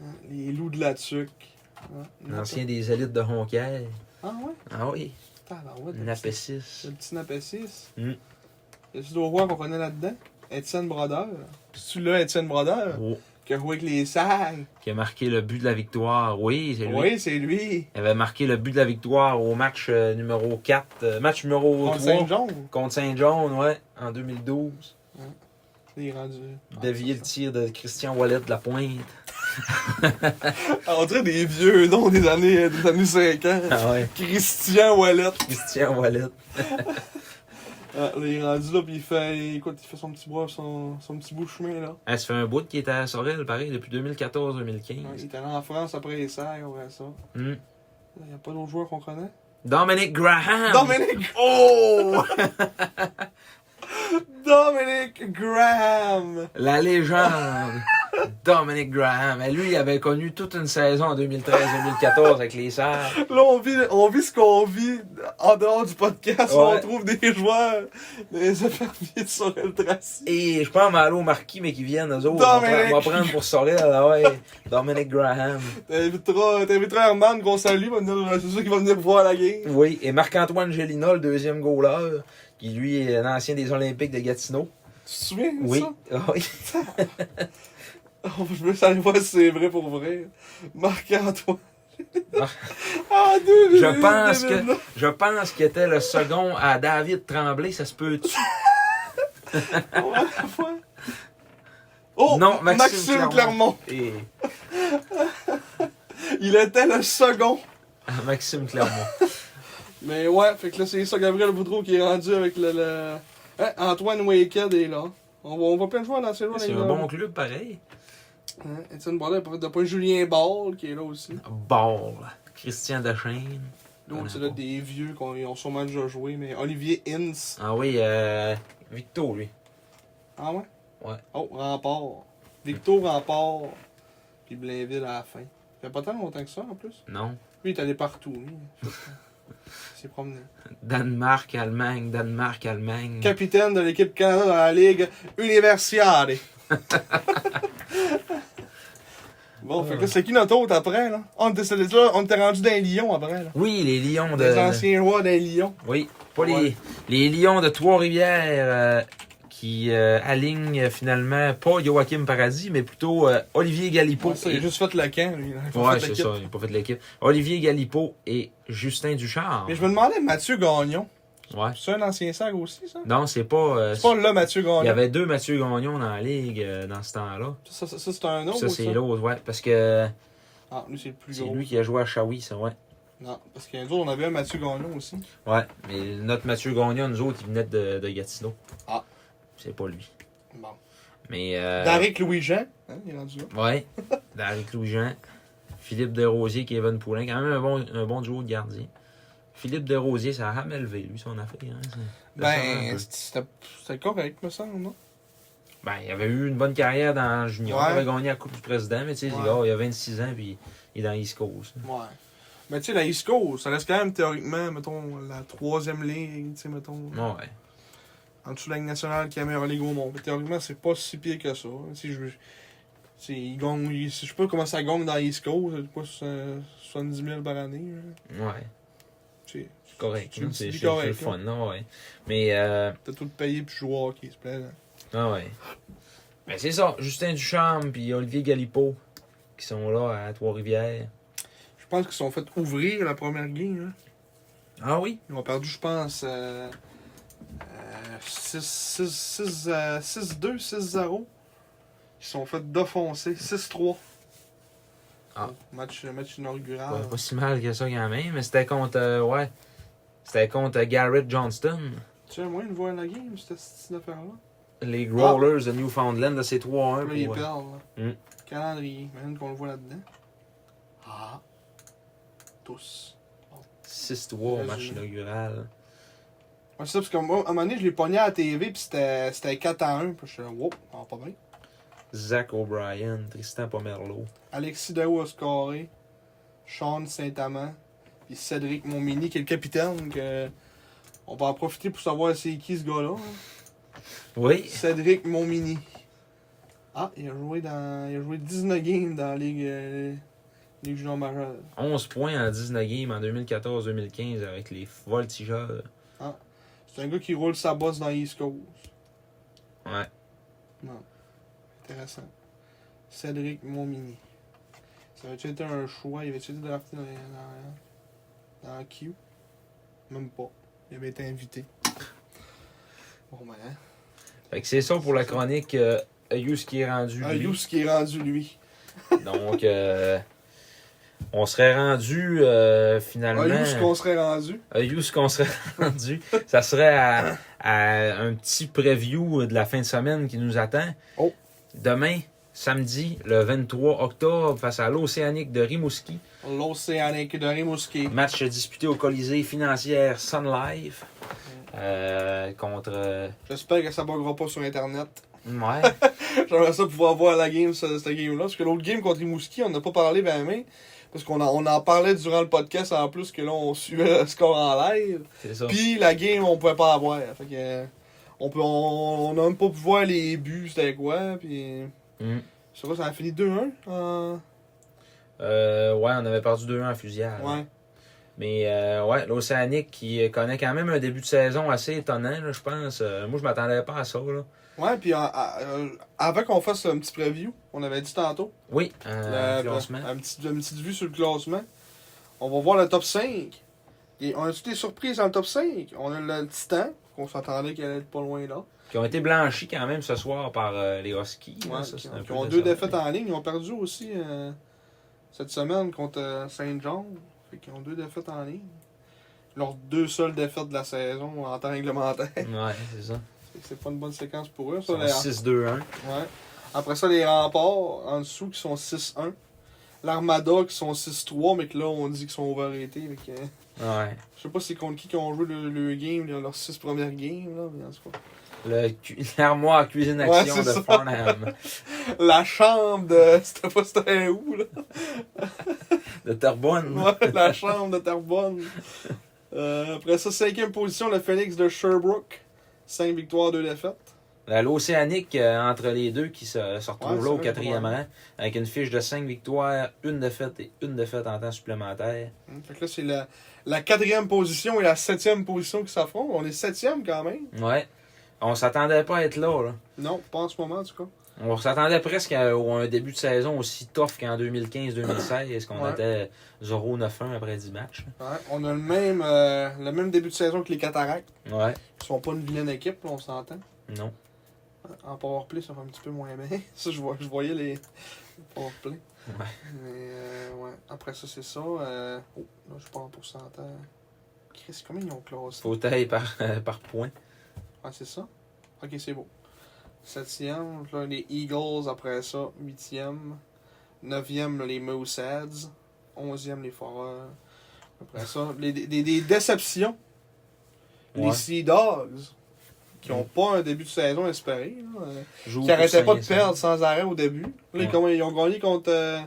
Speaker 2: Hein, Les loups de la tuque. Hein,
Speaker 1: L'ancien des élites de Honkai.
Speaker 2: Ah ouais?
Speaker 1: Ah oui,
Speaker 2: Putain, alors ouais, le petit-
Speaker 1: Napessis.
Speaker 2: le petit Napessis.
Speaker 1: Mm.
Speaker 2: Y'a-tu d'autres joueurs qu'on connaît là-dedans? Étienne Brodeur. C'est-tu là, Étienne Brodeur?
Speaker 1: Oh,
Speaker 2: Qui a joué avec les sags.
Speaker 1: qui a marqué le but de la victoire. Oui, c'est lui.
Speaker 2: Oui, c'est lui.
Speaker 1: Il avait marqué le but de la victoire au match euh, numéro 4, euh, match numéro
Speaker 2: Contre
Speaker 1: 3
Speaker 2: Saint-Jean.
Speaker 1: contre Saint-John, ouais, en 2012.
Speaker 2: Il est rendu.
Speaker 1: Dévier le tir de Christian Wallet de la pointe.
Speaker 2: Ah, on dirait des vieux noms des années, des années 50.
Speaker 1: Ah ouais.
Speaker 2: Christian Wallet.
Speaker 1: Christian Wallet.
Speaker 2: Ah, là, il est rendu là, puis il fait, écoute, il fait son petit bras, son, son petit bout de chemin, là.
Speaker 1: Ah, ça fait un bout qui était à Sorel, pareil, depuis
Speaker 2: Ouais, il
Speaker 1: 2014-2015.
Speaker 2: est allé en France après les serres, ouais, ça.
Speaker 1: Hmm.
Speaker 2: Il n'y a pas d'autres joueurs qu'on connaît.
Speaker 1: Dominic Graham!
Speaker 2: Dominic!
Speaker 1: Ah. Oh!
Speaker 2: Dominic Graham!
Speaker 1: La légende! Dominic Graham. Et lui, il avait connu toute une saison en 2013-2014 avec les Serres.
Speaker 2: Là, on vit, on vit ce qu'on vit en dehors du podcast.
Speaker 1: Ouais.
Speaker 2: On trouve des joueurs, des affirmiers de Sorel Tracy.
Speaker 1: Et je pense mal au marquis, mais qui viennent, eux autres.
Speaker 2: Dominic.
Speaker 1: On va- On va prendre pour Sorel, là, ouais. Dominic Graham.
Speaker 2: T'inviteras t'inviteras Herman, qu'on salue, va venir- euh, c'est sûr qu'il va venir voir la game.
Speaker 1: Oui, et Marc-Antoine Gélina, le deuxième goaler, qui lui est l'ancien des Olympiques de Gatineau.
Speaker 2: Tu te souviens de
Speaker 1: Oui. Ah
Speaker 2: ça?
Speaker 1: Oui.
Speaker 2: Oh, je veux aller voir si c'est vrai pour vrai. Marc-Antoine.
Speaker 1: Mar-
Speaker 2: ah, deux
Speaker 1: Je pense que je pense qu'il était le second à David Tremblay, ça se peut-tu?
Speaker 2: Oh,
Speaker 1: Non, Maxime
Speaker 2: Maxime Clermont.
Speaker 1: Et
Speaker 2: Il était le second.
Speaker 1: Ah, Maxime Clermont.
Speaker 2: Mais ouais, fait que là, c'est ça, Gabriel Boudreau qui est rendu avec le. le- Hein, Antoine Waked est là. On va, on va plein de joueurs dans ces jours
Speaker 1: C'est un bon club pareil.
Speaker 2: Hein, Étienne Bordet, de pas Julien Ball qui est là aussi.
Speaker 1: Bon, là. Christian Dechaine.
Speaker 2: L'autre, c'est là des vieux qu'on ils ont sûrement déjà joué, mais Olivier Ince.
Speaker 1: Ah oui, euh, Victo lui.
Speaker 2: Ah ouais?
Speaker 1: Ouais.
Speaker 2: Oh, Rempart. Victor Rempart. Puis Blainville à la fin. Ça fait pas tant longtemps que ça en plus.
Speaker 1: Non.
Speaker 2: Lui, il est allé partout, lui. Il s'est promené.
Speaker 1: Danemark, Allemagne, Danemark, Allemagne.
Speaker 2: Capitaine de l'équipe Canada dans la Ligue Universiade. bon, fait que là, c'est qui notre autre après, là? Ah, On était, c'était là, on était rendu dans Lyon après, là.
Speaker 1: Oui, les Lions de.
Speaker 2: Des anciens rois d'un Lyon.
Speaker 1: Oui, pas les-
Speaker 2: Ouais.
Speaker 1: les, Lions de Trois-Rivières euh, qui euh, alignent euh, finalement pas Joachim Paradis, mais plutôt euh, Olivier Galipo.
Speaker 2: Pour ça, il a juste fait le camp, lui. là. Il a fait
Speaker 1: Ouais,
Speaker 2: le
Speaker 1: c'est ça,
Speaker 2: camp.
Speaker 1: il n'a pas fait de l'équipe. Olivier Galipo et Justin Duchard.
Speaker 2: Mais je me demandais, Mathieu Gagnon,
Speaker 1: Ouais.
Speaker 2: c'est un ancien sac aussi, ça?
Speaker 1: Non, c'est pas. euh,
Speaker 2: C'est pas là, Mathieu Gagnon.
Speaker 1: il y avait deux Mathieu Gagnon dans la ligue euh, dans ce temps-là.
Speaker 2: Ça, ça, ça, c'est un
Speaker 1: Puis
Speaker 2: autre.
Speaker 1: ça,
Speaker 2: ou
Speaker 1: c'est l'autre, ouais. Parce que
Speaker 2: Ah, lui, c'est le plus
Speaker 1: c'est
Speaker 2: gros.
Speaker 1: lui qui a joué à Shawi, ça, ouais.
Speaker 2: Non, parce qu'un jour, on avait un Mathieu Gagnon aussi.
Speaker 1: Ouais. Mais notre Mathieu Gagnon, nous autres, il venait de, de Gatineau.
Speaker 2: Ah.
Speaker 1: C'est pas lui.
Speaker 2: Bon.
Speaker 1: Mais. euh,
Speaker 2: Daric Louis-Jean. Hein, il est rendu là.
Speaker 1: Ouais. Avec Louis-Jean. Philippe Desrosiers, Kevin Poulin. Quand même un bon, un bon duo de gardien. Philippe Desrosiers, ça a rame élevé, lui, son affaire. Hein. Ça- ça ressemble un
Speaker 2: Ben,
Speaker 1: peu.
Speaker 2: c'était c'était correct, me semble, non?
Speaker 1: ben, il avait eu une bonne carrière dans le junior.
Speaker 2: Ouais.
Speaker 1: Il avait gagné la Coupe du Président, mais tu sais,
Speaker 2: Ouais.
Speaker 1: le gars, il a 26 ans, puis il est dans East Coast.
Speaker 2: Ouais. Mais tu sais, la East Coast, ça reste quand même théoriquement, mettons, la troisième ligue, tu sais, mettons,
Speaker 1: Ouais.
Speaker 2: en dessous de la Ligue nationale qui est la meilleure ligue au monde. Mais théoriquement, c'est pas si pire que ça. hein. Si je si ils gagnent- ils- je sais pas comment ça gagne dans la East Coast, c'est quoi, so- 70 000 par année. hein.
Speaker 1: Ouais.
Speaker 2: Tu sais,
Speaker 1: C'est correct.
Speaker 2: Tu me
Speaker 1: hein.
Speaker 2: dis
Speaker 1: C'est c'est-
Speaker 2: correct,
Speaker 1: c'est le fun, non, ouais. Mais, euh,
Speaker 2: T'as tout payé puis jouer au hockey, c'est plaisant.
Speaker 1: ah ouais. Ben, c'est ça. Justin Duchamp, puis Olivier Galipo, qui sont là à Trois-Rivières.
Speaker 2: Je pense qu'ils se sont fait ouvrir la première game. hein.
Speaker 1: Ah oui?
Speaker 2: Ils ont perdu, je pense, euh, euh, 6 6 6, euh, 6-2, 6-0. Ils se sont fait défoncer 6-3.
Speaker 1: Ah.
Speaker 2: Match, match inaugural.
Speaker 1: Ouais, pas si mal que ça quand même, mais c'était contre euh, ouais. C'était contre euh, Garrett Johnston.
Speaker 2: Tu as moyen de voir la game, cette, cette affaire-là?
Speaker 1: Les Growlers de Newfoundland, Ah. là, c'est 3-1
Speaker 2: Là, il
Speaker 1: pour, euh,
Speaker 2: perd. là.
Speaker 1: Hum.
Speaker 2: Calendrier. Imagine qu'on le voit là-dedans. Ah. Tous.
Speaker 1: 6-3 au match
Speaker 2: Résumé.
Speaker 1: inaugural.
Speaker 2: Ouais, c'est ça, parce qu'à un moment à un moment donné, je l'ai pogné à la TV, puis c'était c'était 4 à 1. Puis je suis là, wow, on va pas bien.
Speaker 1: Zach O'Brien, Tristan Pomerleau.
Speaker 2: Alexis Daou a scoré. Sean Saint-Amand. Puis Cédric Monmini, qui est le capitaine. Que... On va en profiter pour savoir c'est qui ce gars-là. hein.
Speaker 1: Oui.
Speaker 2: Cédric Monmini. Ah, il a joué dans. Il a joué 19 games dans la Ligue, euh, Ligue junior majeure.
Speaker 1: 11 points en 19 games en 2014-2015 avec les Voltigeurs.
Speaker 2: C'est un gars qui roule sa bosse dans East Coast.
Speaker 1: Ouais.
Speaker 2: Non. Intéressant. Cédric Monmini. Ça avait-tu été un choix Il avait-tu été drafté dans, dans, dans Q Même pas. Il avait été invité. Bon, ben. hein.
Speaker 1: Fait que c'est ça pour la chronique euh, Ayus qui est rendu.
Speaker 2: Ah,
Speaker 1: lui.
Speaker 2: Yous qui est rendu lui.
Speaker 1: Donc euh, On serait rendu euh, finalement.
Speaker 2: Ah, où ce qu'on serait rendu?
Speaker 1: Euh, you, ce qu'on serait rendu, ça serait à, à un petit preview de la fin de semaine qui nous attend.
Speaker 2: Oh.
Speaker 1: Demain, samedi, le 23 octobre, face à l'Océanique de Rimouski.
Speaker 2: L'Océanique de Rimouski.
Speaker 1: Match disputé au Colisée financière Sun Life. euh, contre. euh,
Speaker 2: J'espère que ça buggera pas sur Internet.
Speaker 1: Ouais.
Speaker 2: J'aimerais ça pouvoir voir la game, ce- cette game-là. Parce que l'autre game contre Rimouski, on n'a pas parlé ben main. Parce qu'on en, on en parlait durant le podcast en plus que là, on suivait le score en live.
Speaker 1: C'est ça.
Speaker 2: Puis la game, on pouvait pas la voir. Fait que, euh, on peut, on on n'a même pas pu voir les buts, c'était quoi. Puis,
Speaker 1: Mm.
Speaker 2: je sais pas, ça a fini 2-1. en-
Speaker 1: Euh, ouais, on avait perdu 2-1 en fusillade.
Speaker 2: Ouais.
Speaker 1: Mais euh, ouais, l'Océanique qui connaît quand même un début de saison assez étonnant, là, je pense. Euh, moi, je m'attendais pas à ça. Là.
Speaker 2: Ouais, puis en- à- euh, avant qu'on fasse un petit preview, on avait dit tantôt.
Speaker 1: Oui, euh,
Speaker 2: Le-
Speaker 1: classement.
Speaker 2: Un petit, une petite vue sur le classement. On va voir le top 5. Et on a toutes des surprises dans le top 5. On a le Titan, qu'on s'attendait qu'elle allait être pas loin là.
Speaker 1: qui ont été blanchis quand même ce soir par euh, les Huskies.
Speaker 2: Ouais,
Speaker 1: là, ça, c'est un
Speaker 2: qui
Speaker 1: peu
Speaker 2: ont deux
Speaker 1: décevant.
Speaker 2: défaites en ligne. Ils ont perdu aussi euh, cette semaine contre euh, Saint John. Fait qu'ils ont deux défaites en ligne. Leurs deux seules défaites de la saison en temps réglementaire.
Speaker 1: Ouais, c'est ça.
Speaker 2: Fait que C'est pas une bonne séquence pour eux.
Speaker 1: Ils
Speaker 2: Ça,
Speaker 1: sont
Speaker 2: les-
Speaker 1: 6-2-1.
Speaker 2: ouais. Après ça, les remparts en dessous qui sont 6-1. L'Armada qui sont 6-3, mais que là on dit qu'ils sont overrated. Fait que,
Speaker 1: Ouais.
Speaker 2: Je sais pas c'est contre qui qu'ils ont joué le, le game, dans leurs six premières games, là, mais en tout cas.
Speaker 1: Le cu- L'armoire cuisine action
Speaker 2: Ouais,
Speaker 1: de
Speaker 2: c'est ça.
Speaker 1: Farnham.
Speaker 2: La chambre de. C'était pas c'était où, là?
Speaker 1: de Terrebonne.
Speaker 2: Ouais, la chambre de Terrebonne. Euh, après ça, cinquième position, le Phoenix de Sherbrooke. Cinq victoires, deux défaites.
Speaker 1: Euh, L'Océanique euh, entre les deux qui se, se retrouve
Speaker 2: Ouais,
Speaker 1: là
Speaker 2: c'est
Speaker 1: au
Speaker 2: vrai,
Speaker 1: quatrième
Speaker 2: ouais.
Speaker 1: rang avec une fiche de 5 victoires, une défaite et une défaite en temps supplémentaire.
Speaker 2: Hum, Fait que là, c'est la, la quatrième position et la septième position qui s'affrontent. On est septième quand même.
Speaker 1: Ouais. On s'attendait pas à être là, là.
Speaker 2: Non, pas en ce moment, en tout cas.
Speaker 1: On s'attendait presque à, à un début de saison aussi tough qu'en 2015-2016, qu'on
Speaker 2: Ouais.
Speaker 1: était 0-9-1 après 10 matchs.
Speaker 2: Ouais, on a le même, euh, le même début de saison que les Cataractes.
Speaker 1: Ouais,
Speaker 2: Ils sont pas une vilaine équipe, là, on s'entend.
Speaker 1: non.
Speaker 2: En powerplay, ça fait un petit peu moins bien. Ça, je, vois, je voyais les powerplay.
Speaker 1: Ouais.
Speaker 2: Mais euh, ouais. après ça, c'est ça. euh, Oh, là, je pas en pourcentage. Chris, combien ils ont classé
Speaker 1: Faut tailler par, euh, par point.
Speaker 2: Ah, c'est ça Ok, c'est beau. Septième, là, les Eagles après ça. Huitième. Neuvième, les Mooseheads. Onzième, les Foreurs. Après ça, les, des- des- des déceptions.
Speaker 1: Ouais.
Speaker 2: Les Sea Dogs. Qui n'ont
Speaker 1: Mm.
Speaker 2: pas un début de saison espéré. là, euh,
Speaker 1: Joue
Speaker 2: qui
Speaker 1: pour
Speaker 2: arrêtaient pas de
Speaker 1: 500.
Speaker 2: perdre sans arrêt au début. Là, ils,
Speaker 1: Ouais.
Speaker 2: com- ils ont gagné contre, euh,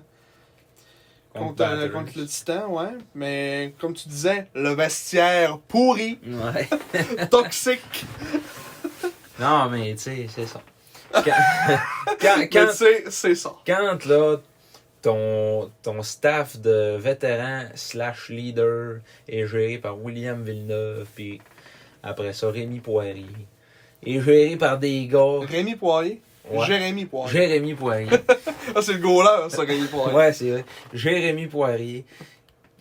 Speaker 2: contre,
Speaker 1: Contre
Speaker 2: euh,
Speaker 1: Batters.
Speaker 2: contre le Titan, ouais. Mais comme tu disais, le vestiaire pourri,
Speaker 1: Ouais.
Speaker 2: toxique.
Speaker 1: Non, mais tu sais, c'est ça. Quand, quand,
Speaker 2: Mais tu
Speaker 1: quand-
Speaker 2: sais, c'est ça.
Speaker 1: quand, là, ton, ton staff de vétérans slash leader est géré par William Villeneuve, puis après ça, Rémi Poirier, est géré par des gars...
Speaker 2: Rémi Poirier.
Speaker 1: Ouais.
Speaker 2: Jérémy Poirier.
Speaker 1: Jérémy Poirier.
Speaker 2: Ah, c'est le goaler, ça, Rémi Poirier.
Speaker 1: Ouais, c'est vrai. Jérémy Poirier.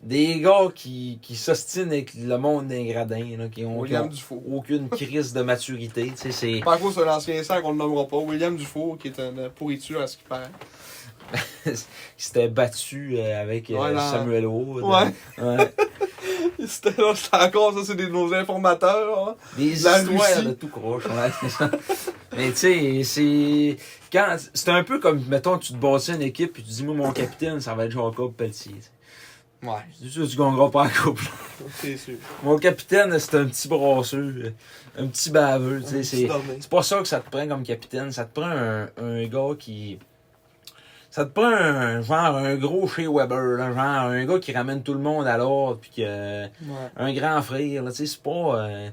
Speaker 1: Des gars qui, qui s'ostinent avec le monde des gradins, là, qui ont, qui
Speaker 2: William
Speaker 1: ont
Speaker 2: Dufour.
Speaker 1: aucune crise de maturité. tu sais, c'est-
Speaker 2: Par contre, c'est l'ancien sac, on ne le nommera pas. William Dufour, qui est un euh, pourriture à ce qu'il paraît.
Speaker 1: qui s'était battu euh, avec euh,
Speaker 2: Ouais, dans-
Speaker 1: Samuel Wood.
Speaker 2: Ouais.
Speaker 1: Ouais.
Speaker 2: C'était là, c'est encore ça, c'est des de nos informateurs. hein.
Speaker 1: Des
Speaker 2: La
Speaker 1: histoires
Speaker 2: Russie.
Speaker 1: de tout croche. ouais, c'est ça. Mais tu sais, c'est. Quand... C'est un peu comme, mettons, tu te bâtis une équipe et tu dis, moi, mon capitaine, ça va être Jacob Pelletier. tu sais.
Speaker 2: Ouais,
Speaker 1: C'est sûr, que tu gagneras pas la coupe.
Speaker 2: c'est sûr.
Speaker 1: Mon capitaine, c'est un petit brasseux, euh, un petit baveux. tu sais,
Speaker 2: Un petit
Speaker 1: c'est-
Speaker 2: dormé.
Speaker 1: C'est pas ça que ça te prend comme capitaine. Ça te prend un, un gars qui. Ça te prend un genre un gros chez Weber, là, genre un gars qui ramène tout le monde à l'ordre, puis que euh,
Speaker 2: Ouais.
Speaker 1: un grand frère, là, tu sais, c'est pas. euh,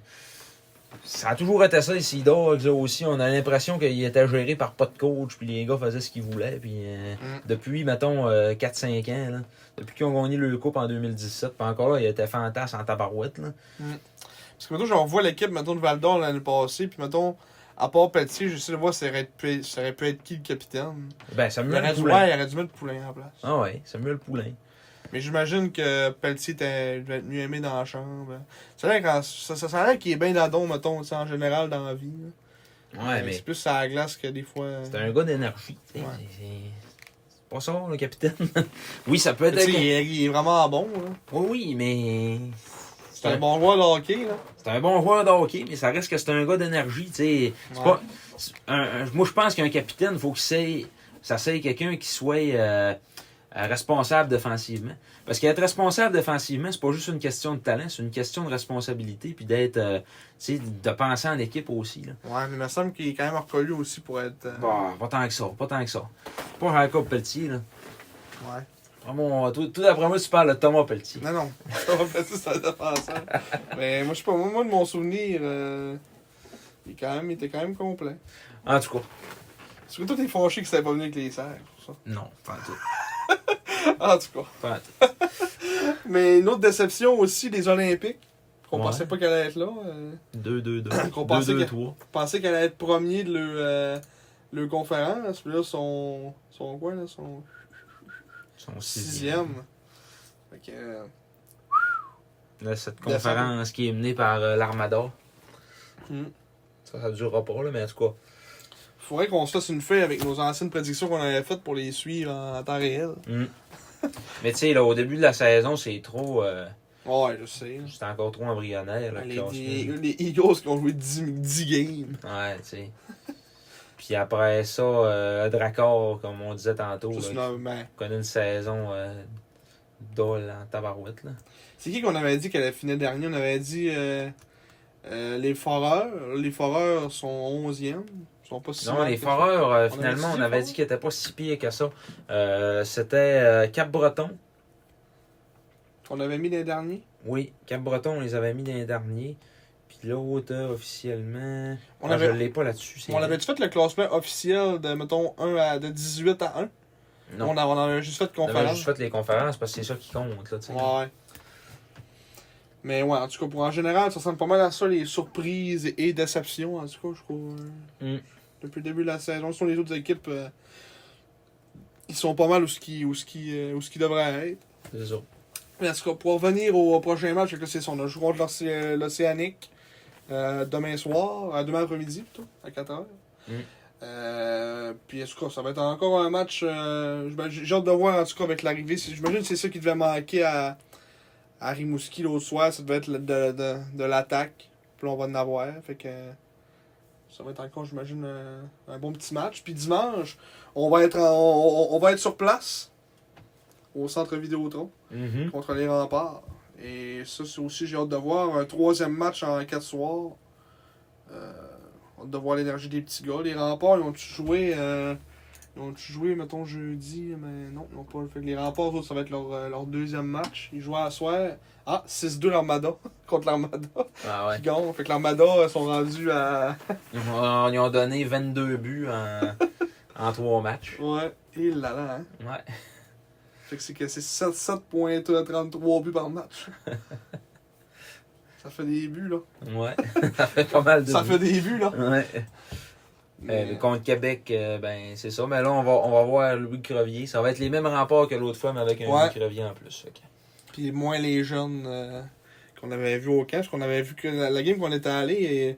Speaker 1: Ça a toujours été ça, ici Dogs, là aussi. On a l'impression qu'il était géré par pas de coach, puis les gars faisaient ce qu'ils voulaient. Puis euh,
Speaker 2: Mm.
Speaker 1: depuis, mettons, euh, 4-5 ans, là, depuis qu'ils ont gagné le Coupe en 2017, puis encore là, il était fantasme en tabarouette. Là.
Speaker 2: Parce que maintenant, je revois l'équipe mettons, de Val d'Or l'année passée, puis mettons, à part Pelletier, j'essaie de voir ça aurait pu, ça aurait pu être qui le capitaine.
Speaker 1: Ben,
Speaker 2: Il
Speaker 1: Samuel
Speaker 2: aurait, dû,
Speaker 1: Poulain.
Speaker 2: ouais, il aurait dû mettre Poulain en place.
Speaker 1: Ah ouais, Samuel Poulain.
Speaker 2: Mais j'imagine que Pelletier était, devait être mieux aimé dans la chambre. Ça a l'air quand- ça, ça, ça a l'air qu'il est bien dadon, mettons, tu sais, en général dans la vie. là.
Speaker 1: Ouais,
Speaker 2: Mais
Speaker 1: mais
Speaker 2: C'est plus à la glace que des fois. euh,
Speaker 1: c'est un gars d'énergie. tu sais,
Speaker 2: Ouais.
Speaker 1: c'est- c'est- pas ça, le capitaine. oui, ça peut être.
Speaker 2: Tu sais, il, est- il est vraiment bon. là.
Speaker 1: Oui, oui, mais.
Speaker 2: C'est un bon joueur de hockey. Là.
Speaker 1: C'est un bon joueur de hockey, mais ça reste que c'est un gars d'énergie, tu sais. C'est
Speaker 2: Ouais.
Speaker 1: pas- c'est un- un- moi, je pense qu'un capitaine, faut qu'il sait, ça c'est quelqu'un qui soit euh, euh, responsable défensivement. Parce qu'être responsable défensivement, c'est pas juste une question de talent, c'est une question de responsabilité, puis d'être, euh, tu sais, de penser en équipe aussi. Là.
Speaker 2: Ouais, mais il me semble qu'il est quand même reconnu aussi pour être. euh,
Speaker 1: Bah, pas tant que ça, pas tant que ça. Pas Jacob Pelletier, là.
Speaker 2: Ouais.
Speaker 1: Vraiment, tout, tout d'après moi, tu parles de Thomas Pelletier.
Speaker 2: Non, non. Ça va passer sur la défenseur. Mais moi, je sais pas. Moi, de mon souvenir, euh, il, est quand même, il était quand même complet.
Speaker 1: En tout cas,
Speaker 2: Parce que toi, t'es fâché que c'était pas venu avec les serres. pour
Speaker 1: non, pas en tout.
Speaker 2: ça. En tout cas.
Speaker 1: pas en tout.
Speaker 2: Mais une autre déception aussi, les Olympiques. Qu'on
Speaker 1: Ouais.
Speaker 2: pensait pas qu'elle allait être là. euh,
Speaker 1: 2-2-2.
Speaker 2: Qu'on pensait que-
Speaker 1: 2-2-3.
Speaker 2: Je pensais qu'elle allait être premier de leur, euh, leur conférence. Puis là, son. Son quoi, là Son
Speaker 1: Son sixième.
Speaker 2: sixième. Fait que. euh,
Speaker 1: Là, cette
Speaker 2: Descente.
Speaker 1: conférence qui est menée par euh, l'Armada.
Speaker 2: hmm.
Speaker 1: Ça, ça durera pas, là, mais en tout cas.
Speaker 2: Faudrait qu'on se fasse une feuille avec nos anciennes prédictions qu'on avait faites pour les suivre en temps réel.
Speaker 1: hum. mais tu sais, là, au début de la saison, c'est trop. euh,
Speaker 2: Ouais, je sais.
Speaker 1: c'est encore trop embryonnaire, là, le
Speaker 2: Les,
Speaker 1: classement.
Speaker 2: les Eagles qui ont joué 10, 10 games.
Speaker 1: Ouais, tu sais. Puis après ça, euh, Dracor, comme on disait tantôt,
Speaker 2: Juste
Speaker 1: là,
Speaker 2: une- ben,
Speaker 1: connaît une saison euh, dole en tabarouette, là.
Speaker 2: C'est qui qu'on avait dit qu'elle finait dernier On avait dit euh, euh, les Foreurs. Les Foreurs sont 11e. Ils sont pas si
Speaker 1: Non,
Speaker 2: mal
Speaker 1: les
Speaker 2: que
Speaker 1: Foreurs, euh,
Speaker 2: On
Speaker 1: finalement,
Speaker 2: avait dit
Speaker 1: on avait
Speaker 2: Foreurs?
Speaker 1: dit qu'ils n'étaient pas si pires que ça. Euh, C'était euh, Cap-Breton.
Speaker 2: ça. Qu'on avait mis les derniers.
Speaker 1: Oui, Cap-Breton, on les avait mis l'année dernière. Puis l'autre, euh, officiellement.
Speaker 2: On
Speaker 1: Ah,
Speaker 2: avait-
Speaker 1: Je l'ai pas là-dessus. c'est
Speaker 2: On
Speaker 1: vrai.
Speaker 2: avait-tu fait le classement officiel de, mettons, 1 à, de 18 à 1
Speaker 1: Non.
Speaker 2: On, a, on avait juste fait
Speaker 1: On avait
Speaker 2: conférence.
Speaker 1: juste fait les conférences parce que c'est ça qui compte. Là, tu sais.
Speaker 2: Ouais. Mais ouais, en tout cas, pour en général, ça ressemble pas mal à ça, les surprises et déceptions, en tout cas, je trouve. euh,
Speaker 1: Mm.
Speaker 2: Depuis le début de la saison, sont les autres équipes, euh, ils sont pas mal où ce qui, où ce qui, euh, où ce qui devrait être.
Speaker 1: C'est ça.
Speaker 2: Mais en tout cas, pour revenir au prochain match, parce que c'est ça, on a joué contre l'Océ- l'Océanique euh, demain soir, euh, demain après-midi plutôt, à 4h.
Speaker 1: Mm.
Speaker 2: Euh, puis en tout cas, ça va être encore un match. euh, j'imagine- J'ai hâte de voir en tout cas avec l'arrivée. C'est- J'imagine que c'est ça qui devait manquer à, à Rimouski l'autre soir. Ça devait être le- de, de, de l'attaque. Puis là, on va en avoir. Fait que euh, ça va être encore, j'imagine, euh, un, un bon petit match. Puis dimanche, on va être, en- on, on- on va être sur place au centre Vidéotron
Speaker 1: Mhm.
Speaker 2: contre les remparts. Et ça, c'est aussi, j'ai hâte de voir un troisième match en quatre soirs. Euh, hâte de voir l'énergie des petits gars. Les remparts, ils ont-tu joué, euh, ils ont-tu joué, mettons, jeudi Mais non, ils n'ont pas fait. Les remparts, eux autres, ça va être leur, euh, leur deuxième match. Ils jouent à soir. Ah, 6-2 l'Armada contre l'Armada.
Speaker 1: Ah ouais.
Speaker 2: Ils gagnent. Fait que l'Armada, ils sont rendus à.
Speaker 1: On lui a euh, donné 22 buts en, en 3 matchs.
Speaker 2: Ouais, et là là. hein.
Speaker 1: Ouais.
Speaker 2: Fait que c'est que c'est 7 7.33 buts par match. ça fait des buts, là.
Speaker 1: Ouais. ça fait pas mal de
Speaker 2: Ça
Speaker 1: buts.
Speaker 2: fait des buts, là.
Speaker 1: Ouais. Euh,
Speaker 2: Mais-
Speaker 1: contre Québec, euh, ben c'est ça. Mais là, on va, on va voir Louis Crevier. Ça va être les mêmes remparts que l'autre fois, mais avec un
Speaker 2: Ouais.
Speaker 1: Louis Crevier en plus. Fait que-
Speaker 2: Puis moins les jeunes euh, qu'on avait vus au camp, parce qu'on avait vu que la, la game qu'on était allé, et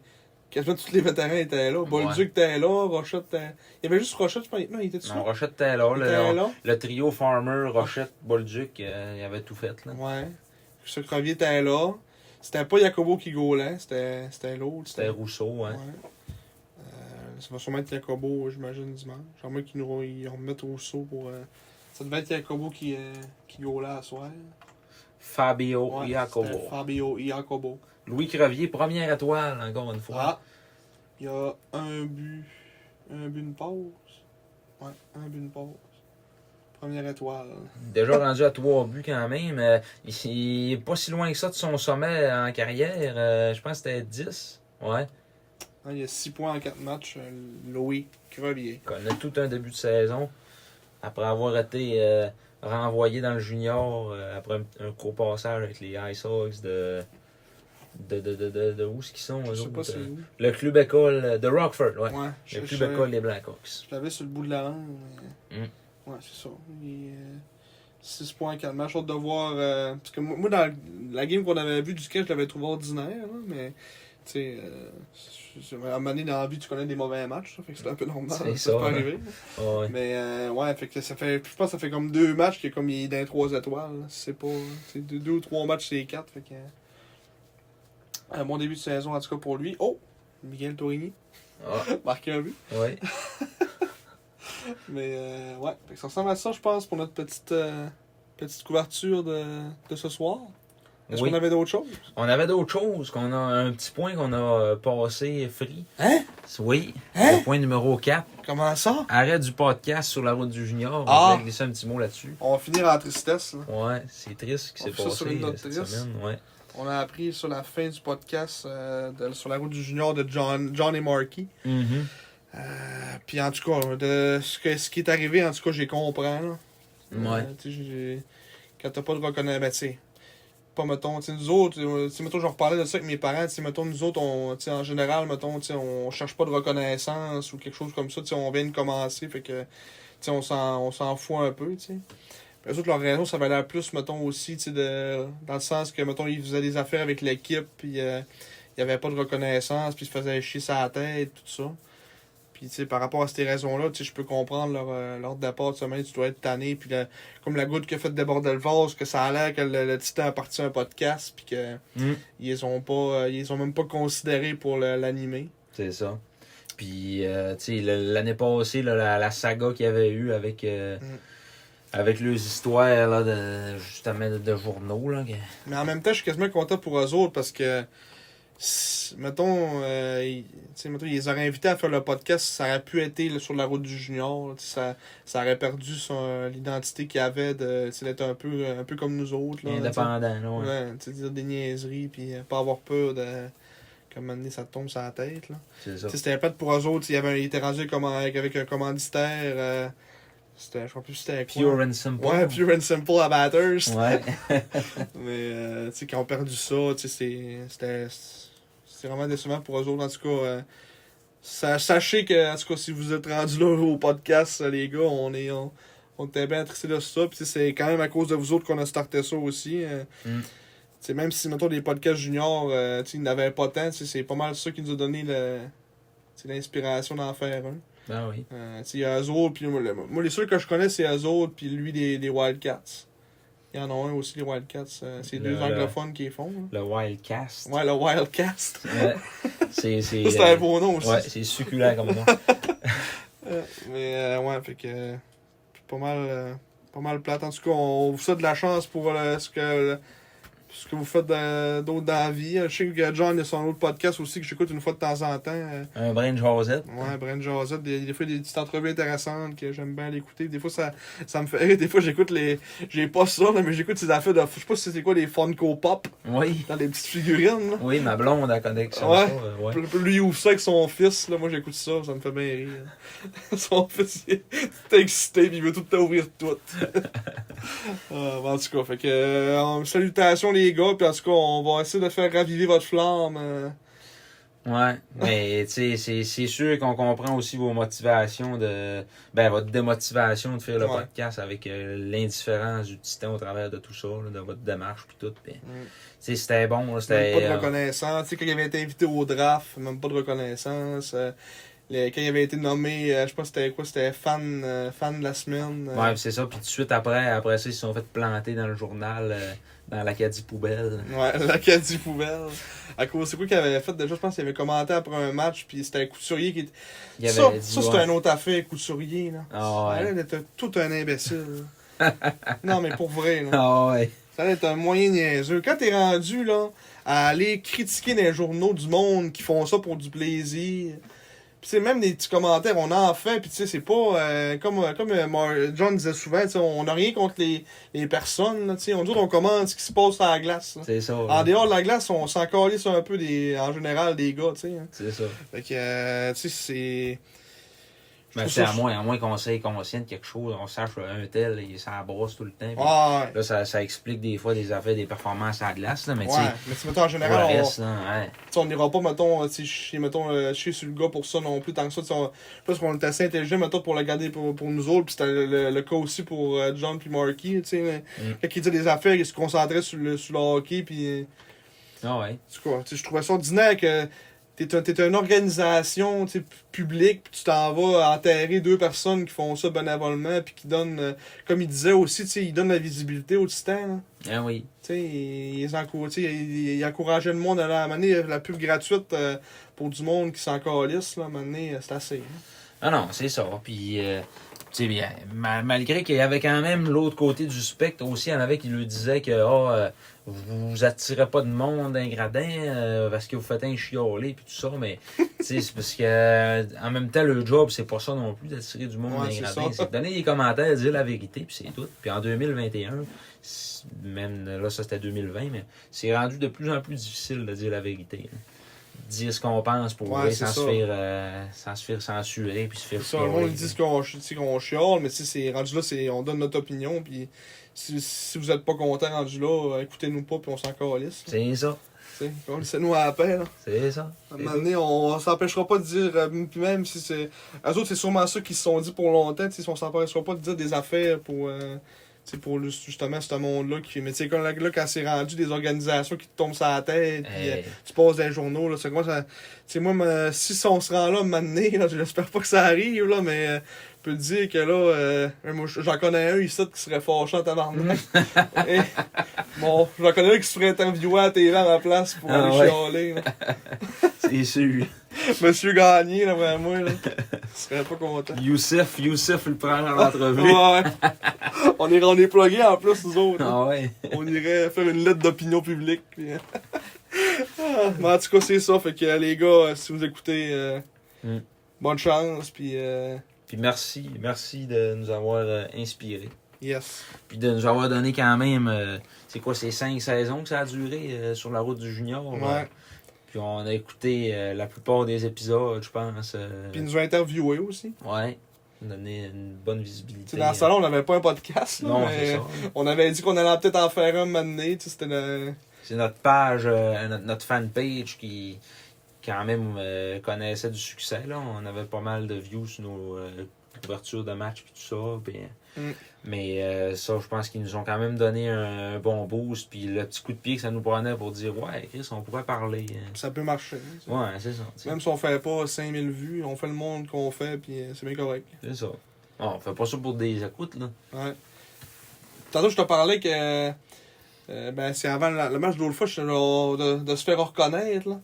Speaker 2: quasiment tous les vétérans étaient là. Bolduc était là, Rochette. était- Il y avait juste Rochette, je pense. Non, il était dessus.
Speaker 1: Non, Rochette Taylor,
Speaker 2: il
Speaker 1: le,
Speaker 2: était là.
Speaker 1: le trio Farmer, Rochette, Bolduc, euh, il avait tout fait. Là.
Speaker 2: Ouais. Ce crevier était là. C'était pas Jacobo qui gaulait, c'était c'était l'autre.
Speaker 1: C'était Rousseau, hein.
Speaker 2: Euh, ça va sûrement être Jacobo, j'imagine, dimanche. Genre, moi, qu'ils nous ils remettent Rousseau pour. euh, Ça devait être Jacobo qui, euh, qui gaulait à soir.
Speaker 1: Fabio
Speaker 2: Ouais,
Speaker 1: Iacobo.
Speaker 2: c'était Fabio Jacobo.
Speaker 1: Louis Crevier, première étoile, encore une fois.
Speaker 2: Ah! Il y a un but. Un but, une pause. Ouais, un but, une pause. Première étoile.
Speaker 1: Déjà rendu à trois buts quand même. Euh, il- il est pas si loin que ça de son sommet en carrière. Euh, je pense que c'était 10. Ouais.
Speaker 2: Hein, il y a 6 points en 4 matchs. euh, Louis Crevier.
Speaker 1: Il connaît tout un début de saison. Après avoir été euh, renvoyé dans le junior, euh, après un, un court passage avec les Ice Hawks de. De, de, de, de, de où ce qu'ils sont
Speaker 2: Je
Speaker 1: eux
Speaker 2: sais pas
Speaker 1: autres,
Speaker 2: c'est
Speaker 1: euh,
Speaker 2: où.
Speaker 1: Le club école euh, de Rockford, ouais.
Speaker 2: Ouais, je,
Speaker 1: le
Speaker 2: je,
Speaker 1: club école des Blackhawks.
Speaker 2: je l'avais sur le bout de la langue. mais-
Speaker 1: Mm.
Speaker 2: Ouais, c'est ça. 6 points en 4 matchs. J'ai hâte de voir. euh, parce que moi, moi, dans la game qu'on avait vue du catch, je l'avais trouvé ordinaire. là, mais Tu sais, euh, c'est- c'est- à un moment donné, dans la vie, tu connais des mauvais matchs, ça fait que c'est un peu normal.
Speaker 1: C'est ça,
Speaker 2: ça peut
Speaker 1: hein.
Speaker 2: arriver.
Speaker 1: Ouais.
Speaker 2: Mais euh, ouais, fait que ça fait, je pense que ça fait comme deux matchs qu'il est comme il est dans les trois étoiles. là. C'est pas. C'est deux, deux ou trois matchs, c'est quatre. Fait que. euh, Un bon début de saison, en tout cas pour lui. Oh! Miguel Tourigny,
Speaker 1: Ah,
Speaker 2: marqué un but.
Speaker 1: ouais.
Speaker 2: Mais euh, ouais, fait que ça ressemble à ça, je pense, pour notre petite, euh, petite couverture de, de ce soir. Est-ce
Speaker 1: Oui.
Speaker 2: qu'on avait d'autres choses?
Speaker 1: On avait d'autres choses, qu'on a un petit point qu'on a euh, passé free.
Speaker 2: Hein?
Speaker 1: Oui, le point numéro 4.
Speaker 2: Comment ça?
Speaker 1: Arrêt du podcast sur la route du junior.
Speaker 2: Ah!
Speaker 1: On voulait glisser un petit mot là-dessus.
Speaker 2: On va finir en tristesse. là.
Speaker 1: Ouais, c'est triste ce qui
Speaker 2: On
Speaker 1: s'est
Speaker 2: fait ça
Speaker 1: passé
Speaker 2: sur une note
Speaker 1: euh, cette
Speaker 2: triste.
Speaker 1: semaine. Ouais.
Speaker 2: On a appris sur la fin du podcast euh, de- sur la route du junior de John, John et Marky.
Speaker 1: Mhm.
Speaker 2: Puis en tout cas, de ce, que, ce qui est arrivé, en tout cas, j'ai compris. Là.
Speaker 1: Ouais.
Speaker 2: Euh, tu sais, j'ai- quand t'as pas de reconnaissance, ben, tu sais, pas mettons, tu sais, nous autres, euh, tu sais, mettons, je reparlais de ça avec mes parents, tu sais, mettons, nous autres, on, tu sais, en général, mettons, tu sais, on cherche pas de reconnaissance ou quelque chose comme ça, tu sais, on vient de commencer, fait que, tu sais, on s'en on s'en fout un peu, tu sais. Puis eux autres, leur raison, ça valait l'air plus, mettons, aussi, tu sais, de, dans le sens que, mettons, ils faisaient des affaires avec l'équipe, puis euh, il y avait pas de reconnaissance, puis ils se faisaient chier sa tête, tout ça. Puis, tu sais, par rapport à ces raisons-là, tu sais, je peux comprendre leur, euh, leur départ de semaine, tu dois être tanné, puis la- comme la goutte qui a fait déborder le vase, que ça a l'air que le, le titan a parti à un podcast, puis que
Speaker 1: Mm.
Speaker 2: ils les ont pas, euh, ils les ont même pas considérés pour le- l'animer.
Speaker 1: C'est ça. Puis, euh, tu sais, le- l'année passée, là, la, la saga qu'il y avait eu avec, euh,
Speaker 2: Mm.
Speaker 1: avec leurs histoires, là, de, justement, de, de journaux, là. que-
Speaker 2: Mais en même temps, je suis quasiment content pour eux autres parce que, si- mettons, euh, ils, tu sais, mettons, ils les auraient invités à faire le podcast, ça aurait pu être là, sur la route du junior. là, tu sais, Ça, ça aurait perdu son, euh, l'identité qu'il avait de, tu sais, d'être un peu, un peu comme nous autres. Là, tu sais.
Speaker 1: indépendant, là, ouais.
Speaker 2: Ouais, tu sais, dire des niaiseries, puis euh, pas avoir peur de. Comme un moment donné, ça te tombe sur la tête, là.
Speaker 1: C'est ça.
Speaker 2: Tu sais, C'était plate pour eux autres. Il, y avait un- il était rendu comme avec, avec un commanditaire. euh, c'était, je ne plus c'était quoi.
Speaker 1: Pure and simple.
Speaker 2: Ouais, Pure and Simple à Batters.
Speaker 1: Ouais.
Speaker 2: Mais, euh, tu sais, quand on perdu ça, tu sais, c'est- c'était, c'est vraiment décevant pour eux autres. En tout cas, euh, sa- sachez que, en tout cas, si vous êtes rendus là au podcast, euh, les gars, on est, on, on était bien attristés de ça. Puis, tu sais, c'est quand même à cause de vous autres qu'on a starté ça aussi. euh.
Speaker 1: Mm.
Speaker 2: Tu sais, même si, mettons, les podcasts juniors, euh, tu sais, ils n'avaient pas tant, tu sais, c'est pas mal ça qui nous a donné le, tu sais, l'inspiration d'en faire un.
Speaker 1: Ben oui.
Speaker 2: Euh, tu sais, il y a eux autres, puis moi, le- moi, les seuls que je connais, c'est eux autres, puis lui, des, des Wildcats. Il y en a un aussi, les Wildcats. euh, c'est
Speaker 1: Le-
Speaker 2: deux
Speaker 1: le-
Speaker 2: anglophones qui les font. là.
Speaker 1: Le Wildcast.
Speaker 2: Ouais, le Wildcast.
Speaker 1: Ouais. C'est. C'est
Speaker 2: c'est un
Speaker 1: euh,
Speaker 2: beau nom aussi.
Speaker 1: Ouais, c'est succulent comme nom.
Speaker 2: Euh, mais euh, ouais, fait que. euh, Pas mal. euh, pas mal plate. En tout cas, on vous souhaite de la chance pour euh, ce que. ce que vous faites de- d'autre dans la vie. Je sais que John, il y a son autre podcast aussi que j'écoute une fois de temps en temps. euh,
Speaker 1: Un brin de jasette.
Speaker 2: Ouais, Brent Josette, des, des fois des petites entrevues intéressantes que j'aime bien l'écouter. Des fois ça, ça me fait rire. Des fois j'écoute les. J'ai pas ça, là, mais j'écoute ces affaires de. Je sais pas si c'était quoi les Funko Pop
Speaker 1: Oui.
Speaker 2: dans les petites figurines. Là.
Speaker 1: Oui, ma blonde a connexion.
Speaker 2: Ouais.
Speaker 1: Ça, euh, ouais.
Speaker 2: Puis- puis Lui il ouvre ça avec son fils, là, moi j'écoute ça, ça me fait bien rire. son fils il est tout excité puis il veut tout le temps ouvrir tout. Ah, ben, en tout cas, fait que euh, en- salutations les gars, puis en tout cas on va essayer de faire raviver votre flamme. euh.
Speaker 1: Ouais, mais tu sais, c'est- c'est sûr qu'on comprend aussi vos motivations de. Ben, votre démotivation de faire le
Speaker 2: Ouais.
Speaker 1: podcast avec euh, l'indifférence du titan au travers de tout ça, là, de votre démarche, puis tout. Puis, tu sais, c'était bon, là,
Speaker 2: Même
Speaker 1: c'était.
Speaker 2: pas de
Speaker 1: euh,
Speaker 2: reconnaissance. Tu sais, quand il avait été invité au draft, même pas de reconnaissance. Euh, le- quand il avait été nommé, euh, je sais pas c'était quoi, c'était fan, euh, fan de la semaine.
Speaker 1: Ouais,
Speaker 2: Euh,
Speaker 1: pis c'est ça. Puis tout de suite après, après ça, ils se sont fait planter dans le journal, euh, dans l'Acadie Poubelle.
Speaker 2: ouais, l'Acadie Poubelle. À cause, c'est quoi qu'il avait fait déjà? Je pense qu'il avait commenté après un match, puis c'était Couturier qui était.
Speaker 1: Il avait
Speaker 2: ça,
Speaker 1: dit,
Speaker 2: ça c'était
Speaker 1: ouais.
Speaker 2: un autre affaire, Couturier. Là.
Speaker 1: Ah
Speaker 2: Ça a
Speaker 1: ouais.
Speaker 2: l'air d'être tout un imbécile. là. non, mais pour vrai, là.
Speaker 1: Ah ouais.
Speaker 2: Ça va être un moyen niaiseux. Quand t'es rendu là, à aller critiquer dans les journaux du monde qui font ça pour du plaisir. Puis c'est même des petits commentaires, on en fait, puis tu sais, c'est pas euh, comme euh, comme euh, Mar- John disait souvent, tu sais, on n'a rien contre les, les personnes, là, tu sais, on dit on commente ce qui se passe à la glace. là.
Speaker 1: C'est ça.
Speaker 2: En
Speaker 1: ouais.
Speaker 2: dehors de la glace, on s'en calisse un peu des en général des gars, tu sais. hein.
Speaker 1: C'est ça.
Speaker 2: Fait que euh, tu sais c'est
Speaker 1: Ben,
Speaker 2: trouve
Speaker 1: c'est
Speaker 2: ça-
Speaker 1: à moins, à moins qu'on s'est conscient de quelque chose, on sache euh, un tel, il s'en brosse tout le temps. pis
Speaker 2: ah, ouais.
Speaker 1: Là, ça, ça explique des fois des affaires, des performances à la glace, là, mais tu
Speaker 2: Ouais,
Speaker 1: sais,
Speaker 2: mais tu sais, mettons, en
Speaker 1: pour le
Speaker 2: général, on,
Speaker 1: reste, là, ouais.
Speaker 2: T'sais, on n'ira pas, mettons, euh, t'sais, chier, mettons, euh, chier sur le gars pour ça non plus, tant que ça. t'sais, on- Je pense qu'on est assez intelligent, mettons, pour le garder pour, pour nous autres. Puis c'était le, le- le cas aussi pour euh, John puis Marky, tu sais.
Speaker 1: Mm.
Speaker 2: Quand il disait des affaires, il se concentrait sur le, sur le hockey, puis... euh,
Speaker 1: Ah ouais.
Speaker 2: En tout cas, tu sais, je trouvais ça ordinaire que t'es un- t'es une organisation tu sais, pu- publique, puis tu t'en vas enterrer deux personnes qui font ça bénévolement, puis qui donnent, euh, comme il disait aussi, tu sais, ils donnent la visibilité aux titans. là.
Speaker 1: Ah oui.
Speaker 2: Tu sais, ils, ils encou- tu sais, ils- ils encourageaient le monde à la à un moment donné, la pub gratuite euh, pour du monde qui s'en calisse, là, à un moment donné, euh, c'est assez. hein.
Speaker 1: Ah non, c'est ça. Puis, euh, tu sais, bien, ma- malgré qu'il y avait quand même l'autre côté du spectre aussi, il y en avait qui lui disaient que ah, euh, vous vous attirez pas de monde un gradin euh, parce que vous faites un chiolé puis tout ça, mais tu sais, c'est parce que euh, en même temps, le job, c'est pas ça non plus d'attirer du monde
Speaker 2: Ouais,
Speaker 1: d'un
Speaker 2: c'est
Speaker 1: gradin.
Speaker 2: ça.
Speaker 1: C'est de donner des commentaires, dire la vérité, puis c'est tout. Puis en 2021, c'est- même là, ça c'était 2020, mais c'est rendu de plus en plus difficile de dire la vérité. hein. Dire ce qu'on pense pour
Speaker 2: Ouais,
Speaker 1: vrai
Speaker 2: c'est
Speaker 1: sans se
Speaker 2: ça.
Speaker 1: faire euh, sans se faire censurer puis se faire
Speaker 2: Ça, le
Speaker 1: chialer.
Speaker 2: monde dit ce qu'on chi- tu sais, qu'on chiale, mais tu sais, c'est rendu là, c'est on donne notre opinion, puis si, si vous êtes pas content rendu là, euh, écoutez-nous pas, puis on s'en calisse. là,
Speaker 1: C'est ça,
Speaker 2: tu sais. On nous à la paix, là.
Speaker 1: c'est ça.
Speaker 2: À un moment donné, on s'empêchera pas de dire, euh, m- puis même si c'est. Eux autres, c'est sûrement ça qu'ils se sont dit pour longtemps, tu sais, on s'empêchera pas de dire des affaires pour. euh, tu sais, pour le- justement ce monde-là qui mais tu sais quand là, là, quand c'est rendu des organisations qui te tombent sur la tête puis, euh,
Speaker 1: Hey,
Speaker 2: tu passes dans les journaux là c'est quoi ça tu sais moi ma- si on se rend là m'amener là je l'espère pas que ça arrive là mais euh, je peux te dire que là euh, moi, j'en connais un ici qui serait fâchant à tabarnak Et, bon j'en connais un qui se ferait interviewer à la télé à ma place pour
Speaker 1: Ah,
Speaker 2: aller
Speaker 1: ouais.
Speaker 2: chialer là.
Speaker 1: C'est sûr.
Speaker 2: Monsieur Gagné, là, vraiment, là. Il serait pas content.
Speaker 1: Youssef, Youssef, le prend dans l'entrevue.
Speaker 2: Ouais. On est, on est plugués en plus, nous autres. là.
Speaker 1: Ah ouais.
Speaker 2: On irait faire une lettre d'opinion publique. puis, hein. Ah, Mais en tout cas, c'est ça. Fait que euh, les gars, euh, si vous écoutez, euh,
Speaker 1: Mm.
Speaker 2: bonne chance. Puis, euh,
Speaker 1: Puis merci, merci de nous avoir euh, inspirés.
Speaker 2: yes.
Speaker 1: Puis de nous avoir donné quand même, euh, c'est quoi, ces cinq saisons que ça a duré euh, sur la route du junior. euh.
Speaker 2: Ouais.
Speaker 1: Puis on a écouté euh, la plupart des épisodes, je pense. euh,
Speaker 2: Puis, ils nous ont interviewés aussi.
Speaker 1: Ouais. Donner une bonne
Speaker 2: Tu
Speaker 1: visibilité. euh,
Speaker 2: sais, dans le salon, on n'avait pas un podcast. là,
Speaker 1: Non,
Speaker 2: mais
Speaker 1: c'est ça.
Speaker 2: On avait dit qu'on allait peut-être en faire un maintenant. Tu sais, c'était le.
Speaker 1: C'est notre page, euh, notre, notre fanpage qui, quand même, euh, connaissait du succès. Là. On avait pas mal de views sur nos euh, couvertures de matchs et tout ça. puis-
Speaker 2: Mm.
Speaker 1: Mais euh, ça, je pense qu'ils nous ont quand même donné un, un bon boost. Puis le petit coup de pied que ça nous prenait pour dire Ouais, Chris, on pourrait parler. hein.
Speaker 2: Ça peut marcher. hein, tu sais.
Speaker 1: Ouais, c'est ça. tu sais.
Speaker 2: Même si on fait pas 5000 vues, on fait le monde qu'on fait, puis euh, c'est bien correct.
Speaker 1: C'est ça. Bon, on fait pas ça pour des écoutes. là.
Speaker 2: Ouais. Tantôt, je te parlais que. euh, ben, c'est avant la- le match de l'autre fois, je- oh, de, de se faire reconnaître. Là.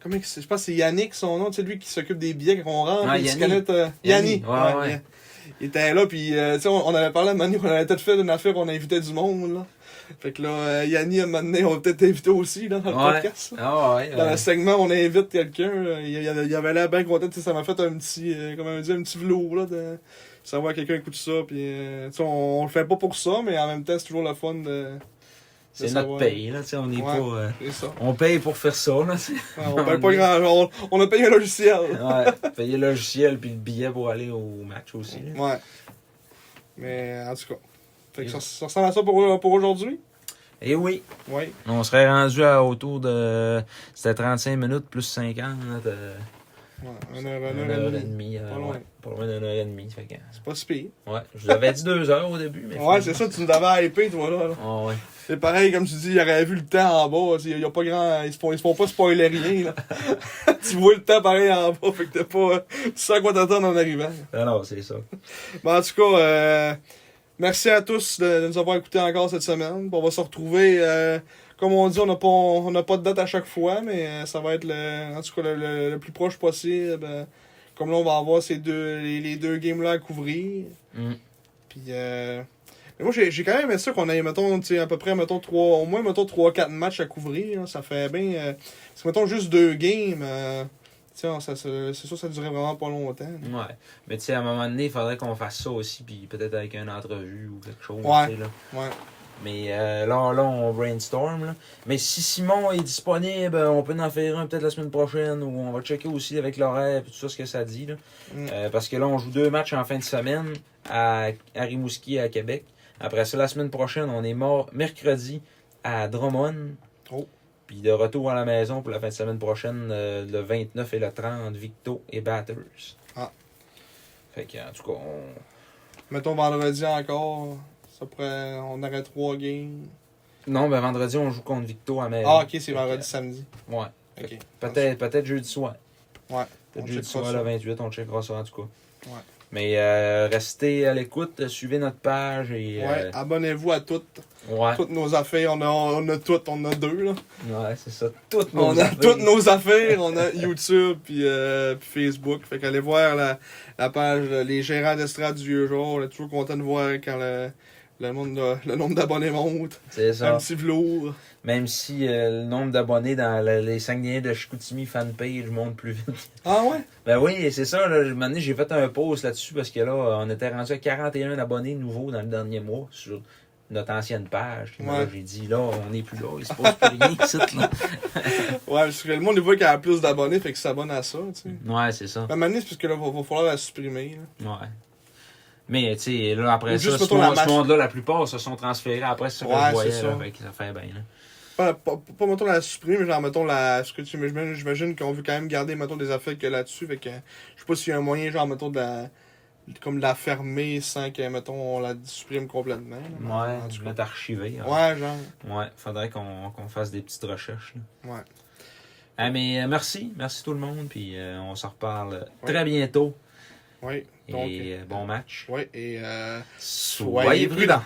Speaker 2: Comment que c'est- je pense que c'est Yannick, son nom, c'est lui qui s'occupe des billets quand on rentre.
Speaker 1: Ouais,
Speaker 2: il se
Speaker 1: Yannick.
Speaker 2: connecte, euh, Yannick.
Speaker 1: Yannick, ouais, ouais.
Speaker 2: Il était là, puis euh, tu sais, on, on avait parlé à Manu, on avait peut-être fait une affaire, on invitait du monde. Là. Fait que là, euh, Yannick, à un moment donné, on va peut-être inviter aussi là, dans le
Speaker 1: Ouais.
Speaker 2: podcast. là.
Speaker 1: Ah ouais.
Speaker 2: Dans
Speaker 1: ouais.
Speaker 2: le segment, on invite quelqu'un. euh, Il, il, il avait l'air bien content. tu sais, Ça m'a fait un petit, euh, comment on dit, un petit velours, là, de savoir que quelqu'un écoute ça. Puis, euh, tu sais, on, on le fait pas pour ça, mais en même temps, c'est toujours le fun de.
Speaker 1: C'est
Speaker 2: de
Speaker 1: notre
Speaker 2: savoir.
Speaker 1: paye. Là, tu sais, on est
Speaker 2: Ouais.
Speaker 1: pas. euh,
Speaker 2: C'est ça.
Speaker 1: on paye pour faire ça. Là, tu sais.
Speaker 2: Ouais, on paye pas grand. On, on a payé un logiciel.
Speaker 1: ouais, payer le logiciel puis le billet pour aller au match aussi. là.
Speaker 2: Ouais. Mais en tout cas. Fait que ça, ça ressemble à ça pour, pour aujourd'hui?
Speaker 1: Et Eh oui,
Speaker 2: Oui.
Speaker 1: on serait rendu à autour de. C'était 35 minutes plus 50. euh,
Speaker 2: Ouais, une heure,
Speaker 1: une
Speaker 2: une heure et demie.
Speaker 1: demie. euh,
Speaker 2: Pas loin.
Speaker 1: ouais, pas loin d'une heure et demie. fait que,
Speaker 2: C'est pas si pire.
Speaker 1: ouais, je vous avais dit deux heures au début. Mais
Speaker 2: Ouais, c'est ça, tu nous avais hypé, toi, là. là.
Speaker 1: Ah ouais.
Speaker 2: C'est pareil, comme tu dis, il aurait vu le temps en bas. Il y a pas grand. Ils se font, ils se font pas spoiler rien. Là. tu vois le temps pareil en bas, fait que t'es pas. euh, Tu sais à quoi t'attendre en arrivant.
Speaker 1: Alors, Ben c'est ça.
Speaker 2: Mais en tout cas, euh, merci à tous de, de nous avoir écoutés encore cette semaine. On va se retrouver. euh, comme on dit, on n'a pas, on n'a pas de date à chaque fois, mais euh, ça va être le, en tout cas le, le- le plus proche possible. Euh, Comme là, on va avoir ces deux, les, les deux games-là à couvrir.
Speaker 1: Mm.
Speaker 2: Puis, euh, mais moi, j'ai j'ai quand même aimé ça qu'on ait, mettons, tu sais, à peu près, mettons, trois, au moins, mettons, 3-4 matchs à couvrir. là. ça fait bien. euh, parce que, mettons, juste deux games, euh, tu sais, on- ça- ça- c'est sûr que ça durait vraiment pas longtemps. là.
Speaker 1: Ouais. Mais tu sais, à un moment donné, il faudrait qu'on fasse ça aussi, puis peut-être avec une entrevue ou quelque chose.
Speaker 2: Ouais.
Speaker 1: tu sais, Là.
Speaker 2: Ouais.
Speaker 1: Mais euh, là, là, on brainstorm. Là. Mais si Simon est disponible, on peut en faire un peut-être la semaine prochaine, ou on va checker aussi avec l'horaire et tout ça ce que ça dit. Là.
Speaker 2: Mm.
Speaker 1: Euh, parce que là, on joue deux matchs en fin de semaine à, à Rimouski et à Québec. Après ça, la semaine prochaine, on est mort mercredi à Drummond.
Speaker 2: Oh.
Speaker 1: Puis de retour à la maison pour la fin de semaine prochaine, euh, le 29 et le 30, Victo et Batters.
Speaker 2: Ah.
Speaker 1: Fait que, en tout cas, on...
Speaker 2: Mettons, vendredi encore, ça pourrait, on aurait trois games.
Speaker 1: Non, ben vendredi, on joue contre Victo à Maine.
Speaker 2: Ah, ok, c'est vendredi, samedi.
Speaker 1: Ouais.
Speaker 2: Ok.
Speaker 1: Peut-être peut-être jeudi soir.
Speaker 2: Ouais.
Speaker 1: Peut-être
Speaker 2: On
Speaker 1: jeudi
Speaker 2: checkera
Speaker 1: soir,
Speaker 2: ça.
Speaker 1: le 28, on checkera ça en tout cas.
Speaker 2: Ouais.
Speaker 1: Mais euh, restez à l'écoute, suivez notre page et.
Speaker 2: Ouais,
Speaker 1: euh,
Speaker 2: abonnez-vous à toutes,
Speaker 1: ouais.
Speaker 2: toutes nos affaires. On a, on a toutes, on a deux, là.
Speaker 1: Ouais, c'est ça. Toutes nos
Speaker 2: On a
Speaker 1: affaires.
Speaker 2: toutes nos affaires, on a YouTube puis, euh, puis Facebook. Fait qu'allez voir la, la page euh, Les gérants d'estrade du vieux jour. On est toujours content de voir quand le, le, monde de- le nombre d'abonnés monte.
Speaker 1: C'est
Speaker 2: C'est
Speaker 1: ça.
Speaker 2: un petit velours.
Speaker 1: Même si euh, le nombre d'abonnés dans la- les 5 liens de Chicoutimi fanpage monte plus vite.
Speaker 2: Ah ouais?
Speaker 1: Ben oui, c'est ça. Là, un moment donné, j'ai fait un pause là-dessus parce que là, on était rendu à 41 abonnés nouveaux dans le dernier mois sur notre ancienne page. Puis là,
Speaker 2: Ouais.
Speaker 1: J'ai dit, là, on n'est plus là. Il se passe plus rien ici. Là.
Speaker 2: Ouais, parce que le monde il voit qu'il y a plus d'abonnés, fait qu'il s'abonne à ça. Tu sais.
Speaker 1: Ouais, c'est ça.
Speaker 2: Mais maintenant, c'est parce que là, va, va falloir la supprimer. là.
Speaker 1: Ouais. Mais, tu sais, là, après
Speaker 2: Ou
Speaker 1: ça,
Speaker 2: juste
Speaker 1: ce,
Speaker 2: mettons la
Speaker 1: monde- ce
Speaker 2: match-
Speaker 1: monde-là, la plupart se sont transférés après ce que
Speaker 2: Ouais,
Speaker 1: je voyais.
Speaker 2: c'est
Speaker 1: là.
Speaker 2: ça.
Speaker 1: Fait que ça fait bien, là.
Speaker 2: Pas, pas, pas, mettons, la supprimer, mais genre, mettons, la, ce que tu imagines, j'imagine qu'on veut quand même garder, mettons, des affaires que là-dessus. Fait que, je sais pas s'il y a un moyen, genre, mettons, de la, comme de la fermer sans que, mettons, on la supprime complètement. là.
Speaker 1: Ouais,
Speaker 2: En tout
Speaker 1: tu
Speaker 2: cas.
Speaker 1: vas t'archiver. hein.
Speaker 2: Ouais, genre.
Speaker 1: Ouais, faudrait qu'on qu'on fasse des petites recherches. là.
Speaker 2: Ouais.
Speaker 1: Ah, mais euh, merci, merci tout le monde, puis euh, on se reparle
Speaker 2: Ouais.
Speaker 1: très bientôt.
Speaker 2: Oui.
Speaker 1: Et
Speaker 2: Donc,
Speaker 1: euh, bon match.
Speaker 2: oui. Et euh,
Speaker 1: Soyez prudents.